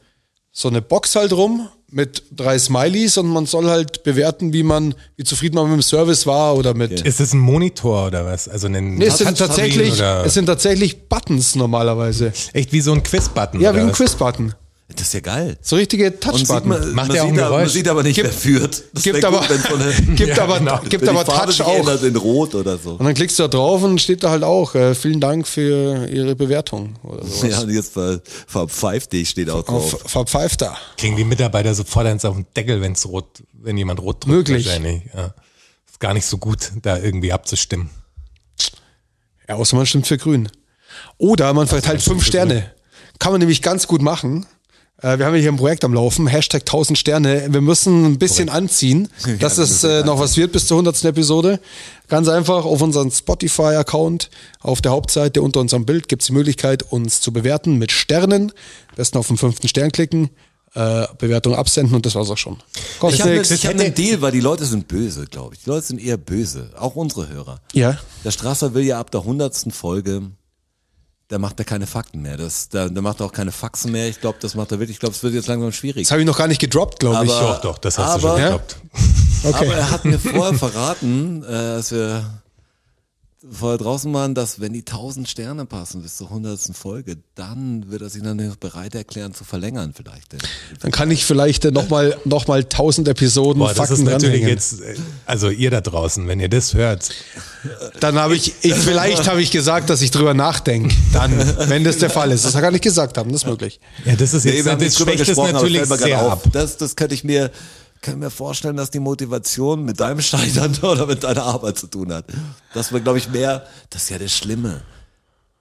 [SPEAKER 2] so eine Box halt rum mit drei Smileys und man soll halt bewerten, wie man, wie zufrieden man mit dem Service war oder mit.
[SPEAKER 3] Ist es ein Monitor oder was? Also ein
[SPEAKER 2] Nee, es sind,
[SPEAKER 3] Touchscreen
[SPEAKER 2] tatsächlich,
[SPEAKER 3] oder
[SPEAKER 2] es sind tatsächlich Buttons normalerweise.
[SPEAKER 3] echt wie so ein Quiz-Button.
[SPEAKER 2] Ja,
[SPEAKER 3] oder
[SPEAKER 2] wie ein
[SPEAKER 3] was?
[SPEAKER 2] Quiz-Button.
[SPEAKER 4] Das ist ja geil.
[SPEAKER 2] So richtige
[SPEAKER 4] Und sieht
[SPEAKER 2] Touch-Button.
[SPEAKER 4] man,
[SPEAKER 3] Macht
[SPEAKER 4] man,
[SPEAKER 3] ja auch
[SPEAKER 4] sieht
[SPEAKER 3] ein
[SPEAKER 4] aber- man
[SPEAKER 3] Geräusch.
[SPEAKER 4] sieht aber nicht, wer führt. Das
[SPEAKER 2] Gibt
[SPEAKER 4] wär
[SPEAKER 2] aber,
[SPEAKER 4] wenn so eine,
[SPEAKER 2] gibt
[SPEAKER 3] Ja,
[SPEAKER 2] aber,
[SPEAKER 3] genau.
[SPEAKER 2] gibt
[SPEAKER 4] wenn
[SPEAKER 2] aber
[SPEAKER 4] die Farbe
[SPEAKER 2] Touch
[SPEAKER 4] sich
[SPEAKER 2] auch.
[SPEAKER 4] ändert in Rot oder so.
[SPEAKER 2] Und dann klickst du da drauf und steht da halt auch, äh, vielen Dank für Ihre Bewertung oder so.
[SPEAKER 4] Ja, und jetzt ver, verpfeift dich, steht auch drauf.
[SPEAKER 2] Auf Verpfeifter.
[SPEAKER 3] Kriegen die Mitarbeiter sofort eins auf den Deckel, wenn's rot, wenn jemand rot drückt.
[SPEAKER 2] Möglich.
[SPEAKER 3] Wahrscheinlich. Ja. Ist gar nicht so gut, da irgendwie abzustimmen.
[SPEAKER 2] Ja, außer man stimmt für grün. Oder man verteilt fünf Sterne. Kann man nämlich ganz gut machen. Äh, Wir haben ja hier ein Projekt am Laufen, Hashtag 1000 Sterne. Wir müssen ein bisschen anziehen, dass es äh, noch was wird bis zur 100. Episode. Ganz einfach auf unseren Spotify-Account, auf der Hauptseite unter unserem Bild gibt es die Möglichkeit, uns zu bewerten mit Sternen. Am besten auf den fünften Stern klicken, äh, Bewertung absenden und das war's auch schon.
[SPEAKER 4] Ich
[SPEAKER 2] Kostet
[SPEAKER 4] habe
[SPEAKER 2] nichts.
[SPEAKER 4] hab ne- einen Deal, weil die Leute sind böse, glaube ich. Die Leute sind eher böse, auch unsere Hörer.
[SPEAKER 2] Ja.
[SPEAKER 4] Der Strasser will ja ab der hundertsten Folge, da macht er keine Fakten mehr. Das, da, da macht er auch keine Faxen mehr. Ich glaube, das macht er wirklich. Ich glaube, es wird jetzt langsam schwierig.
[SPEAKER 2] Das habe ich noch gar nicht gedroppt, glaube ich.
[SPEAKER 4] Aber-
[SPEAKER 3] Doch, doch, das hast du
[SPEAKER 4] Aber-
[SPEAKER 3] schon geglaubt.
[SPEAKER 4] Aber er hat mir vorher verraten, äh, als wir vorher draußen waren, dass wenn die 1000 Sterne passen bis zur 100. Folge, dann wird er sich dann bereit erklären zu verlängern vielleicht.
[SPEAKER 2] Dann kann ich vielleicht nochmal noch mal 1000 Episoden
[SPEAKER 3] Boah, das
[SPEAKER 2] Fakten
[SPEAKER 3] ist natürlich
[SPEAKER 2] dranhängen.
[SPEAKER 3] jetzt, äh, also ihr da draußen, wenn ihr das hört,
[SPEAKER 2] Dann habe ich, ich, vielleicht habe ich gesagt, dass ich drüber nachdenke. Dann, wenn das der Fall ist. Das kann ich gar nicht gesagt haben, das ist möglich.
[SPEAKER 3] ja, das ist jetzt,
[SPEAKER 4] wir haben
[SPEAKER 3] das
[SPEAKER 4] nicht drüber
[SPEAKER 3] schwächt es
[SPEAKER 4] gesprochen, aber
[SPEAKER 3] natürlich
[SPEAKER 4] fällt mir grad
[SPEAKER 3] sehr
[SPEAKER 4] auf.
[SPEAKER 3] ab.
[SPEAKER 4] Das, das könnte ich mir, kann mir vorstellen, dass die Motivation mit deinem Scheitern oder mit deiner Arbeit zu tun hat. Das war, glaube ich, mehr, das ist ja das Schlimme.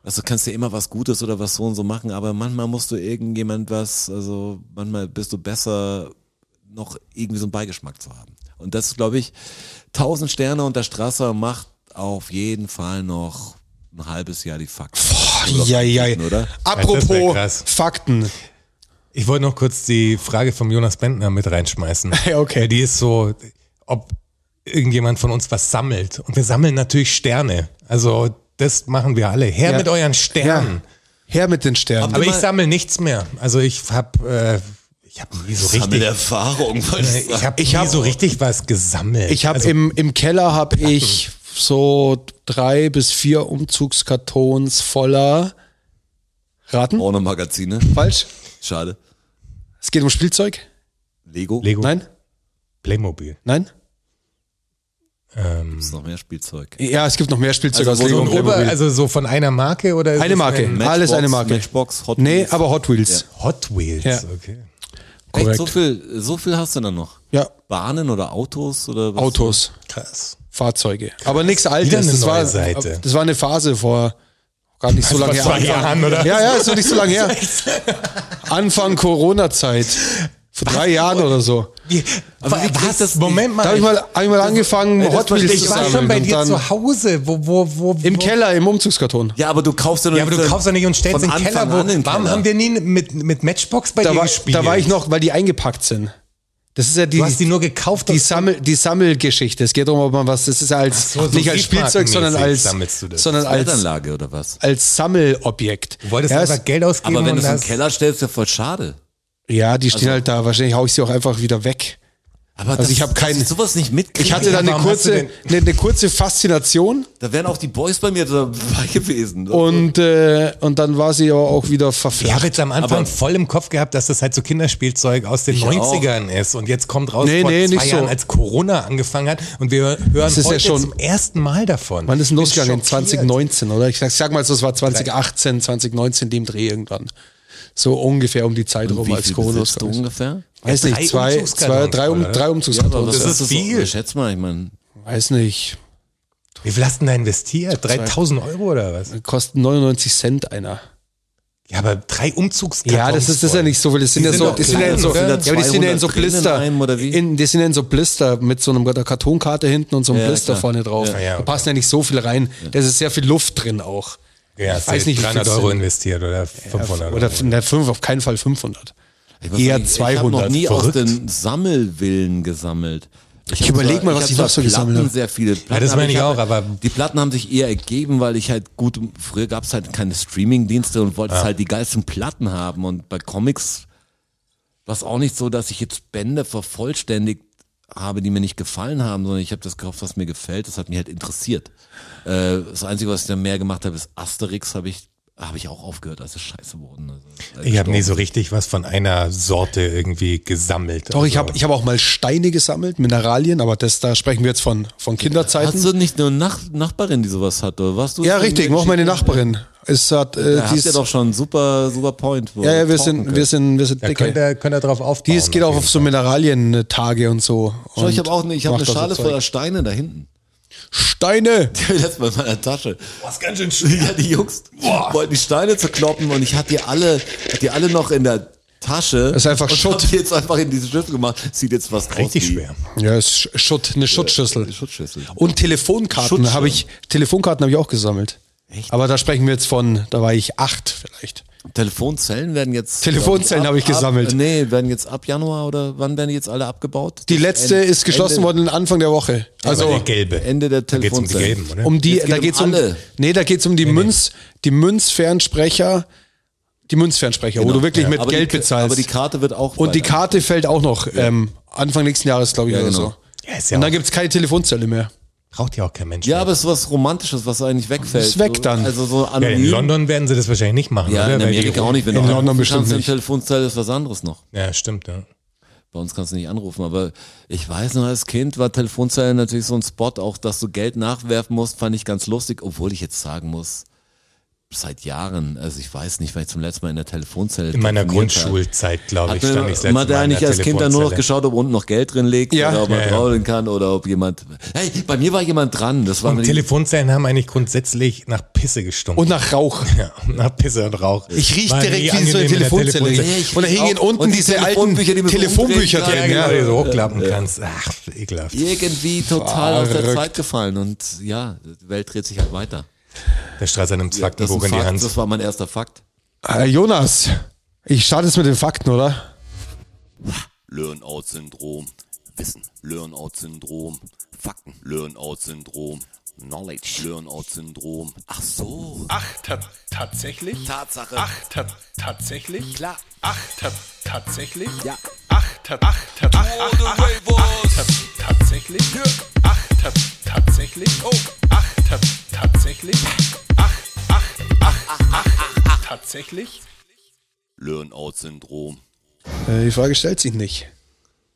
[SPEAKER 4] Also du kannst ja immer was Gutes oder was so und so machen, aber manchmal musst du irgendjemand was, also manchmal bist du besser, noch irgendwie so einen Beigeschmack zu haben. Und das, glaube ich, 1000 Sterne und der Strasser macht auf jeden Fall noch ein halbes Jahr die Fakten. Oder
[SPEAKER 2] Ja, ja,
[SPEAKER 4] Fakten,
[SPEAKER 2] ja.
[SPEAKER 4] Oder?
[SPEAKER 2] Apropos
[SPEAKER 3] Ja, das wär krass.
[SPEAKER 2] Fakten.
[SPEAKER 3] Ich wollte noch kurz die Frage vom Jonas Bentner mit reinschmeißen.
[SPEAKER 2] Ja, okay.
[SPEAKER 3] Ja, Die ist so, ob irgendjemand von uns was sammelt. Und wir sammeln natürlich Sterne. Also das machen wir alle. Her
[SPEAKER 2] Ja.
[SPEAKER 3] mit euren Sternen.
[SPEAKER 2] Ja. Her mit den Sternen.
[SPEAKER 3] Aber ich
[SPEAKER 4] Immer-
[SPEAKER 3] sammle nichts mehr. Also ich habe, äh, ich habe nie so
[SPEAKER 4] Sammel
[SPEAKER 3] richtig,
[SPEAKER 4] Erfahrung. wollte ich
[SPEAKER 3] ich habe
[SPEAKER 2] Ich
[SPEAKER 3] nie
[SPEAKER 2] hab-
[SPEAKER 3] so richtig was gesammelt.
[SPEAKER 2] Ich habe
[SPEAKER 3] also,
[SPEAKER 2] im, im Keller habe ich so drei bis vier Umzugskartons voller
[SPEAKER 3] Oh.
[SPEAKER 2] Raten.
[SPEAKER 4] Pornomagazine.
[SPEAKER 2] Falsch.
[SPEAKER 4] Schade.
[SPEAKER 2] Es geht um Spielzeug.
[SPEAKER 4] Lego.
[SPEAKER 3] Lego,
[SPEAKER 2] Nein?
[SPEAKER 3] Playmobil.
[SPEAKER 2] Nein?
[SPEAKER 4] Gibt's noch mehr Spielzeug.
[SPEAKER 2] Ja, es gibt noch mehr Spielzeug
[SPEAKER 4] Also
[SPEAKER 2] aus
[SPEAKER 4] wo
[SPEAKER 2] Lego
[SPEAKER 4] so ein
[SPEAKER 2] und
[SPEAKER 3] Und Ober,
[SPEAKER 2] Playmobil.
[SPEAKER 3] also so von einer Marke oder? ist
[SPEAKER 2] Eine
[SPEAKER 3] es
[SPEAKER 2] Marke.
[SPEAKER 3] ein
[SPEAKER 2] Alles eine Marke.
[SPEAKER 4] Matchbox, Hot
[SPEAKER 2] nee,
[SPEAKER 4] Wheels.
[SPEAKER 2] aber Hot Wheels.
[SPEAKER 3] Hot Wheels,
[SPEAKER 2] Ja.
[SPEAKER 3] okay.
[SPEAKER 4] Echt,
[SPEAKER 2] korrekt.
[SPEAKER 4] so viel, so viel hast du dann noch?
[SPEAKER 2] Ja.
[SPEAKER 4] Bahnen oder Autos oder was?
[SPEAKER 2] Autos.
[SPEAKER 3] Krass.
[SPEAKER 2] Fahrzeuge. Aber nichts Altes.
[SPEAKER 3] Wieder eine
[SPEAKER 2] das, war,
[SPEAKER 3] neue Seite.
[SPEAKER 2] das war eine Phase vor gar nicht so lange
[SPEAKER 3] Vor zwei
[SPEAKER 2] her.
[SPEAKER 3] Jahren, oder?
[SPEAKER 2] Ja, ja, ist noch nicht so lange her. Anfang Corona-Zeit. Vor drei Jahren oder so.
[SPEAKER 3] Wie,
[SPEAKER 4] Aber Also wie kriegt
[SPEAKER 3] was?
[SPEAKER 4] das-
[SPEAKER 3] Moment mal.
[SPEAKER 2] Da habe ich mal, hab ich mal angefangen,
[SPEAKER 4] das
[SPEAKER 2] Hot
[SPEAKER 4] verstehe
[SPEAKER 2] Wheels
[SPEAKER 4] ich
[SPEAKER 2] zu
[SPEAKER 3] ich war
[SPEAKER 2] sammeln.
[SPEAKER 3] schon bei
[SPEAKER 2] und
[SPEAKER 3] dir
[SPEAKER 2] dann
[SPEAKER 3] zu Hause. Wo, wo, wo,
[SPEAKER 2] Im
[SPEAKER 3] wo,
[SPEAKER 2] Keller, im Umzugskarton.
[SPEAKER 4] Ja, aber du kaufst ja,
[SPEAKER 3] Ja, aber du kaufst doch nicht und stellst in den Keller. Wo, warum haben wir nie mit, mit Matchbox bei
[SPEAKER 2] Da
[SPEAKER 3] dir
[SPEAKER 2] war,
[SPEAKER 3] gespielt?
[SPEAKER 2] da war ich noch, weil die eingepackt sind. Das ist ja die,
[SPEAKER 3] Du hast die nur gekauft.
[SPEAKER 2] die,
[SPEAKER 3] und-
[SPEAKER 2] Sammel, die Sammelgeschichte. Es geht darum, ob man was, das ist ja als,
[SPEAKER 3] so, so
[SPEAKER 2] nicht als Spielzeug, sondern
[SPEAKER 3] Briefmarkenmäßig
[SPEAKER 2] als,
[SPEAKER 3] sammelst du das.
[SPEAKER 2] sondern als,
[SPEAKER 4] Geldanlage oder was?
[SPEAKER 2] als Sammelobjekt.
[SPEAKER 3] du wolltest
[SPEAKER 2] ja, es-
[SPEAKER 3] einfach Geld ausgeben
[SPEAKER 4] Aber wenn
[SPEAKER 3] und
[SPEAKER 4] du es in den
[SPEAKER 3] hast-
[SPEAKER 4] Keller stellst, ist ja voll schade.
[SPEAKER 2] Ja, die
[SPEAKER 3] Also
[SPEAKER 2] stehen halt da. Wahrscheinlich hau ich sie auch einfach wieder weg.
[SPEAKER 4] Aber
[SPEAKER 2] Also
[SPEAKER 4] das,
[SPEAKER 2] ich hab keinen-
[SPEAKER 4] dass ich sowas nicht mitkriege.
[SPEAKER 2] Ich hatte
[SPEAKER 3] Ja,
[SPEAKER 2] dann eine
[SPEAKER 3] warum hast
[SPEAKER 2] kurze,
[SPEAKER 3] du denn-
[SPEAKER 2] eine, eine kurze Faszination
[SPEAKER 4] da wären auch die Boys bei mir dabei gewesen.
[SPEAKER 2] und, äh, und dann war sie aber auch wieder
[SPEAKER 3] Ich habe
[SPEAKER 2] verflacht.
[SPEAKER 3] jetzt am Anfang
[SPEAKER 4] Aber-
[SPEAKER 3] voll im Kopf gehabt, dass das halt so Kinderspielzeug aus den
[SPEAKER 4] Ich auch.
[SPEAKER 3] 90ern ist. Und jetzt kommt raus,
[SPEAKER 2] Nee,
[SPEAKER 3] vor
[SPEAKER 2] nee,
[SPEAKER 3] zwei
[SPEAKER 2] nicht
[SPEAKER 3] Jahren,
[SPEAKER 2] so.
[SPEAKER 3] als Corona angefangen hat. Und wir hören
[SPEAKER 2] Das ist
[SPEAKER 3] heute
[SPEAKER 2] ja schon-
[SPEAKER 3] zum ersten Mal davon.
[SPEAKER 2] Wann ist denn
[SPEAKER 3] Bin
[SPEAKER 2] losgegangen? In
[SPEAKER 3] schockiert.
[SPEAKER 2] 2019, oder? Ich sag, sag mal, so, es war 2018, 2019, dem Dreh irgendwann. So ungefähr um die Zeit
[SPEAKER 4] Und
[SPEAKER 2] rum,
[SPEAKER 4] wie
[SPEAKER 2] als
[SPEAKER 4] viel
[SPEAKER 2] Corona
[SPEAKER 4] besitzt du
[SPEAKER 2] losgegangen ist.
[SPEAKER 4] ungefähr?
[SPEAKER 2] Weiß
[SPEAKER 3] Drei
[SPEAKER 2] nicht, zwei, zwei, drei, um,
[SPEAKER 3] Umzugskartons,
[SPEAKER 2] drei Umzugskartons.
[SPEAKER 3] das
[SPEAKER 2] oder?
[SPEAKER 3] ist viel.
[SPEAKER 4] Schätz mal, ich meine.
[SPEAKER 2] Weiß nicht,
[SPEAKER 3] Wie viel hast du denn da investiert? 3000 Euro oder was?
[SPEAKER 2] kostet 99 Cent einer.
[SPEAKER 3] Ja, aber drei Umzugskartons.
[SPEAKER 2] Ja, das ist, das ist ja
[SPEAKER 3] voll.
[SPEAKER 2] nicht so viel. Das sind,
[SPEAKER 3] Die
[SPEAKER 2] ja
[SPEAKER 3] sind
[SPEAKER 2] so,
[SPEAKER 3] doch
[SPEAKER 2] das sind ja
[SPEAKER 3] klein,
[SPEAKER 2] in so,
[SPEAKER 3] oder?
[SPEAKER 2] ja, aber die sind ja in so
[SPEAKER 4] 200 drin in
[SPEAKER 2] Blister.
[SPEAKER 4] einem, oder wie?
[SPEAKER 2] In, die sind ja in so Blister mit so einem- mit einer Kartonkarte hinten und so einem
[SPEAKER 4] Ja,
[SPEAKER 2] Blister
[SPEAKER 4] klar.
[SPEAKER 2] vorne drauf.
[SPEAKER 3] Ja, ja,
[SPEAKER 2] Da
[SPEAKER 3] okay.
[SPEAKER 2] passen ja nicht so viel rein. Da ist sehr viel Luft drin auch.
[SPEAKER 3] Ja,
[SPEAKER 2] ich weiß nicht, wie viel
[SPEAKER 3] 300 Euro
[SPEAKER 2] sind.
[SPEAKER 3] investiert oder 500
[SPEAKER 2] Oder
[SPEAKER 3] Euro.
[SPEAKER 2] ne, fünf, auf keinen Fall 500.
[SPEAKER 4] Ich muss
[SPEAKER 2] Eher
[SPEAKER 4] sagen, Ich habe
[SPEAKER 2] 200.
[SPEAKER 4] noch nie
[SPEAKER 3] Verrückt.
[SPEAKER 4] aus den Sammelwillen gesammelt.
[SPEAKER 2] Ich
[SPEAKER 4] hab
[SPEAKER 2] überleg
[SPEAKER 4] zwar-
[SPEAKER 2] mal, was
[SPEAKER 4] hab
[SPEAKER 2] ich
[SPEAKER 4] zwar
[SPEAKER 2] noch so
[SPEAKER 4] Platten,
[SPEAKER 2] gesammelt hab.
[SPEAKER 4] Sehr viele Platten,
[SPEAKER 3] das meine ich
[SPEAKER 4] hab- halt-
[SPEAKER 3] auch, aber-
[SPEAKER 4] die Platten haben sich eher ergeben, weil ich halt gut, früher gab es halt keine Streaming-Dienste und wollte halt die geilsten Platten haben und bei Comics war es auch nicht so, dass ich jetzt Bände vervollständigt habe, die mir nicht gefallen haben, sondern ich habe das gekauft, was mir gefällt. Das hat mich halt interessiert. Äh, das Einzige, was ich dann mehr gemacht habe, ist Asterix habe ich habe ich auch aufgehört, als es scheiße wurden. Also, als
[SPEAKER 3] Ich habe nie
[SPEAKER 4] gestorben
[SPEAKER 3] so richtig was von einer Sorte irgendwie gesammelt.
[SPEAKER 2] Doch, ich
[SPEAKER 4] Also-
[SPEAKER 2] habe ich hab auch mal Steine gesammelt, Mineralien, aber das, da sprechen wir jetzt von, von Kinderzeiten.
[SPEAKER 4] Hast du nicht eine Nach Nachbarin, die sowas hat? Oder warst du
[SPEAKER 2] Ja, richtig, auch meine Nachbarin. Es hat, äh,
[SPEAKER 4] Da
[SPEAKER 2] die
[SPEAKER 4] habt ihr
[SPEAKER 2] ist,
[SPEAKER 4] doch schon einen super, super Point. Wo
[SPEAKER 2] ja, ja, wir
[SPEAKER 4] talken
[SPEAKER 2] sind,
[SPEAKER 4] könnt.
[SPEAKER 2] wir sind, wir sind
[SPEAKER 3] Da könnt
[SPEAKER 2] dicke.
[SPEAKER 3] ihr, könnt ihr drauf aufbauen.
[SPEAKER 2] Die es geht auch auf so Mineralientage und so.
[SPEAKER 4] Schau, ich
[SPEAKER 2] Und
[SPEAKER 4] habe auch eine, ich hab
[SPEAKER 2] macht
[SPEAKER 4] eine
[SPEAKER 2] das so
[SPEAKER 4] Schale
[SPEAKER 2] Zeug.
[SPEAKER 4] voller Steine da hinten.
[SPEAKER 2] Steine!
[SPEAKER 4] Das war in meiner Tasche.
[SPEAKER 3] Was ganz schön
[SPEAKER 4] Ja, die Jungs wollten die Steine zerkloppen und ich hatte die alle, hatte die alle noch in der Tasche.
[SPEAKER 2] Das ist einfach
[SPEAKER 4] und
[SPEAKER 2] Schutt.
[SPEAKER 4] Hab die jetzt einfach in diese Schüssel gemacht. Sieht jetzt was
[SPEAKER 3] Richtig
[SPEAKER 4] aus wie
[SPEAKER 3] schwer.
[SPEAKER 2] Ja, ist Sch- Schutt, eine Schutzschüssel.
[SPEAKER 4] Schutzschüssel.
[SPEAKER 2] Und Telefonkarten
[SPEAKER 4] Schutzschirm.
[SPEAKER 2] habe ich, Telefonkarten habe ich auch gesammelt.
[SPEAKER 4] Echt?
[SPEAKER 2] Aber da sprechen wir jetzt von, da war ich acht vielleicht.
[SPEAKER 4] Telefonzellen werden jetzt.
[SPEAKER 2] Telefonzellen
[SPEAKER 4] glaub
[SPEAKER 2] habe ich
[SPEAKER 4] ab-
[SPEAKER 2] gesammelt.
[SPEAKER 4] Ab, nee, werden jetzt ab Januar oder wann werden die jetzt alle abgebaut?
[SPEAKER 2] Die letzte
[SPEAKER 4] Ende-
[SPEAKER 2] ist geschlossen
[SPEAKER 4] Ende,
[SPEAKER 2] worden Anfang der Woche. Also
[SPEAKER 3] Aber der gelbe.
[SPEAKER 4] Ende der
[SPEAKER 3] Da geht's um die
[SPEAKER 4] Telefonzellen.
[SPEAKER 3] gelben, oder?
[SPEAKER 2] um die,
[SPEAKER 4] Jetzt geht
[SPEAKER 2] da
[SPEAKER 4] um
[SPEAKER 2] geht's um,
[SPEAKER 4] alle.
[SPEAKER 2] nee, da geht's um die Münz, die Münzfernsprecher, die Münzfernsprecher, wo du wirklich
[SPEAKER 4] Genau. Ja.
[SPEAKER 2] mit
[SPEAKER 4] Aber
[SPEAKER 2] Geld
[SPEAKER 4] die,
[SPEAKER 2] bezahlst.
[SPEAKER 4] Aber die Karte wird auch.
[SPEAKER 2] Und die
[SPEAKER 4] weiter-
[SPEAKER 2] Karte fällt auch noch ähm, Anfang nächsten Jahres, glaube ich,
[SPEAKER 4] Ja,
[SPEAKER 2] oder
[SPEAKER 4] genau.
[SPEAKER 2] so.
[SPEAKER 3] Ja, ist ja
[SPEAKER 2] Und
[SPEAKER 3] auch,
[SPEAKER 2] dann gibt's keine Telefonzelle mehr.
[SPEAKER 3] braucht ja auch kein Mensch.
[SPEAKER 4] Ja,
[SPEAKER 3] mehr.
[SPEAKER 4] aber es ist was Romantisches, was eigentlich wegfällt.
[SPEAKER 2] Ist weg
[SPEAKER 4] So-
[SPEAKER 2] dann.
[SPEAKER 4] Also so
[SPEAKER 3] ja, in
[SPEAKER 4] anonym.
[SPEAKER 3] London werden sie das wahrscheinlich nicht machen,
[SPEAKER 4] Ja,
[SPEAKER 3] oder?
[SPEAKER 4] in
[SPEAKER 3] Weil die-
[SPEAKER 4] Amerika auch nicht. Wenn
[SPEAKER 2] In
[SPEAKER 4] du
[SPEAKER 2] London
[SPEAKER 4] anrufen
[SPEAKER 2] bestimmt
[SPEAKER 4] kannst,
[SPEAKER 2] nicht.
[SPEAKER 4] Im Telefonzell ist was anderes noch.
[SPEAKER 3] Ja, stimmt, ja.
[SPEAKER 4] Bei uns kannst du nicht anrufen, aber ich weiß noch, als Kind war Telefonzelle natürlich so ein Spot, auch dass du Geld nachwerfen musst, fand ich ganz lustig, obwohl ich jetzt sagen muss, seit Jahren, also ich weiß nicht, weil ich zum letzten Mal in der Telefonzelle
[SPEAKER 3] In meiner
[SPEAKER 4] telefoniert habe.
[SPEAKER 3] Grundschulzeit, glaube ich, stand ich
[SPEAKER 4] Hat
[SPEAKER 3] selbst.
[SPEAKER 4] man- man hat ja nicht als Kind dann nur noch geschaut, ob unten noch Geld drin liegt
[SPEAKER 2] Ja.
[SPEAKER 4] oder ob man
[SPEAKER 3] Ja, ja.
[SPEAKER 4] traulen kann oder ob jemand. Hey, bei mir war jemand dran. Das war mir
[SPEAKER 3] Und
[SPEAKER 4] die-
[SPEAKER 3] Telefonzellen haben eigentlich grundsätzlich nach Pisse gestunken.
[SPEAKER 2] Und nach Rauch.
[SPEAKER 3] ja, nach Pisse und Rauch.
[SPEAKER 2] Ich riech
[SPEAKER 3] War
[SPEAKER 2] direkt,
[SPEAKER 3] nie
[SPEAKER 2] wie so eine
[SPEAKER 3] angenehm in der
[SPEAKER 2] Telefonzelle
[SPEAKER 4] Ja,
[SPEAKER 2] riecht.
[SPEAKER 4] ich
[SPEAKER 2] Und da
[SPEAKER 4] krieg
[SPEAKER 2] hingen
[SPEAKER 4] auch-
[SPEAKER 2] unten
[SPEAKER 4] und die
[SPEAKER 2] diese alten
[SPEAKER 4] Telefonbücher, die man so
[SPEAKER 2] Telefonbücher
[SPEAKER 4] umdrehen kann.
[SPEAKER 2] drin.
[SPEAKER 3] Ja,
[SPEAKER 2] Ja,
[SPEAKER 3] genau, die du so hochklappen kannst. Ach, ekelhaft.
[SPEAKER 4] irgendwie total aus der
[SPEAKER 2] Verrückt.
[SPEAKER 4] Zeit gefallen und ja, die Welt dreht sich halt weiter.
[SPEAKER 3] Der Streit nimmt das
[SPEAKER 4] Das, ist
[SPEAKER 3] Faktenbuch
[SPEAKER 4] ein
[SPEAKER 3] in die
[SPEAKER 4] Fakt,
[SPEAKER 3] Hand.
[SPEAKER 4] das war mein erster Fakt.
[SPEAKER 2] Äh, Jonas, ich starte jetzt mit den Fakten, oder?
[SPEAKER 5] Learn-out-Syndrom. Wissen. Learn-out-Syndrom. Fakten. Learn-out-Syndrom. Knowledge. Learn-out-Syndrom. Ach so.
[SPEAKER 6] Ach, ta tatsächlich?
[SPEAKER 5] Tatsache.
[SPEAKER 6] Ach, ta tatsächlich?
[SPEAKER 5] Klar.
[SPEAKER 6] Ach, ta tatsächlich?
[SPEAKER 5] Ja.
[SPEAKER 6] Ach, ta ach, ta ach, ach, ach, ach, ta tatsächlich? Ach, ta tatsächlich? Oh. Ach, ta tatsächlich? Ach, ach, ach, ach, ach, ach, tatsächlich?
[SPEAKER 5] Learn-out-Syndrom.
[SPEAKER 2] Äh, die Frage stellt sich nicht.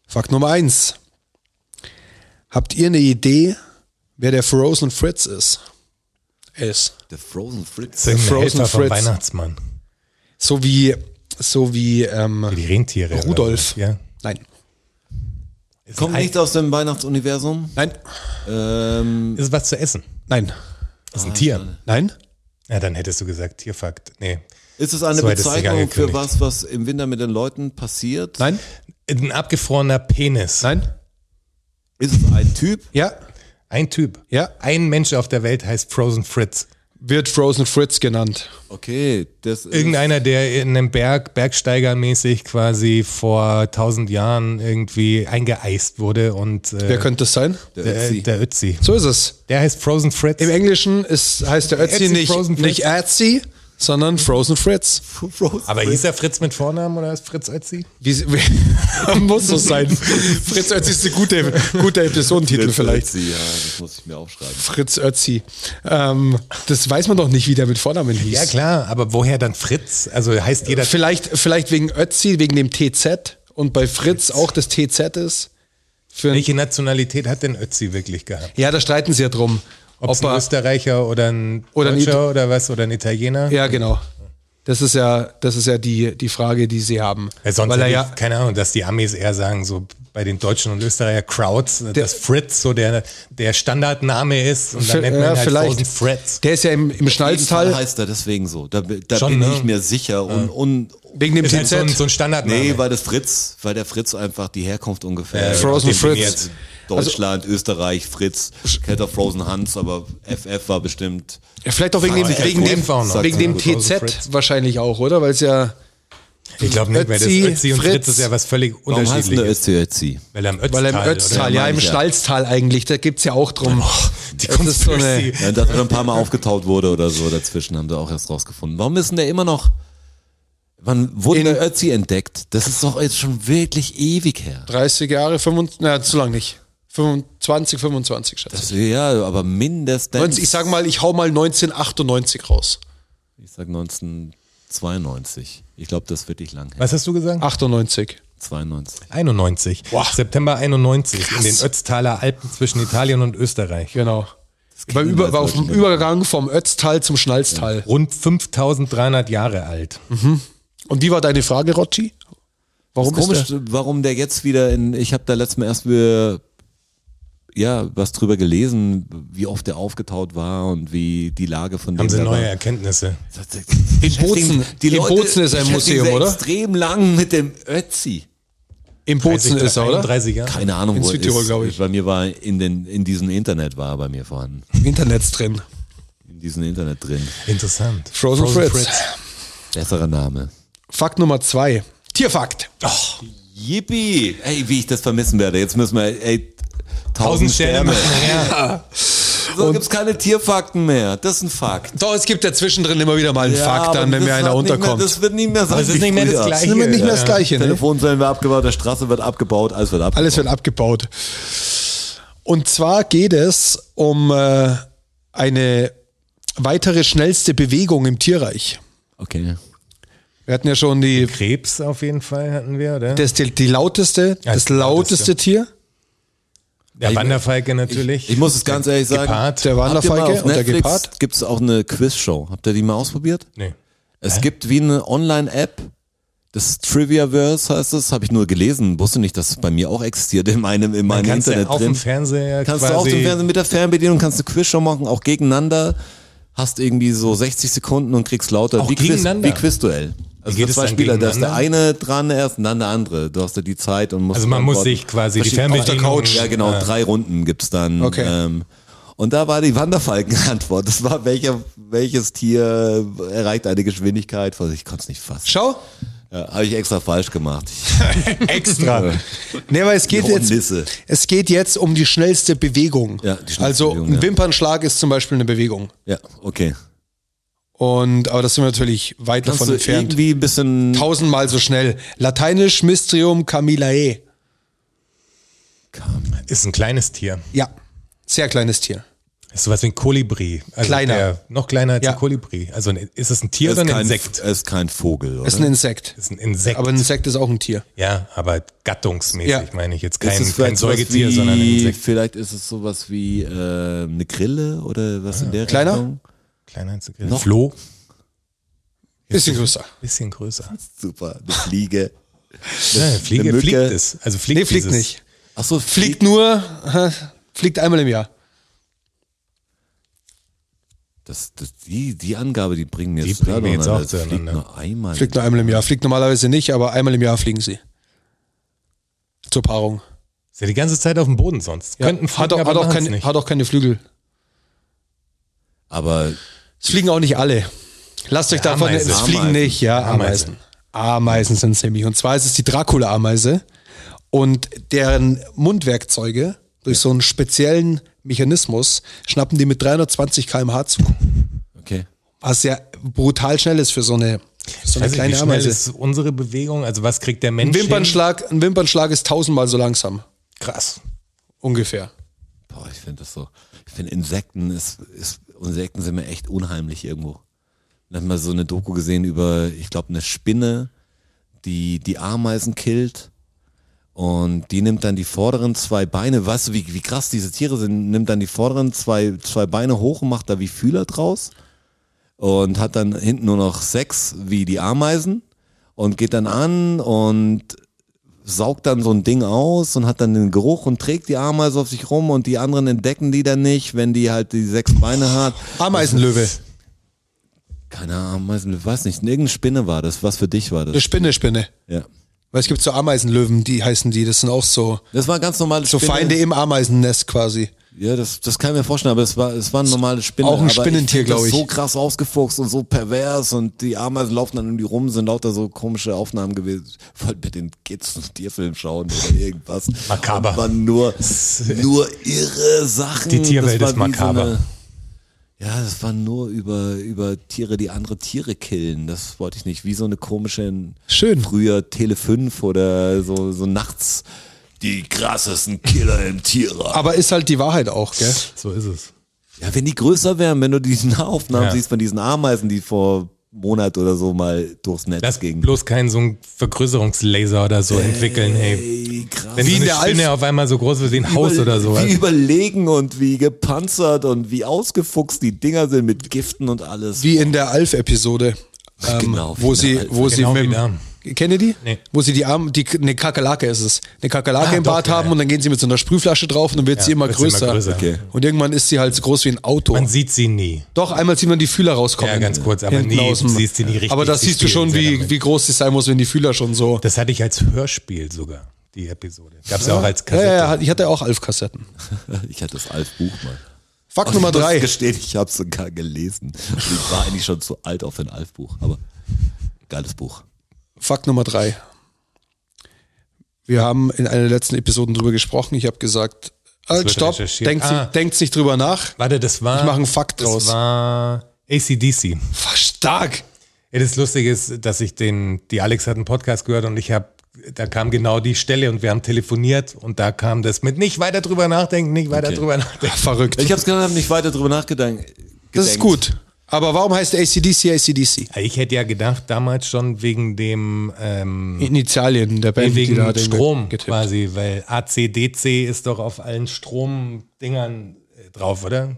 [SPEAKER 2] Fakt Nummer eins. Habt ihr eine Idee, wer der Frozen Fritz ist? Ist.
[SPEAKER 4] The Frozen Fritz.
[SPEAKER 3] Das ist
[SPEAKER 2] Frozen
[SPEAKER 3] ein Helfer vom
[SPEAKER 2] Fritz.
[SPEAKER 3] Weihnachtsmann.
[SPEAKER 2] So wie, so wie, ähm,
[SPEAKER 3] Die Rentiere. oder
[SPEAKER 2] Rudolf.
[SPEAKER 3] was, Ja.
[SPEAKER 2] Nein.
[SPEAKER 3] Ist
[SPEAKER 4] Kommt
[SPEAKER 3] ein-
[SPEAKER 4] nicht aus dem Weihnachtsuniversum.
[SPEAKER 2] Nein.
[SPEAKER 4] Ähm,
[SPEAKER 3] Ist was zu essen.
[SPEAKER 2] Nein.
[SPEAKER 3] Ist ein Tier.
[SPEAKER 2] Nein?
[SPEAKER 3] Ja, dann hättest du gesagt, Tierfakt. Nee.
[SPEAKER 4] ist es eine
[SPEAKER 3] So hättest du
[SPEAKER 4] Bezeichnung für
[SPEAKER 3] angekündigt.
[SPEAKER 4] was, was im Winter mit den Leuten passiert?
[SPEAKER 2] Nein?
[SPEAKER 3] Ein abgefrorener Penis.
[SPEAKER 2] Nein?
[SPEAKER 4] Ist es ein Typ?
[SPEAKER 2] Ja.
[SPEAKER 3] Ein Typ.
[SPEAKER 2] Ja.
[SPEAKER 3] Ein Mensch auf der Welt heißt Frozen Fritz.
[SPEAKER 2] Wird Frozen Fritz genannt.
[SPEAKER 4] Okay, das ist
[SPEAKER 3] Irgendeiner, der in einem Berg, Bergsteigermäßig quasi vor tausend Jahren irgendwie eingeeist wurde und äh,
[SPEAKER 2] Wer könnte das sein?
[SPEAKER 4] der
[SPEAKER 3] der,
[SPEAKER 4] Ötzi.
[SPEAKER 3] der Ötzi.
[SPEAKER 2] So ist es.
[SPEAKER 3] Der heißt Frozen Fritz.
[SPEAKER 2] Im Englischen ist, heißt der Ötzi
[SPEAKER 3] Ötzi,
[SPEAKER 2] nicht,
[SPEAKER 3] Frozen Fritz.
[SPEAKER 2] nicht Ötzi, sondern Frozen Fritz.
[SPEAKER 4] Frozen
[SPEAKER 3] Aber hieß er Fritz mit Vornamen oder ist Fritz Ötzi?
[SPEAKER 2] Wie, wie, muss so sein. Fritz Ötzi ist ein guter gute Episodentitel vielleicht.
[SPEAKER 4] Ötzi, ja, das muss ich mir aufschreiben.
[SPEAKER 2] Fritz Ötzi. Ähm, das weiß man doch nicht, wie der mit Vornamen hieß.
[SPEAKER 3] Ja klar, aber woher dann Fritz? Also heißt jeder
[SPEAKER 2] Vielleicht, vielleicht wegen Ötzi, wegen dem TZ und bei Fritz auch das TZ ist. Für
[SPEAKER 3] Welche Nationalität hat denn Ötzi wirklich gehabt?
[SPEAKER 2] ja, da streiten sie ja drum.
[SPEAKER 3] Ob es
[SPEAKER 2] Ob
[SPEAKER 3] ein
[SPEAKER 2] er,
[SPEAKER 3] Österreicher oder ein
[SPEAKER 2] Oder ein
[SPEAKER 3] Deutscher oder was oder ein Italiener?
[SPEAKER 2] ja, genau. Das ist ja, das ist ja die, die Frage, die sie haben.
[SPEAKER 3] Weil sonst
[SPEAKER 2] Weil er
[SPEAKER 3] hätte
[SPEAKER 2] ja,
[SPEAKER 3] ich, keine Ahnung, dass die Amis eher sagen, so bei den Deutschen und Österreicher Crowds, dass Fritz so der, der Standardname ist und dann nennt man ihn
[SPEAKER 2] ja,
[SPEAKER 3] halt
[SPEAKER 2] vielleicht.
[SPEAKER 3] Frozen Fritz.
[SPEAKER 2] Der ist ja im, im
[SPEAKER 4] Jedenfalls
[SPEAKER 2] Schnalztal
[SPEAKER 4] heißt er deswegen so. Da, da
[SPEAKER 3] Schon,
[SPEAKER 4] bin
[SPEAKER 3] ne?
[SPEAKER 4] ich mir sicher und, und
[SPEAKER 2] wegen dem
[SPEAKER 3] Ist halt
[SPEAKER 2] TZ.
[SPEAKER 3] so ein, so ein Standardname.
[SPEAKER 4] Nee, weil das Fritz, weil der Fritz einfach die Herkunft ungefähr.
[SPEAKER 3] Äh,
[SPEAKER 2] Frozen
[SPEAKER 3] definiert.
[SPEAKER 2] Fritz.
[SPEAKER 4] Deutschland,
[SPEAKER 3] Also-
[SPEAKER 4] Österreich, Fritz, Ketter Frozen Hans, aber FF war bestimmt.
[SPEAKER 2] Ja, Vielleicht auch wegen dem,
[SPEAKER 3] Aber
[SPEAKER 2] wegen
[SPEAKER 3] FF
[SPEAKER 2] dem,
[SPEAKER 3] war auch noch.
[SPEAKER 2] wegen dem
[SPEAKER 3] Sagt man so,
[SPEAKER 2] TZ
[SPEAKER 3] Fritz.
[SPEAKER 2] wahrscheinlich auch, oder? Weil es ja.
[SPEAKER 3] ich glaube nicht mehr. Das
[SPEAKER 2] Ötzi,
[SPEAKER 3] Ötzi und Fritz,
[SPEAKER 2] Fritz.
[SPEAKER 3] ist ja was völlig
[SPEAKER 4] Warum heißt denn der
[SPEAKER 3] unterschiedliches.
[SPEAKER 4] Ötzi?
[SPEAKER 3] Weil er im Ötztal,
[SPEAKER 2] Weil im
[SPEAKER 3] oder?
[SPEAKER 2] Ötztal, ja, im
[SPEAKER 4] ich ja.
[SPEAKER 2] Schnalztal eigentlich, da gibt's ja auch drum.
[SPEAKER 3] Oh, die
[SPEAKER 2] Das ist so eine-
[SPEAKER 3] Conspiracy.
[SPEAKER 4] Ja, dass er ein paar Mal aufgetaut wurde oder so dazwischen, haben sie auch erst rausgefunden. Warum ist denn der immer noch. Wann wurde
[SPEAKER 2] In-
[SPEAKER 4] der Ötzi entdeckt? Das ist doch jetzt schon wirklich ewig her.
[SPEAKER 2] 30 Jahre, 25, na, zu lang nicht. 25, 25, schätze ich.
[SPEAKER 4] Das, ja, aber mindestens.
[SPEAKER 2] 19, ich sag mal, ich hau mal 1998 raus.
[SPEAKER 4] Ich sag 1992. Ich glaube, das wird nicht lang her.
[SPEAKER 3] Was hast du gesagt?
[SPEAKER 2] 98.
[SPEAKER 4] 92.
[SPEAKER 3] 91. September 91 in den Ötztaler Alpen zwischen Italien und Österreich.
[SPEAKER 2] Genau. Beim
[SPEAKER 4] kennen
[SPEAKER 2] Über,
[SPEAKER 4] wir
[SPEAKER 2] war auf
[SPEAKER 4] als
[SPEAKER 2] dem
[SPEAKER 4] Deutsche.
[SPEAKER 2] Übergang vom Ötztal zum Schnalztal.
[SPEAKER 3] Rund 5300 Jahre alt.
[SPEAKER 2] Und wie war deine Frage, Rocci? Warum ist
[SPEAKER 4] Komisch, warum der jetzt wieder in. Ich habe da letztes Mal erst wieder ja, was drüber gelesen, wie oft er aufgetaut war und wie die Lage von
[SPEAKER 3] Haben
[SPEAKER 4] dem
[SPEAKER 3] sie
[SPEAKER 4] da war.
[SPEAKER 3] neue Erkenntnisse.
[SPEAKER 2] In
[SPEAKER 4] Beschäftigen-
[SPEAKER 2] Bozen, in Bozen ist er im
[SPEAKER 4] beschäftigen
[SPEAKER 2] Museum,
[SPEAKER 4] sich
[SPEAKER 2] oder?
[SPEAKER 4] extrem lang mit dem Ötzi.
[SPEAKER 2] Im Bozen ist er, oder?
[SPEAKER 3] 31 Jahre.
[SPEAKER 4] Keine Ahnung,
[SPEAKER 2] In
[SPEAKER 4] wo
[SPEAKER 2] Südtirol,
[SPEAKER 4] er ist.
[SPEAKER 2] glaub ich.
[SPEAKER 4] Bei mir war in, den, in diesem Internet war er bei mir vorhanden.
[SPEAKER 2] Im Internet drin.
[SPEAKER 4] In diesem Internet drin.
[SPEAKER 3] Interessant.
[SPEAKER 2] Frozen, Fritz.
[SPEAKER 4] Besserer Name.
[SPEAKER 2] Fakt Nummer zwei. Tierfakt.
[SPEAKER 4] Yippie! Ey, wie ich das vermissen werde. Jetzt müssen wir, ey, tausend
[SPEAKER 3] Tausend Sterne.
[SPEAKER 4] Sterne.
[SPEAKER 3] Ja.
[SPEAKER 4] So gibt's keine Tierfakten mehr. Das ist ein Fakt.
[SPEAKER 2] Doch, es gibt ja zwischendrin immer wieder mal einen
[SPEAKER 4] Ja,
[SPEAKER 2] Fakt
[SPEAKER 4] aber
[SPEAKER 2] dann, wenn
[SPEAKER 4] das
[SPEAKER 2] mir
[SPEAKER 4] hat
[SPEAKER 2] einer
[SPEAKER 4] nicht
[SPEAKER 2] unterkommt.
[SPEAKER 4] Mehr, das wird nicht mehr sein.
[SPEAKER 3] Das
[SPEAKER 4] wie
[SPEAKER 3] ist nicht mehr
[SPEAKER 4] früher.
[SPEAKER 3] das
[SPEAKER 2] das ist immer
[SPEAKER 3] Gleiche.
[SPEAKER 2] nicht mehr das
[SPEAKER 3] Ja.
[SPEAKER 2] Gleiche. Ne?
[SPEAKER 4] Telefonzellen wird abgebaut, der Straße wird abgebaut, alles wird abgebaut.
[SPEAKER 2] Alles wird abgebaut. Und zwar geht es um äh, eine weitere schnellste Bewegung im Tierreich.
[SPEAKER 4] Okay.
[SPEAKER 2] Wir hatten ja schon die,
[SPEAKER 3] Krebs auf jeden Fall hatten wir, oder?
[SPEAKER 2] das, die, die lauteste,
[SPEAKER 3] Ja,
[SPEAKER 2] das
[SPEAKER 3] die lauteste.
[SPEAKER 2] lauteste Tier.
[SPEAKER 3] Der Wanderfalke natürlich.
[SPEAKER 4] Ich, ich muss es ganz ehrlich sagen. habt
[SPEAKER 2] Der
[SPEAKER 3] Gepard.
[SPEAKER 4] ihr mal
[SPEAKER 2] Wanderfalke
[SPEAKER 4] auf
[SPEAKER 2] und der
[SPEAKER 4] Netflix
[SPEAKER 2] Gepard.
[SPEAKER 4] Gibt's auch eine Quizshow? Habt ihr die mal ausprobiert?
[SPEAKER 3] Nee.
[SPEAKER 4] Es gibt wie eine Online-App. Das Triviaverse heißt es, habe ich nur gelesen, wusste nicht, dass es bei mir auch existiert in meinem, in meinem
[SPEAKER 3] Kannst
[SPEAKER 4] Internet
[SPEAKER 3] du auf
[SPEAKER 4] drin.
[SPEAKER 3] dem Fernseher
[SPEAKER 4] Kannst
[SPEAKER 3] quasi
[SPEAKER 4] du auch zum Fernsehen mit der Fernbedienung, kannst eine Quizshow machen, auch gegeneinander. Hast irgendwie so 60 Sekunden und kriegst lauter
[SPEAKER 3] Auch
[SPEAKER 4] wie, Quiz,
[SPEAKER 3] gegeneinander?
[SPEAKER 4] wie Quizduell. Also
[SPEAKER 3] Wie geht
[SPEAKER 4] für
[SPEAKER 3] es
[SPEAKER 4] zwei
[SPEAKER 3] dann
[SPEAKER 4] Spieler, da ist der
[SPEAKER 3] gegeneinander?
[SPEAKER 4] eine dran erst und dann der andere. Du hast ja die Zeit und musst
[SPEAKER 3] Also man muss
[SPEAKER 4] antworten.
[SPEAKER 3] sich quasi die
[SPEAKER 2] Verschieden- auf der
[SPEAKER 3] Fernbedienung...
[SPEAKER 2] Couch.
[SPEAKER 4] Ja, genau, drei Runden gibt's dann.
[SPEAKER 2] Okay.
[SPEAKER 4] Ähm, und da war die Wanderfalken-Antwort. Das war, welcher, welches Tier erreicht eine Geschwindigkeit? von- Ich konnte es nicht fassen.
[SPEAKER 2] Schau.
[SPEAKER 4] Ja, Habe ich extra falsch gemacht. Äh,
[SPEAKER 3] Extra.
[SPEAKER 2] Nee, aber es geht,
[SPEAKER 4] Die
[SPEAKER 2] jetzt,
[SPEAKER 4] Hornisse.
[SPEAKER 2] es geht jetzt um die schnellste Bewegung.
[SPEAKER 4] Ja, die schnellste
[SPEAKER 2] also
[SPEAKER 4] Bewegung,
[SPEAKER 2] ein
[SPEAKER 4] ja.
[SPEAKER 2] Wimpernschlag ist zum Beispiel eine Bewegung.
[SPEAKER 4] Ja, okay.
[SPEAKER 2] Und, aber das sind wir natürlich weit
[SPEAKER 4] Kannst
[SPEAKER 2] davon
[SPEAKER 4] du
[SPEAKER 2] entfernt.
[SPEAKER 4] irgendwie ein bisschen
[SPEAKER 2] Tausendmal so schnell. Lateinisch Mystrium Camillae.
[SPEAKER 3] Ist ein kleines Tier.
[SPEAKER 2] Ja, sehr kleines Tier.
[SPEAKER 3] Ist sowas wie ein Kolibri. Also
[SPEAKER 2] Kleiner.
[SPEAKER 3] Der, noch kleiner als
[SPEAKER 2] Ja.
[SPEAKER 3] ein Kolibri. Also ein- ist es ein Tier
[SPEAKER 4] ist
[SPEAKER 3] oder ein
[SPEAKER 4] kein,
[SPEAKER 3] Insekt?
[SPEAKER 4] ist kein Vogel, oder?
[SPEAKER 2] Ist ein Insekt.
[SPEAKER 3] Ist ein Insekt.
[SPEAKER 2] Aber ein Insekt ist auch ein Tier.
[SPEAKER 3] ja, aber gattungsmäßig
[SPEAKER 2] Ja.
[SPEAKER 3] meine ich jetzt.
[SPEAKER 4] Ist
[SPEAKER 3] Kein,
[SPEAKER 4] es
[SPEAKER 3] kein
[SPEAKER 4] vielleicht sowas
[SPEAKER 3] Säugetier,
[SPEAKER 4] wie,
[SPEAKER 3] sondern ein Insekt.
[SPEAKER 4] Vielleicht ist es sowas wie äh, eine Grille oder was in der
[SPEAKER 2] Kleiner?
[SPEAKER 4] Richtung.
[SPEAKER 3] Kleiner Insekt.
[SPEAKER 4] Noch-
[SPEAKER 3] Floh.
[SPEAKER 2] Bisschen größer.
[SPEAKER 3] Bisschen größer.
[SPEAKER 4] Super, eine Fliege.
[SPEAKER 3] Ja, Fliege,
[SPEAKER 4] eine Mücke.
[SPEAKER 3] fliegt es. Also fliegt
[SPEAKER 2] Nee, fliegt
[SPEAKER 3] dieses-
[SPEAKER 2] nicht.
[SPEAKER 4] Achso,
[SPEAKER 2] Fliegt nur, äh, fliegt einmal im Jahr.
[SPEAKER 4] Das, das, die, die Angabe, die bringen mir
[SPEAKER 3] Die
[SPEAKER 4] jetzt
[SPEAKER 3] bringen
[SPEAKER 4] gerade
[SPEAKER 3] wir jetzt
[SPEAKER 4] noch,
[SPEAKER 3] auch
[SPEAKER 4] das fliegt
[SPEAKER 3] zueinander.
[SPEAKER 4] nur einmal.
[SPEAKER 2] Fliegt nur einmal im Jahr. Fliegt normalerweise nicht, aber einmal im Jahr fliegen sie. Zur Paarung.
[SPEAKER 3] Ist ja die ganze Zeit auf dem Boden sonst.
[SPEAKER 2] Ja.
[SPEAKER 3] Könnten
[SPEAKER 2] hat,
[SPEAKER 3] fliegen,
[SPEAKER 2] auch,
[SPEAKER 3] aber
[SPEAKER 2] hat, auch
[SPEAKER 3] machen's
[SPEAKER 2] keine,
[SPEAKER 3] nicht.
[SPEAKER 2] hat auch keine Flügel.
[SPEAKER 4] Aber
[SPEAKER 2] Es fliegen auch nicht alle. Lasst euch
[SPEAKER 3] Ja,
[SPEAKER 2] davon,
[SPEAKER 3] Ameisen.
[SPEAKER 2] es fliegen
[SPEAKER 4] Ameisen.
[SPEAKER 2] nicht, ja, Ameisen.
[SPEAKER 3] Ameisen.
[SPEAKER 2] Ameisen sind ziemlich. Und zwar ist es die Dracula-Ameise und deren Mundwerkzeuge durch so einen speziellen Mechanismus schnappen die mit 320 km/h zu,
[SPEAKER 4] okay.
[SPEAKER 2] was ja brutal schnell ist für so eine, für so eine
[SPEAKER 3] Weiß ich, wie
[SPEAKER 2] kleine
[SPEAKER 3] schnell
[SPEAKER 2] Ameise.
[SPEAKER 3] ist unsere Bewegung? Also was kriegt der Mensch
[SPEAKER 2] Ein
[SPEAKER 3] hin?
[SPEAKER 2] Wimpernschlag, ein Wimpernschlag ist tausendmal so langsam,
[SPEAKER 3] Krass.
[SPEAKER 2] ungefähr.
[SPEAKER 4] Boah, ich finde das so. Ich finde Insekten ist, ist Insekten sind mir echt unheimlich irgendwo. Dann haben wir so eine Doku gesehen über, ich glaube, eine Spinne, die die Ameisen killt. Und die nimmt dann die vorderen zwei Beine, weißt du, wie, wie krass diese Tiere sind, nimmt dann die vorderen zwei, zwei Beine hoch und macht da wie Fühler draus. Und hat dann hinten nur noch sechs wie die Ameisen und geht dann an und saugt dann so ein Ding aus und hat dann den Geruch und trägt die Ameise auf sich rum und die anderen entdecken die dann nicht, wenn die halt die sechs Beine hat.
[SPEAKER 2] Ameisenlöwe,
[SPEAKER 4] Keine Ameisen, ich weiß nicht, irgendeine Spinne war das. Was für dich war
[SPEAKER 2] eine
[SPEAKER 4] das?
[SPEAKER 2] Spinne, Spinne.
[SPEAKER 4] Ja.
[SPEAKER 2] Weil es gibt so Ameisenlöwen, die heißen die, das sind auch so,
[SPEAKER 4] Das war ganz normale
[SPEAKER 2] so
[SPEAKER 4] Spinne.
[SPEAKER 2] Feinde im Ameisennest quasi.
[SPEAKER 4] Ja, das, das kann ich mir vorstellen, aber es war, es war eine normale Spinne.
[SPEAKER 2] Auch ein
[SPEAKER 4] aber ich
[SPEAKER 2] Spinnentier,
[SPEAKER 4] find das
[SPEAKER 2] glaub ich.
[SPEAKER 4] So krass ausgefuchst und so pervers und die Ameisen laufen dann um die rum, sind lauter so komische Aufnahmen gewesen. Ich wollte mit den Kids einen Tierfilm schauen oder irgendwas.
[SPEAKER 3] Makaber.
[SPEAKER 4] Und waren nur, nur irre Sachen.
[SPEAKER 3] Die Tierwelt
[SPEAKER 4] Das
[SPEAKER 3] ist
[SPEAKER 4] war wie
[SPEAKER 3] makaber.
[SPEAKER 4] eine- ja, das war nur über, über Tiere, die andere Tiere killen. Das wollte ich nicht. Wie so eine komische,
[SPEAKER 2] Schön.
[SPEAKER 4] früher Tele 5 oder so, so nachts die krassesten Killer im Tierreich.
[SPEAKER 2] Aber ist halt die Wahrheit auch, gell?
[SPEAKER 3] So ist es.
[SPEAKER 4] Ja, wenn die größer wären, wenn du die Nahaufnahmen
[SPEAKER 3] Ja.
[SPEAKER 4] siehst von diesen Ameisen, die vor Monat oder so mal durchs Netz
[SPEAKER 3] Lass
[SPEAKER 4] gingen.
[SPEAKER 3] bloß keinen so einen Vergrößerungslaser oder so entwickeln, ey.
[SPEAKER 4] Ey, krass.
[SPEAKER 3] Wenn
[SPEAKER 4] Wie
[SPEAKER 3] so eine
[SPEAKER 2] Äh, der Alf-
[SPEAKER 3] Spinne auf einmal so groß wird wie ein Haus
[SPEAKER 4] über-
[SPEAKER 3] oder so.
[SPEAKER 4] Wie überlegen und wie gepanzert und wie ausgefuchst die Dinger sind mit Giften und alles.
[SPEAKER 2] Wie in der Alf-Episode, ähm,
[SPEAKER 4] Genau, wie
[SPEAKER 2] wo
[SPEAKER 4] in der
[SPEAKER 2] sie,
[SPEAKER 4] Alf,
[SPEAKER 2] wo sie
[SPEAKER 3] genau
[SPEAKER 2] mit,
[SPEAKER 3] wie
[SPEAKER 2] dem-
[SPEAKER 3] da.
[SPEAKER 2] Kennt ihr die?
[SPEAKER 3] Nee.
[SPEAKER 2] Wo sie die Arme, die, eine Kakerlake ist es. Eine Kakerlake
[SPEAKER 3] Ah,
[SPEAKER 2] im
[SPEAKER 3] doch,
[SPEAKER 2] Bart
[SPEAKER 3] ja,
[SPEAKER 2] haben
[SPEAKER 3] ja.
[SPEAKER 2] und dann gehen sie mit so einer Sprühflasche drauf und dann wird
[SPEAKER 3] Ja,
[SPEAKER 2] sie immer
[SPEAKER 3] wird sie immer
[SPEAKER 2] größer.
[SPEAKER 3] größer. Okay.
[SPEAKER 2] Und irgendwann ist sie halt so groß wie ein Auto.
[SPEAKER 3] Man sieht sie nie.
[SPEAKER 2] Doch, einmal sieht man die Fühler rauskommen.
[SPEAKER 3] Ja, ganz kurz, aber
[SPEAKER 2] Hinten
[SPEAKER 3] nie
[SPEAKER 2] aus dem-
[SPEAKER 3] siehst du die richtig.
[SPEAKER 2] Aber das
[SPEAKER 3] Sie
[SPEAKER 2] siehst du
[SPEAKER 3] spielen
[SPEAKER 2] schon,
[SPEAKER 3] sehr
[SPEAKER 2] wie,
[SPEAKER 3] damit.
[SPEAKER 2] wie groß sie sein muss, wenn die Fühler schon so.
[SPEAKER 3] Das hatte ich als Hörspiel sogar, die Episode. Gab es ja. auch als
[SPEAKER 2] Ja,
[SPEAKER 3] Kassette.
[SPEAKER 2] ja, ja, ich hatte auch Alf-Kassetten.
[SPEAKER 4] Ich hatte das Alf-Buch mal.
[SPEAKER 2] Fakt
[SPEAKER 4] Und
[SPEAKER 2] Nummer
[SPEAKER 4] Ich muss
[SPEAKER 2] drei.
[SPEAKER 4] gestehen, ich habe sogar gelesen. Und ich war eigentlich schon zu alt auf ein Alf-Buch, aber geiles Buch.
[SPEAKER 2] Fakt Nummer drei. Wir haben in einer der letzten Episoden drüber gesprochen. Ich habe gesagt, halt,
[SPEAKER 3] wird
[SPEAKER 2] stopp,
[SPEAKER 3] recherchiert.
[SPEAKER 2] denkt,
[SPEAKER 3] Ah.
[SPEAKER 2] denkt nicht drüber nach.
[SPEAKER 3] Warte, das war.
[SPEAKER 2] Ich mache einen Fakt
[SPEAKER 3] das
[SPEAKER 2] draus.
[SPEAKER 3] war ACDC.
[SPEAKER 2] Stark.
[SPEAKER 3] Ja, das Lustige ist, dass ich den, die Alex hat einen Podcast gehört und ich habe, da kam genau die Stelle und wir haben telefoniert und da kam das mit nicht weiter drüber nachdenken, nicht weiter
[SPEAKER 4] Okay.
[SPEAKER 3] drüber nachdenken.
[SPEAKER 2] Verrückt.
[SPEAKER 4] Ich habe es hab nicht weiter drüber nachgedacht.
[SPEAKER 2] das ist gut. Aber warum heißt ACDC ACDC?
[SPEAKER 3] Ich hätte ja gedacht, damals schon wegen dem, ähm,
[SPEAKER 2] Initialien der Band.
[SPEAKER 3] wegen
[SPEAKER 2] da den
[SPEAKER 3] Strom
[SPEAKER 2] getippt.
[SPEAKER 3] quasi, weil ACDC ist doch auf allen Stromdingern äh, drauf, oder?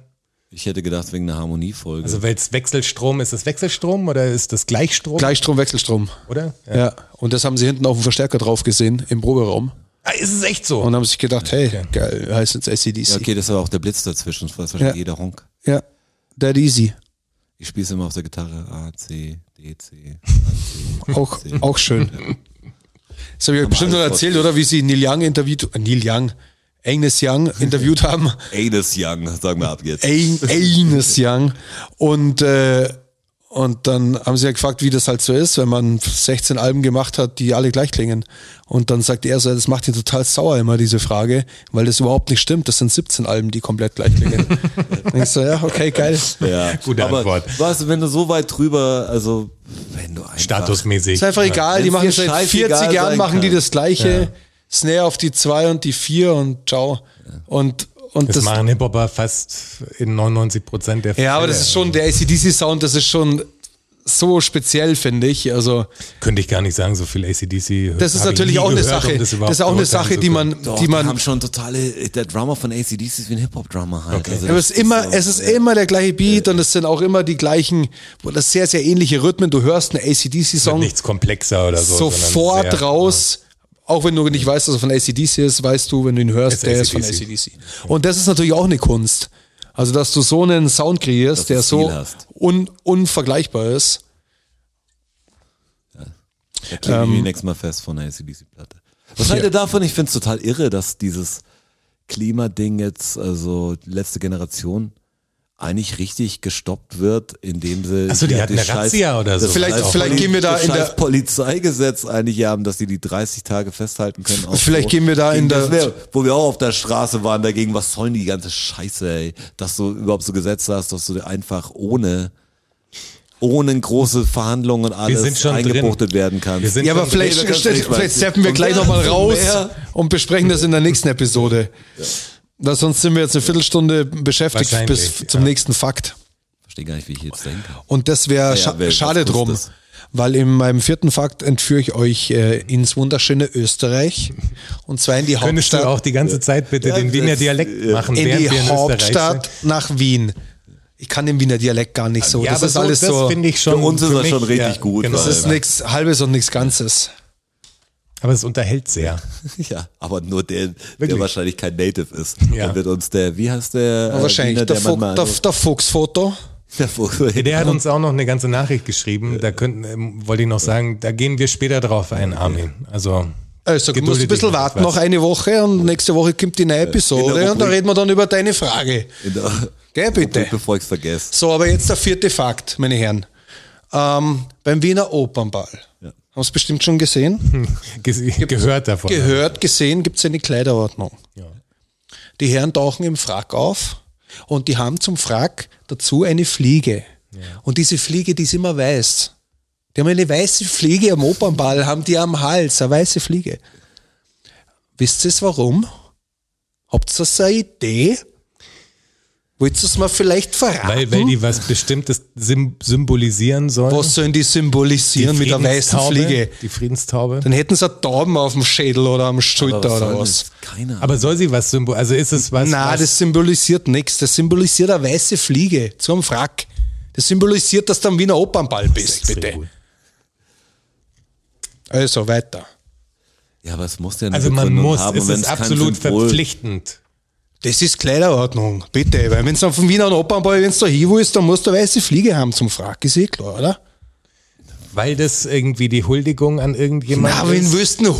[SPEAKER 4] Ich hätte gedacht, wegen einer Harmoniefolge.
[SPEAKER 3] Also weil es Wechselstrom ist, das Wechselstrom oder ist das Gleichstrom,
[SPEAKER 2] Gleichstrom, Wechselstrom.
[SPEAKER 3] oder?
[SPEAKER 2] Ja. Und das haben sie hinten auf dem Verstärker drauf gesehen, im Proberaum.
[SPEAKER 3] Ah, ist es echt so?
[SPEAKER 2] Und haben sich gedacht, hey, geil, heißt jetzt ACDC.
[SPEAKER 4] ja, okay, das war auch der Blitz dazwischen. Das weiß wahrscheinlich
[SPEAKER 2] Ja.
[SPEAKER 4] jeder Honk.
[SPEAKER 2] Ja, that easy.
[SPEAKER 4] Ich spiele es immer auf der Gitarre. A, C, D, C.
[SPEAKER 2] Auch, auch schön. Das habe ich euch bestimmt
[SPEAKER 4] alles
[SPEAKER 2] schon erzählt, oder? Wie sie Neil Young interviewt, äh, Neil Young, Agnes Young interviewt haben.
[SPEAKER 4] Anus Young, sagen wir ab jetzt.
[SPEAKER 2] Ein- Agnes Young. Und, äh, und dann haben sie ja gefragt, wie das halt so ist, wenn man 16 Alben gemacht hat, die alle gleich klingen. Und dann sagt er so, das macht ihn total sauer immer, diese Frage, weil das überhaupt nicht stimmt. Das sind 17 Alben, die komplett gleich klingen. Denkst du, ja, okay, geil.
[SPEAKER 4] Ja.
[SPEAKER 3] Gute
[SPEAKER 4] aber
[SPEAKER 3] Antwort.
[SPEAKER 4] Was, wenn du so weit drüber, also wenn du einfach,
[SPEAKER 3] Statusmäßig.
[SPEAKER 2] Ist einfach egal, die
[SPEAKER 4] Wenn's
[SPEAKER 2] machen
[SPEAKER 4] dir
[SPEAKER 2] seit
[SPEAKER 4] scheißegal
[SPEAKER 2] 40 Jahren
[SPEAKER 4] sein
[SPEAKER 2] machen die
[SPEAKER 4] kann.
[SPEAKER 2] das gleiche. Snare auf die 2 und die 4 und ciao. Und, und
[SPEAKER 3] Das,
[SPEAKER 2] das,
[SPEAKER 3] machen Hip-Hopper fast in 99 Prozent der
[SPEAKER 2] ja, aber das ist schon, der ACDC-Sound, das ist schon so speziell, finde ich. Also,
[SPEAKER 3] Könnte ich gar nicht sagen, so viel ACDC.
[SPEAKER 2] das ist
[SPEAKER 3] habe ich nie
[SPEAKER 2] natürlich auch eine
[SPEAKER 3] gehört,
[SPEAKER 2] Sache.
[SPEAKER 3] um
[SPEAKER 2] das,
[SPEAKER 3] überhaupt
[SPEAKER 2] ist auch eine
[SPEAKER 3] beurteilen
[SPEAKER 2] Sache,
[SPEAKER 3] zu
[SPEAKER 2] die
[SPEAKER 3] können.
[SPEAKER 2] man,
[SPEAKER 4] Doch,
[SPEAKER 2] die
[SPEAKER 4] die
[SPEAKER 2] man,
[SPEAKER 4] haben schon totale, der Drummer von ACDC ist wie ein Hip-Hop-Drummer halt. Also
[SPEAKER 2] aber
[SPEAKER 4] das
[SPEAKER 2] es ist immer,
[SPEAKER 4] so-
[SPEAKER 2] es ist immer der gleiche Beat und es sind auch immer die gleichen, wo das sehr, sehr ähnliche Rhythmen. Du hörst einen ACDC-Song.
[SPEAKER 3] Nichts komplexer oder so. sondern
[SPEAKER 2] sofort
[SPEAKER 3] sehr-
[SPEAKER 2] raus. Auch wenn du nicht weißt, dass er von ACDC ist, weißt du, wenn du ihn hörst,
[SPEAKER 3] Ist
[SPEAKER 2] der ist von
[SPEAKER 3] AC/DC.
[SPEAKER 2] ACDC. Und das ist natürlich auch eine Kunst. Also, dass du so einen Sound kreierst,
[SPEAKER 4] Dass du
[SPEAKER 2] der so
[SPEAKER 4] Stil hast.
[SPEAKER 2] un unvergleichbar ist.
[SPEAKER 4] Da klebe
[SPEAKER 3] Ähm,
[SPEAKER 4] ich mich nächstes Mal fest von der ACDC-Platte. Was haltet ihr davon? Ich finde es total irre, dass dieses Klimading jetzt, also die letzte Generation, eigentlich richtig gestoppt wird, indem sie.
[SPEAKER 3] Ach so, die hatten
[SPEAKER 4] das
[SPEAKER 3] eine Razzia oder so.
[SPEAKER 4] das
[SPEAKER 2] Vielleicht-
[SPEAKER 4] scheiß
[SPEAKER 2] vielleicht gehen wir da
[SPEAKER 4] das
[SPEAKER 2] in der-
[SPEAKER 4] scheiß Polizeigesetz eigentlich haben, dass die die 30 Tage festhalten können. auch
[SPEAKER 2] Vielleicht gehen wir da
[SPEAKER 4] gegen
[SPEAKER 2] in
[SPEAKER 4] das
[SPEAKER 2] der-
[SPEAKER 4] wär- wo wir auch auf der Straße waren dagegen, was sollen die ganze Scheiße, ey? Dass du überhaupt so Gesetze hast, dass du einfach ohne, ohne große Verhandlungen und alles
[SPEAKER 3] sind schon drin.
[SPEAKER 4] eingebuchtet werden kannst.
[SPEAKER 3] Wir sind
[SPEAKER 2] Ja, aber
[SPEAKER 3] schon-
[SPEAKER 2] vielleicht,
[SPEAKER 4] Nee, wir
[SPEAKER 2] st-
[SPEAKER 4] können's nicht, weil-
[SPEAKER 2] vielleicht steppen wir
[SPEAKER 4] Und
[SPEAKER 2] gleich
[SPEAKER 4] wer
[SPEAKER 2] nochmal
[SPEAKER 4] so
[SPEAKER 2] raus
[SPEAKER 4] mehr?
[SPEAKER 2] und besprechen das in der nächsten Episode. Weil sonst sind wir jetzt eine Viertelstunde beschäftigt bis
[SPEAKER 3] Wahrscheinlich,
[SPEAKER 2] zum
[SPEAKER 3] ja.
[SPEAKER 2] nächsten Fakt.
[SPEAKER 4] Verstehe gar nicht, wie ich jetzt denke.
[SPEAKER 2] Und das wäre
[SPEAKER 4] ja,
[SPEAKER 2] scha
[SPEAKER 4] wer-
[SPEAKER 2] schade
[SPEAKER 4] was
[SPEAKER 2] drum,
[SPEAKER 4] kostet's?
[SPEAKER 2] weil in meinem vierten Fakt entführe ich euch äh, ins wunderschöne Österreich und zwar in die
[SPEAKER 3] Könntest
[SPEAKER 2] Hauptstadt,
[SPEAKER 3] du auch die ganze Zeit bitte
[SPEAKER 4] Ja,
[SPEAKER 3] den Wiener
[SPEAKER 4] das-
[SPEAKER 3] Dialekt machen,
[SPEAKER 2] äh, in
[SPEAKER 3] während
[SPEAKER 2] die
[SPEAKER 3] wir in Österreich
[SPEAKER 2] Hauptstadt
[SPEAKER 3] sind?
[SPEAKER 2] nach Wien. Ich kann den Wiener Dialekt gar nicht so.
[SPEAKER 3] ja,
[SPEAKER 2] das
[SPEAKER 3] aber
[SPEAKER 2] ist alles
[SPEAKER 3] das
[SPEAKER 2] so.
[SPEAKER 3] finde ich schon.
[SPEAKER 4] Für uns ist das schon richtig gut,
[SPEAKER 3] Genau.
[SPEAKER 4] weil-
[SPEAKER 2] Das ist nichts Halbes und nichts Ganzes.
[SPEAKER 3] aber es unterhält sehr.
[SPEAKER 4] Ja, aber nur der, der
[SPEAKER 3] Wirklich?
[SPEAKER 4] wahrscheinlich kein Native ist.
[SPEAKER 3] Ja.
[SPEAKER 4] Dann wird uns der, wie heißt der? äh,
[SPEAKER 2] wahrscheinlich
[SPEAKER 4] Wiener,
[SPEAKER 2] der,
[SPEAKER 4] der,
[SPEAKER 2] Fuch,
[SPEAKER 4] manchmal-
[SPEAKER 2] der, der Fuchsfoto.
[SPEAKER 4] der Fuchs.
[SPEAKER 3] Ja, Der hat uns auch noch eine ganze Nachricht geschrieben. Da könnten, ähm, wollte ich noch sagen, da gehen wir später drauf ein, Armin. Also,
[SPEAKER 2] Also, du musst
[SPEAKER 3] gedulde
[SPEAKER 2] ein
[SPEAKER 3] dich
[SPEAKER 2] bisschen
[SPEAKER 3] noch
[SPEAKER 2] warten,
[SPEAKER 3] etwas.
[SPEAKER 2] noch eine Woche und nächste Woche kommt die neue Episode und da
[SPEAKER 4] Rubrik-
[SPEAKER 2] reden wir dann über deine Frage.
[SPEAKER 4] In der-
[SPEAKER 2] Gell, bitte.
[SPEAKER 4] Bevor ich es vergesse.
[SPEAKER 2] So, aber jetzt der vierte Fakt, meine Herren. Ähm, beim Wiener Opernball. Haben Sie bestimmt schon gesehen?
[SPEAKER 3] Hm. Ge gehört davon.
[SPEAKER 2] Gehört, gesehen gibt es eine Kleiderordnung. Die Herren tauchen im Frack auf und die haben zum Frack dazu eine Fliege. Und diese Fliege, die ist immer weiß. Die haben eine weiße Fliege am Opernball, haben die am Hals, eine weiße Fliege. Wisst ihr es warum? Habt ihr das eine Idee? Wollt ihr es mal vielleicht verraten?
[SPEAKER 3] Weil, weil die was Bestimmtes sym symbolisieren sollen.
[SPEAKER 2] Was sollen die
[SPEAKER 3] Die
[SPEAKER 2] symbolisieren mit der weißen
[SPEAKER 3] Friedenstaube,
[SPEAKER 2] Fliege?
[SPEAKER 3] Die Friedenstaube.
[SPEAKER 2] Dann hätten sie einen Tauben auf dem Schädel oder am Schulter
[SPEAKER 4] Aber
[SPEAKER 2] oder
[SPEAKER 4] soll
[SPEAKER 2] was.
[SPEAKER 4] das? Keine Ahnung.
[SPEAKER 3] Aber soll sie was symbolisieren? Also ist es was?
[SPEAKER 2] Na,
[SPEAKER 3] was
[SPEAKER 2] das symbolisiert nichts. Das symbolisiert eine weiße Fliege zum Frack. Das symbolisiert, dass du am Wiener Opernball bist,
[SPEAKER 3] Sehr
[SPEAKER 2] bitte.
[SPEAKER 3] gut.
[SPEAKER 2] Also weiter.
[SPEAKER 4] Ja, aber es muss ja eine
[SPEAKER 3] Also man
[SPEAKER 4] Begründung
[SPEAKER 3] muss,
[SPEAKER 4] haben.
[SPEAKER 3] es
[SPEAKER 4] und wenn
[SPEAKER 3] ist
[SPEAKER 4] kein
[SPEAKER 3] absolut
[SPEAKER 4] Symbol-
[SPEAKER 3] verpflichtend.
[SPEAKER 2] Das ist Kleiderordnung, bitte. Weil wenn es auf dem Wiener Opernball, wenn es da hin ist, dann musst du eine weiße Fliege haben zum Frack, ist eh klar, oder?
[SPEAKER 3] Weil das irgendwie die Huldigung an irgendjemanden
[SPEAKER 2] Na, wen
[SPEAKER 3] ist.
[SPEAKER 2] willst du denn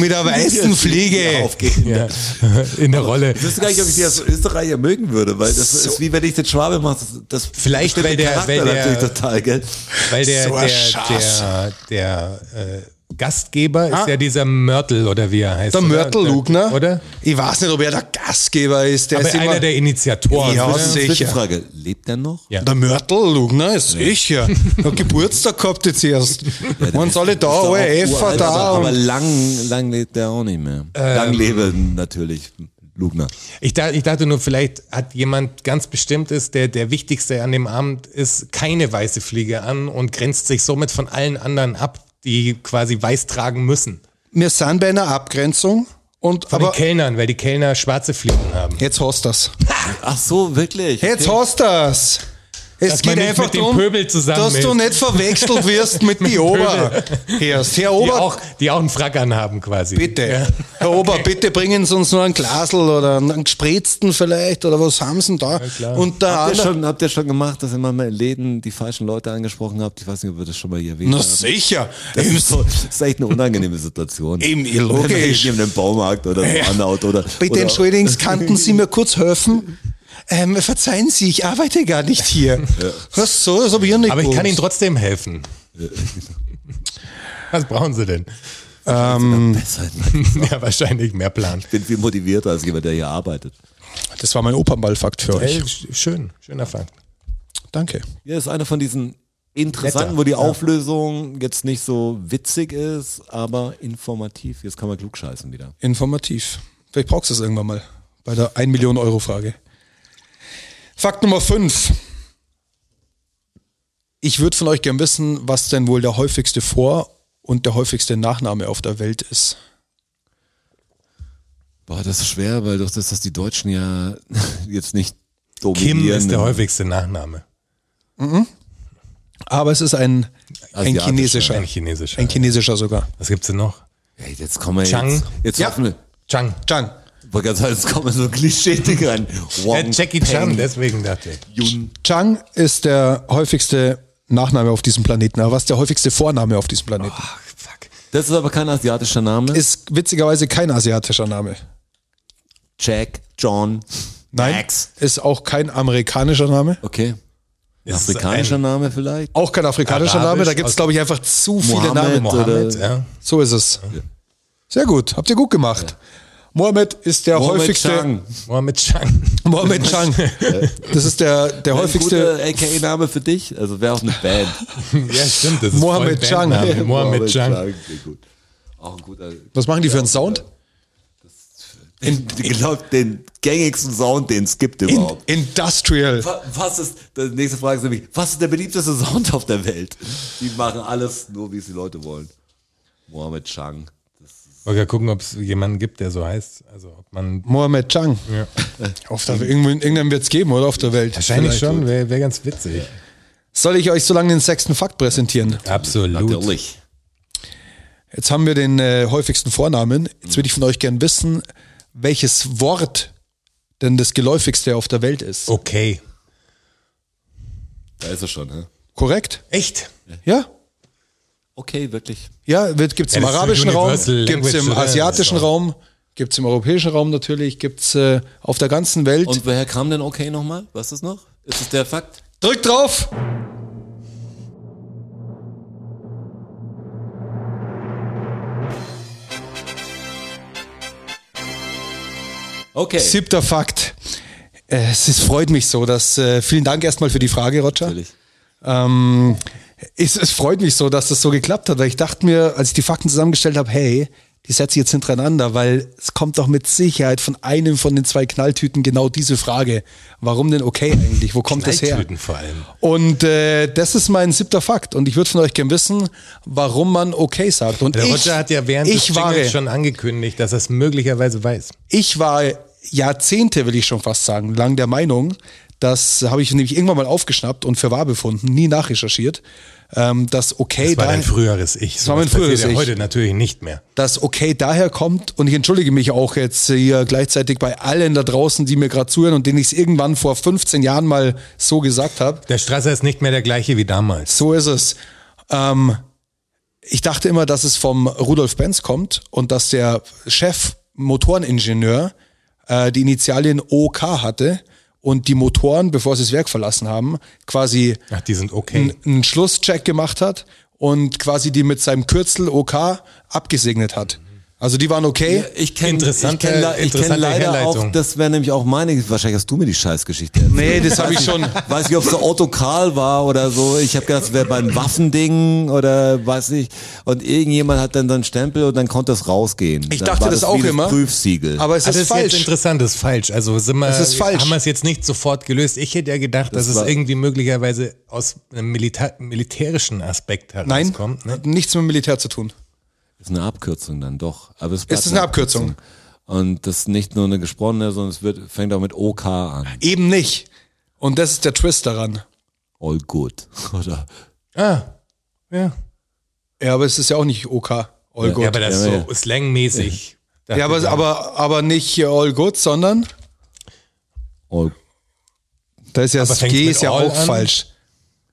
[SPEAKER 2] mit einer weißen
[SPEAKER 4] Ja,
[SPEAKER 2] Fliege?
[SPEAKER 4] aufgehen.
[SPEAKER 3] Ja, in der Rolle.
[SPEAKER 4] Ich wüsste gar nicht, ob ich die als Österreicher mögen würde, weil das ist wie wenn ich den Schwabe mache. Das, das
[SPEAKER 3] Vielleicht,
[SPEAKER 4] bestimmt
[SPEAKER 3] weil
[SPEAKER 4] den
[SPEAKER 3] der-
[SPEAKER 4] Charakter
[SPEAKER 3] weil der-
[SPEAKER 4] natürlich total, gell?
[SPEAKER 3] Weil der,
[SPEAKER 2] So ein Schatz. Ah.
[SPEAKER 3] der, der, der äh, Gastgeber ist ja dieser Mörtel oder wie er heißt.
[SPEAKER 2] Der
[SPEAKER 3] oder?
[SPEAKER 2] Mörtel Lugner.
[SPEAKER 3] Oder?
[SPEAKER 2] Ich weiß nicht, ob er der Gastgeber ist. Der
[SPEAKER 3] Aber
[SPEAKER 2] ist
[SPEAKER 3] einer
[SPEAKER 2] immer,
[SPEAKER 3] der Initiatoren.
[SPEAKER 2] Ja,
[SPEAKER 3] oder?
[SPEAKER 2] sicher.
[SPEAKER 4] Zwischenfrage, lebt der noch?
[SPEAKER 3] Ja.
[SPEAKER 2] der Mörtel Lugner ist sicher. Der Geburtstag gehabt jetzt erst. Waren alle da,
[SPEAKER 4] Ist doch
[SPEAKER 2] alle
[SPEAKER 4] auch
[SPEAKER 2] Effer
[SPEAKER 4] uralt,
[SPEAKER 2] da.
[SPEAKER 4] Aber, aber
[SPEAKER 2] und-
[SPEAKER 4] lang, lang lebt der auch nicht mehr. lang lebe natürlich Lugner.
[SPEAKER 3] Ich, da, ich dachte nur, vielleicht hat jemand ganz bestimmtes, der der Wichtigste an dem Abend ist, keine weiße Fliege an und grenzt sich somit von allen anderen ab, die quasi weiß tragen müssen.
[SPEAKER 2] Wir sind bei einer Abgrenzung. Und,
[SPEAKER 3] Von
[SPEAKER 2] aber
[SPEAKER 3] den Kellnern, weil die Kellner schwarze Fliegen haben.
[SPEAKER 2] jetzt hast du das.
[SPEAKER 4] Ach so, wirklich?
[SPEAKER 2] Jetzt hast du das. Es
[SPEAKER 3] Dass man
[SPEAKER 2] geht
[SPEAKER 3] nicht
[SPEAKER 2] einfach
[SPEAKER 3] mit dem
[SPEAKER 2] darum,
[SPEAKER 3] Pöbel zusammen
[SPEAKER 2] dass du
[SPEAKER 3] ist.
[SPEAKER 2] nicht verwechselt wirst mit, die Ober. Erst. Herr
[SPEAKER 3] Die
[SPEAKER 2] Ober,
[SPEAKER 3] auch, die auch einen Frack anhaben quasi.
[SPEAKER 2] bitte.
[SPEAKER 3] Ja.
[SPEAKER 2] Herr Ober, bitte bringen Sie uns noch ein Glasel oder einen gespritzten vielleicht oder was haben Sie denn da?
[SPEAKER 3] klar.
[SPEAKER 2] und der
[SPEAKER 4] Habt ihr,
[SPEAKER 2] andere,
[SPEAKER 4] schon, habt ihr schon gemacht, dass ihr manchmal in Läden die falschen Leute angesprochen habt? Ich weiß nicht, ob wir das schon mal hier erwähnt
[SPEAKER 2] na
[SPEAKER 4] haben.
[SPEAKER 2] sicher,
[SPEAKER 4] Das ist, so, das ist echt eine unangenehme Situation.
[SPEAKER 2] Eben, eh,
[SPEAKER 4] Wenn man
[SPEAKER 2] logisch.
[SPEAKER 4] neben dem Baumarkt oder so anhaut oder.
[SPEAKER 2] bitte
[SPEAKER 4] oder
[SPEAKER 2] entschuldigen, Sie, könnten Sie mir kurz helfen? Ähm, verzeihen Sie, ich arbeite gar nicht hier. Was so, das habe ich ja nicht
[SPEAKER 3] Aber ich kann
[SPEAKER 2] gewusst.
[SPEAKER 3] ihnen trotzdem helfen. Was brauchen sie denn?
[SPEAKER 4] Besser, ich
[SPEAKER 3] Ja, wahrscheinlich mehr Plan.
[SPEAKER 4] bin viel motivierter als jemand, der hier arbeitet.
[SPEAKER 2] Das war mein Opernballfakt für euch.
[SPEAKER 3] Ey, Äh, sch- schön, schöner Fakt.
[SPEAKER 2] Danke.
[SPEAKER 4] Hier ist einer von diesen interessanten,
[SPEAKER 3] Netter,
[SPEAKER 4] wo die Auflösung jetzt nicht so witzig ist, aber informativ. Jetzt kann man klugscheißen wieder.
[SPEAKER 2] Informativ. Vielleicht brauchst du es irgendwann mal bei der 1 Million Euro Frage. Fakt Nummer 5. Ich würde von euch gern wissen, was denn wohl der häufigste Vor- und der häufigste Nachname auf der Welt ist.
[SPEAKER 4] Boah, das ist schwer, weil durch das, dass die Deutschen ja jetzt nicht dominieren.
[SPEAKER 3] Kim ist der häufigste Nachname.
[SPEAKER 2] Aber es ist ein, ein
[SPEAKER 4] Asiatischer.
[SPEAKER 2] chinesischer.
[SPEAKER 3] Ein chinesischer.
[SPEAKER 2] Ein chinesischer sogar.
[SPEAKER 3] Was gibt's denn noch?
[SPEAKER 4] Ey, jetzt kommen wir
[SPEAKER 3] Chang.
[SPEAKER 4] jetzt. Jetzt
[SPEAKER 2] Ja.
[SPEAKER 4] hoffen wir.
[SPEAKER 3] Chang.
[SPEAKER 2] Chang.
[SPEAKER 4] Wollte gerade sagen, jetzt kommen so Klischee-Ding rein.
[SPEAKER 3] Äh,
[SPEAKER 4] Wong
[SPEAKER 3] Jackie Chan, deswegen dachte ich.
[SPEAKER 4] Yun.
[SPEAKER 2] Chang ist der häufigste Nachname auf diesem Planeten. Aber was ist der häufigste Vorname auf diesem Planeten?
[SPEAKER 3] Ach, fuck.
[SPEAKER 4] Das ist aber kein asiatischer Name.
[SPEAKER 2] Ist witzigerweise kein asiatischer Name.
[SPEAKER 4] Jack, John,
[SPEAKER 2] Nein.
[SPEAKER 4] Max.
[SPEAKER 2] Ist auch kein amerikanischer Name.
[SPEAKER 4] Okay.
[SPEAKER 3] Es ist äh,
[SPEAKER 4] Afrikanischer Name vielleicht?
[SPEAKER 2] Auch kein afrikanischer
[SPEAKER 3] Arabisch
[SPEAKER 2] Name, da gibt es,
[SPEAKER 3] aus-
[SPEAKER 2] glaube ich, einfach zu viele
[SPEAKER 4] Mohammed.
[SPEAKER 2] Namen.
[SPEAKER 3] ein Mohammed,
[SPEAKER 4] Oder-
[SPEAKER 3] ja.
[SPEAKER 2] So ist es. Sehr gut, habt ihr gut gemacht. Mohammed ist der
[SPEAKER 4] Mohammed
[SPEAKER 2] häufigste.
[SPEAKER 4] Chang.
[SPEAKER 3] Mohammed Chang.
[SPEAKER 2] Mohammed Chang. Das ist der, der häufigste.
[SPEAKER 4] Häufigste AKA-Name für dich? Also wäre auch eine Band.
[SPEAKER 3] Ja, stimmt. Das ist
[SPEAKER 2] Mohammed
[SPEAKER 3] voll
[SPEAKER 2] Chang.
[SPEAKER 3] Bandname. Mohammed Chang.
[SPEAKER 4] Sehr gut. Auch ein guter.
[SPEAKER 2] Was machen die für einen Sound?
[SPEAKER 4] In, ich glaube, den gängigsten Sound, den es gibt
[SPEAKER 2] In,
[SPEAKER 4] überhaupt.
[SPEAKER 2] Industrial.
[SPEAKER 4] Wa- was ist, die nächste Frage ist nämlich, was ist der beliebteste Sound auf der Welt? Die machen alles nur, wie es die Leute wollen. Mohammed Chang.
[SPEAKER 3] Wollte ja gucken, ob es jemanden gibt, der so heißt. Also, ob man.
[SPEAKER 2] Mohammed Chang.
[SPEAKER 3] Ja.
[SPEAKER 2] Auf der, irgendwo, irgendeinen wird es geben, oder? Auf der Welt.
[SPEAKER 3] Wahrscheinlich
[SPEAKER 2] Vielleicht.
[SPEAKER 3] schon, wäre wär ganz witzig.
[SPEAKER 2] Soll ich euch so lange den sechsten Fakt präsentieren?
[SPEAKER 3] Absolut.
[SPEAKER 4] Natürlich.
[SPEAKER 2] Jetzt haben wir den äh, häufigsten Vornamen. Jetzt würde ich von euch gern wissen, welches Wort denn das geläufigste auf der Welt ist.
[SPEAKER 3] Okay.
[SPEAKER 4] Da ist er schon, hä?
[SPEAKER 2] Korrekt?
[SPEAKER 3] Echt?
[SPEAKER 2] Ja?
[SPEAKER 4] Okay, wirklich.
[SPEAKER 2] Ja, wird, gibt's
[SPEAKER 3] Ja,
[SPEAKER 2] im
[SPEAKER 3] das ist so
[SPEAKER 2] arabischen Raum,
[SPEAKER 3] Universal
[SPEAKER 2] gibt's
[SPEAKER 3] Language,
[SPEAKER 2] im
[SPEAKER 3] oder?
[SPEAKER 2] asiatischen
[SPEAKER 3] Das ist so.
[SPEAKER 2] Raum, gibt's im europäischen Raum natürlich, gibt's äh, auf der ganzen Welt.
[SPEAKER 4] Und woher kam denn okay nochmal? Was ist noch? Ist es der Fakt?
[SPEAKER 2] Drück drauf!
[SPEAKER 4] Okay.
[SPEAKER 2] Siebter Fakt. Äh, Es ist, freut mich so, dass äh, vielen Dank erstmal für die Frage, Roger.
[SPEAKER 4] Natürlich.
[SPEAKER 2] Ähm, es, es freut mich so, dass das so geklappt hat, weil ich dachte mir, als ich die Fakten zusammengestellt habe, hey, die setze ich jetzt hintereinander, weil es kommt doch mit Sicherheit von einem von den zwei Knalltüten genau diese Frage. Warum denn okay eigentlich? Wo kommt das her?
[SPEAKER 3] Knalltüten vor allem.
[SPEAKER 2] Und äh, das ist mein siebter Fakt. Und ich würde von euch gern wissen, warum man okay sagt. Und
[SPEAKER 3] Der
[SPEAKER 2] ich,
[SPEAKER 3] Roger hat ja während
[SPEAKER 2] ich
[SPEAKER 3] des
[SPEAKER 2] war,
[SPEAKER 3] Jingles schon angekündigt, dass er es möglicherweise weiß.
[SPEAKER 2] ich war Jahrzehnte, will ich schon fast sagen, lang der Meinung, Das habe ich nämlich irgendwann mal aufgeschnappt und für wahr befunden, nie nachrecherchiert. Ähm, dass okay
[SPEAKER 3] Das war dein
[SPEAKER 2] daher-
[SPEAKER 3] früheres Ich.
[SPEAKER 2] war mein
[SPEAKER 3] Sowas passiert
[SPEAKER 2] früheres
[SPEAKER 3] ja
[SPEAKER 2] Ich.
[SPEAKER 3] heute natürlich nicht mehr.
[SPEAKER 2] das okay daher kommt und ich entschuldige mich auch jetzt hier gleichzeitig bei allen da draußen, die mir gerade zuhören und denen ich es irgendwann vor 15 Jahren mal so gesagt habe.
[SPEAKER 3] Der Strasser ist nicht mehr der gleiche wie damals.
[SPEAKER 2] So ist es. Ähm, ich dachte immer, dass es vom Rudolf Benz kommt und dass der Chef Motoreningenieur äh, die Initialien OK hatte und die Motoren, bevor sie das Werk verlassen haben, quasi
[SPEAKER 3] Ach, die sind okay.
[SPEAKER 2] einen Schlusscheck gemacht hat und quasi die mit seinem Kürzel OK abgesegnet hat. Also die waren okay.
[SPEAKER 4] Ich kenne
[SPEAKER 3] Interessante-
[SPEAKER 4] ich kenn, le- ich kenn
[SPEAKER 3] interessante
[SPEAKER 4] leider
[SPEAKER 3] Herleitung.
[SPEAKER 4] auch, das wäre nämlich auch meine, wahrscheinlich hast du mir die Scheißgeschichte erzählt.
[SPEAKER 2] Nee, das habe ich schon.
[SPEAKER 3] ne?
[SPEAKER 4] Weiß nicht, ob es der Otto Karl war oder so. Ich habe gedacht, es wäre beim Waffending oder weiß nicht. Und irgendjemand hat dann so einen Stempel und dann konnte es rausgehen.
[SPEAKER 2] Ich
[SPEAKER 4] Dann
[SPEAKER 2] dachte
[SPEAKER 4] war
[SPEAKER 2] das auch
[SPEAKER 4] wie
[SPEAKER 2] immer.
[SPEAKER 4] Prüfsiegel.
[SPEAKER 2] Aber es
[SPEAKER 3] Das,
[SPEAKER 2] ist,
[SPEAKER 3] Also ist jetzt
[SPEAKER 2] falsch.
[SPEAKER 3] interessant, das ist falsch. Also sind wir,
[SPEAKER 2] Es ist falsch.
[SPEAKER 3] haben wir es jetzt nicht sofort gelöst. Ich hätte ja gedacht,
[SPEAKER 4] Das
[SPEAKER 3] dass es
[SPEAKER 4] war-
[SPEAKER 3] irgendwie möglicherweise aus einem Milita militärischen Aspekt
[SPEAKER 2] Nein,
[SPEAKER 3] herauskommt. ne?
[SPEAKER 2] hat nichts mit dem Militär zu tun.
[SPEAKER 4] Das ist eine Abkürzung dann doch. Aber es
[SPEAKER 2] Es
[SPEAKER 4] bleibt
[SPEAKER 2] ist eine Abkürzung.
[SPEAKER 4] Und das ist nicht nur eine gesprochene, sondern es wird, fängt auch mit OK an.
[SPEAKER 2] Eben nicht. Und das ist der Twist daran.
[SPEAKER 4] All good. Oder
[SPEAKER 3] Ah, ja.
[SPEAKER 2] Ja, aber es ist ja auch nicht OK. All good.
[SPEAKER 3] Ja, aber das ist
[SPEAKER 4] Ja,
[SPEAKER 3] so
[SPEAKER 4] ja.
[SPEAKER 3] slangmäßig.
[SPEAKER 2] Ja, aber, aber, aber nicht all good, sondern
[SPEAKER 4] all
[SPEAKER 2] da ist ja das
[SPEAKER 3] fängt's
[SPEAKER 2] G
[SPEAKER 3] mit
[SPEAKER 2] ist ja
[SPEAKER 3] all
[SPEAKER 2] auch
[SPEAKER 3] an?
[SPEAKER 2] falsch.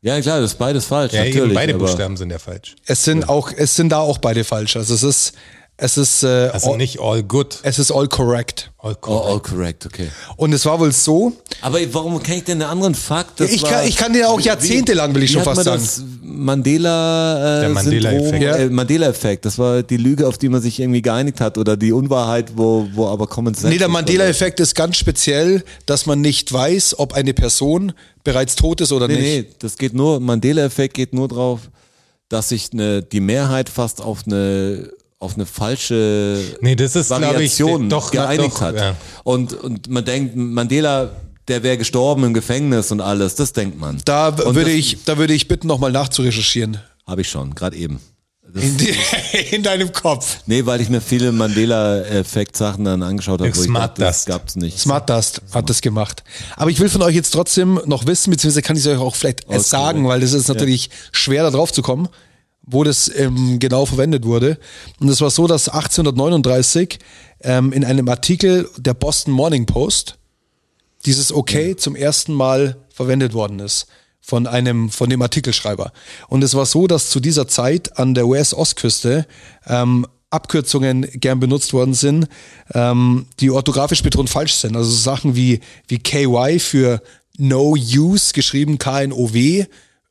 [SPEAKER 4] Ja, klar, das ist beides falsch.
[SPEAKER 3] Ja, eben
[SPEAKER 4] natürlich.
[SPEAKER 3] beide
[SPEAKER 4] aber
[SPEAKER 3] Buchstaben sind ja falsch.
[SPEAKER 2] Es sind auch, es sind da auch beide falsch. Also es ist, es ist, äh,
[SPEAKER 3] Also
[SPEAKER 2] all,
[SPEAKER 3] nicht all good,
[SPEAKER 2] es ist all correct.
[SPEAKER 3] all
[SPEAKER 4] Oh,
[SPEAKER 3] correct.
[SPEAKER 4] all correct, okay.
[SPEAKER 2] Und es war wohl so,
[SPEAKER 4] Aber warum kenne ich denn einen anderen Fakt? Das
[SPEAKER 2] Ja, ich
[SPEAKER 4] war-
[SPEAKER 2] kann- ich kann dir auch jahrzehntelang, will ich
[SPEAKER 4] wie
[SPEAKER 2] schon
[SPEAKER 4] hat
[SPEAKER 2] fast
[SPEAKER 4] man Das Mandela, äh,
[SPEAKER 3] Der Mandela-Effekt.
[SPEAKER 4] Syndrom,
[SPEAKER 2] Ja.
[SPEAKER 4] Äh, Mandela-Effekt. Das war die Lüge, auf die man sich irgendwie geeinigt hat oder die Unwahrheit, wo, wo aber Common Sense.
[SPEAKER 2] nee, der
[SPEAKER 4] ist,
[SPEAKER 2] Mandela-Effekt ist ganz speziell, dass man nicht weiß, ob eine Person bereits tot ist oder
[SPEAKER 4] oder?
[SPEAKER 2] nicht.
[SPEAKER 4] Nee, nee, das geht nur, Mandela-Effekt geht nur drauf, dass sich eine, die Mehrheit fast auf eine, auf eine falsche
[SPEAKER 3] Nee, das ist, glaube ich,
[SPEAKER 4] Variation
[SPEAKER 3] doch,
[SPEAKER 4] geeinigt
[SPEAKER 3] doch,
[SPEAKER 4] hat.
[SPEAKER 3] ja.
[SPEAKER 4] Und, und man denkt, Mandela, der wäre gestorben im Gefängnis und alles, das denkt man.
[SPEAKER 2] Da w-
[SPEAKER 4] Und
[SPEAKER 2] würde
[SPEAKER 4] das-
[SPEAKER 2] ich, da würde ich bitten, nochmal nachzurecherchieren.
[SPEAKER 4] Habe ich schon, gerade eben.
[SPEAKER 2] In, die, in deinem Kopf.
[SPEAKER 4] Nee, weil ich mir viele Mandela-Effekt-Sachen dann angeschaut habe, wo ich
[SPEAKER 3] Smart
[SPEAKER 4] dachte, das
[SPEAKER 3] Dust.
[SPEAKER 4] gab's nicht.
[SPEAKER 2] Smart Dust hat das gemacht. Aber ich will von euch jetzt trotzdem noch wissen, beziehungsweise kann ich es euch auch vielleicht
[SPEAKER 4] Ausgerechnet.
[SPEAKER 2] erst sagen, weil das ist natürlich schwer, da drauf zu kommen, wo das ähm, genau verwendet wurde. Und es war so, dass 1839 ähm, in einem Artikel der Boston Morning Post dieses Okay zum ersten Mal verwendet worden ist von einem von dem Artikelschreiber. Und es war so, dass zu dieser Zeit an der US-Ostküste ähm, Abkürzungen gern benutzt worden sind, ähm, die orthografisch betont falsch sind. Also so Sachen wie wie KY für No Use geschrieben K N O W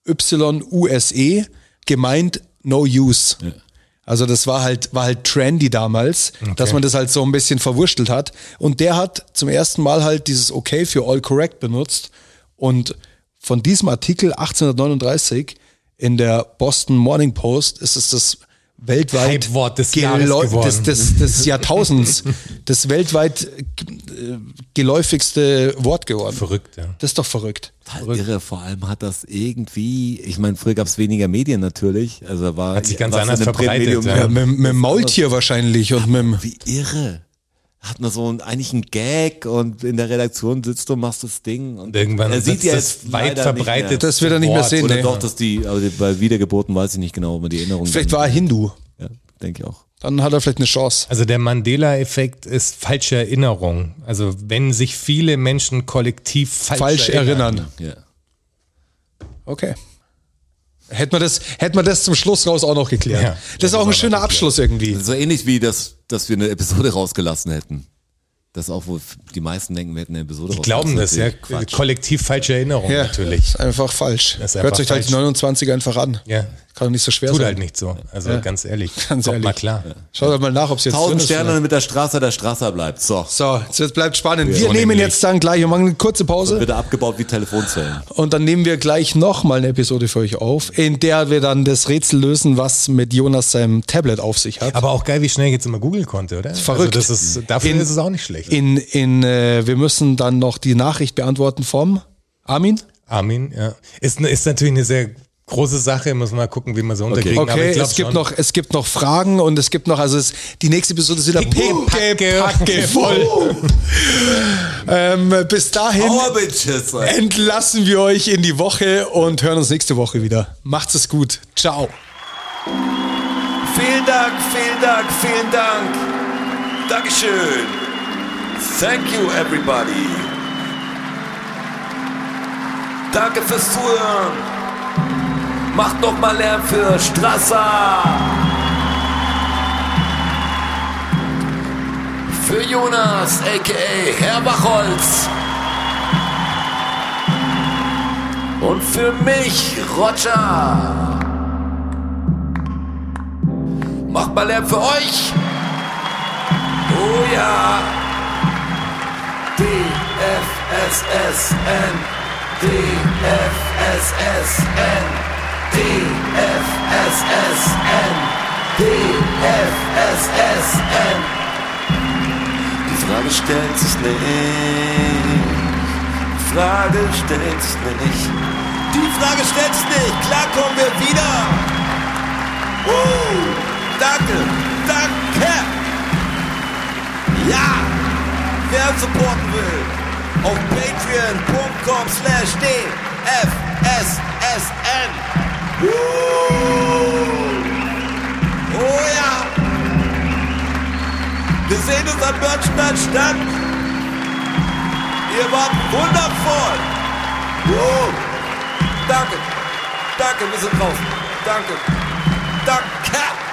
[SPEAKER 2] Y U S E gemeint No Use. Also das war halt, war halt trendy damals, dass man das halt so ein bisschen verwurschtelt hat. Und der hat zum ersten Mal halt dieses Okay für All Correct benutzt. Und von diesem Artikel 1839 in der Boston Morning Post ist es das weltweit
[SPEAKER 3] Hypewort des Jahres
[SPEAKER 2] geläu-
[SPEAKER 3] geworden.
[SPEAKER 2] des, des, des Jahrtausends, das weltweit äh, geläufigste Wort geworden.
[SPEAKER 3] Verrückt, ja.
[SPEAKER 2] Das ist doch verrückt.
[SPEAKER 4] Total irre, vor allem hat das irgendwie, ich meine, früher gab's weniger Medien natürlich, also war
[SPEAKER 3] Hat sich ganz
[SPEAKER 4] war's
[SPEAKER 3] anders
[SPEAKER 4] in einem
[SPEAKER 3] verbreitet,
[SPEAKER 4] Printmedium.
[SPEAKER 3] ja.
[SPEAKER 2] Ja, mit, mit dem Maultier wahrscheinlich und mit dem
[SPEAKER 4] Wie irre. Hat man so einen, eigentlich einen Gag und in der Redaktion sitzt du und machst das Ding. Und
[SPEAKER 3] Irgendwann
[SPEAKER 4] er sieht
[SPEAKER 3] sitzt
[SPEAKER 4] ja
[SPEAKER 3] das
[SPEAKER 4] jetzt
[SPEAKER 3] weit
[SPEAKER 4] leider nicht
[SPEAKER 3] verbreitet.
[SPEAKER 4] mehr.
[SPEAKER 2] Das wird er nicht mehr
[SPEAKER 3] Wort.
[SPEAKER 2] sehen,
[SPEAKER 4] Oder
[SPEAKER 2] nee.
[SPEAKER 4] doch, dass die, aber die- bei Wiedergeburten weiß ich nicht genau, ob man die Erinnerung.
[SPEAKER 2] Vielleicht
[SPEAKER 4] dann-
[SPEAKER 2] war er Hindu.
[SPEAKER 4] Ja, denke ich auch.
[SPEAKER 2] Dann hat er vielleicht eine Chance.
[SPEAKER 3] Also der Mandela-Effekt ist falsche Erinnerung. Also wenn sich viele Menschen kollektiv falsch,
[SPEAKER 2] Falsch
[SPEAKER 3] erinnern.
[SPEAKER 2] erinnern.
[SPEAKER 4] Ja.
[SPEAKER 2] Okay. Hätten wir das, hätten wir das zum Schluss raus auch noch geklärt.
[SPEAKER 3] Ja.
[SPEAKER 2] das ist auch ein schöner Abschluss irgendwie.
[SPEAKER 4] So ähnlich wie das, dass wir eine Episode rausgelassen hätten. Das auch, wo die meisten denken, wir hätten eine Episode
[SPEAKER 3] Die glauben das, ja.
[SPEAKER 4] Quatsch.
[SPEAKER 3] Kollektiv falsche Erinnerung
[SPEAKER 2] Ja,
[SPEAKER 3] natürlich.
[SPEAKER 2] Ist einfach falsch.
[SPEAKER 3] Das ist
[SPEAKER 2] Hört
[SPEAKER 3] einfach
[SPEAKER 2] sich halt die
[SPEAKER 3] falsch.
[SPEAKER 2] 29 einfach an.
[SPEAKER 3] Ja.
[SPEAKER 2] Kann doch nicht so schwer
[SPEAKER 3] Tut
[SPEAKER 2] sein.
[SPEAKER 3] halt nicht so. Also ganz ehrlich.
[SPEAKER 2] Ganz
[SPEAKER 3] Kommt mal
[SPEAKER 2] ehrlich.
[SPEAKER 3] klar.
[SPEAKER 2] Schaut doch mal nach, ob es jetzt drin
[SPEAKER 4] Tausend
[SPEAKER 2] ist.
[SPEAKER 4] Sterne mit der Straße, der Straße bleibt. So.
[SPEAKER 2] So, jetzt bleibt spannend. Wir
[SPEAKER 3] Unendlich.
[SPEAKER 2] nehmen jetzt dann gleich, wir machen eine kurze Pause
[SPEAKER 4] Wird er abgebaut wie Telefonzellen.
[SPEAKER 2] und dann nehmen wir gleich nochmal eine Episode für euch auf, in der wir dann das Rätsel lösen, was mit Jonas seinem Tablet auf sich hat.
[SPEAKER 3] Aber auch geil, wie schnell ich jetzt immer googeln konnte, oder?
[SPEAKER 2] verrückt.
[SPEAKER 3] Also das ist, dafür
[SPEAKER 2] In-
[SPEAKER 3] ist es auch nicht schlecht.
[SPEAKER 2] In, in, äh, wir müssen dann noch die Nachricht beantworten vom Armin.
[SPEAKER 3] Armin, ja. Ist, ist natürlich eine sehr große Sache, muss man mal gucken, wie man so unterkriegen.
[SPEAKER 2] Okay,
[SPEAKER 3] aber ich glaub
[SPEAKER 2] es, gibt
[SPEAKER 3] schon.
[SPEAKER 2] noch, es gibt noch Fragen und es gibt noch, also es, die nächste Episode ist wieder pickepacke voll. ähm, bis dahin
[SPEAKER 4] Oh, Bitches, ey.
[SPEAKER 2] entlassen wir euch in die Woche und hören uns nächste Woche wieder. Macht's es gut. Ciao.
[SPEAKER 1] Vielen Dank, vielen Dank, vielen Dank. Dankeschön. Thank you, everybody. Danke fürs Zuhören. Macht noch mal Lärm für Strasser. Für Jonas, a.k.a. Herr Bachholz. Und für mich, Roger. Macht mal Lärm für euch. Oh ja. DFSSN. DFSSN. DFSSN. DFSSN.
[SPEAKER 5] Die Frage stellt sich nicht. Die Frage stellt sich nicht.
[SPEAKER 1] Die Frage stellt sich nicht. Klar kommen wir wieder. Uh, danke. Danke. Ja. Wer uns supporten will, auf patreon.com slash dfssn. Uh. Oh ja. Wir sehen uns am Börnstein statt. Ihr wart wundervoll. Uh. Danke. Danke, wir sind draußen. Danke. Danke.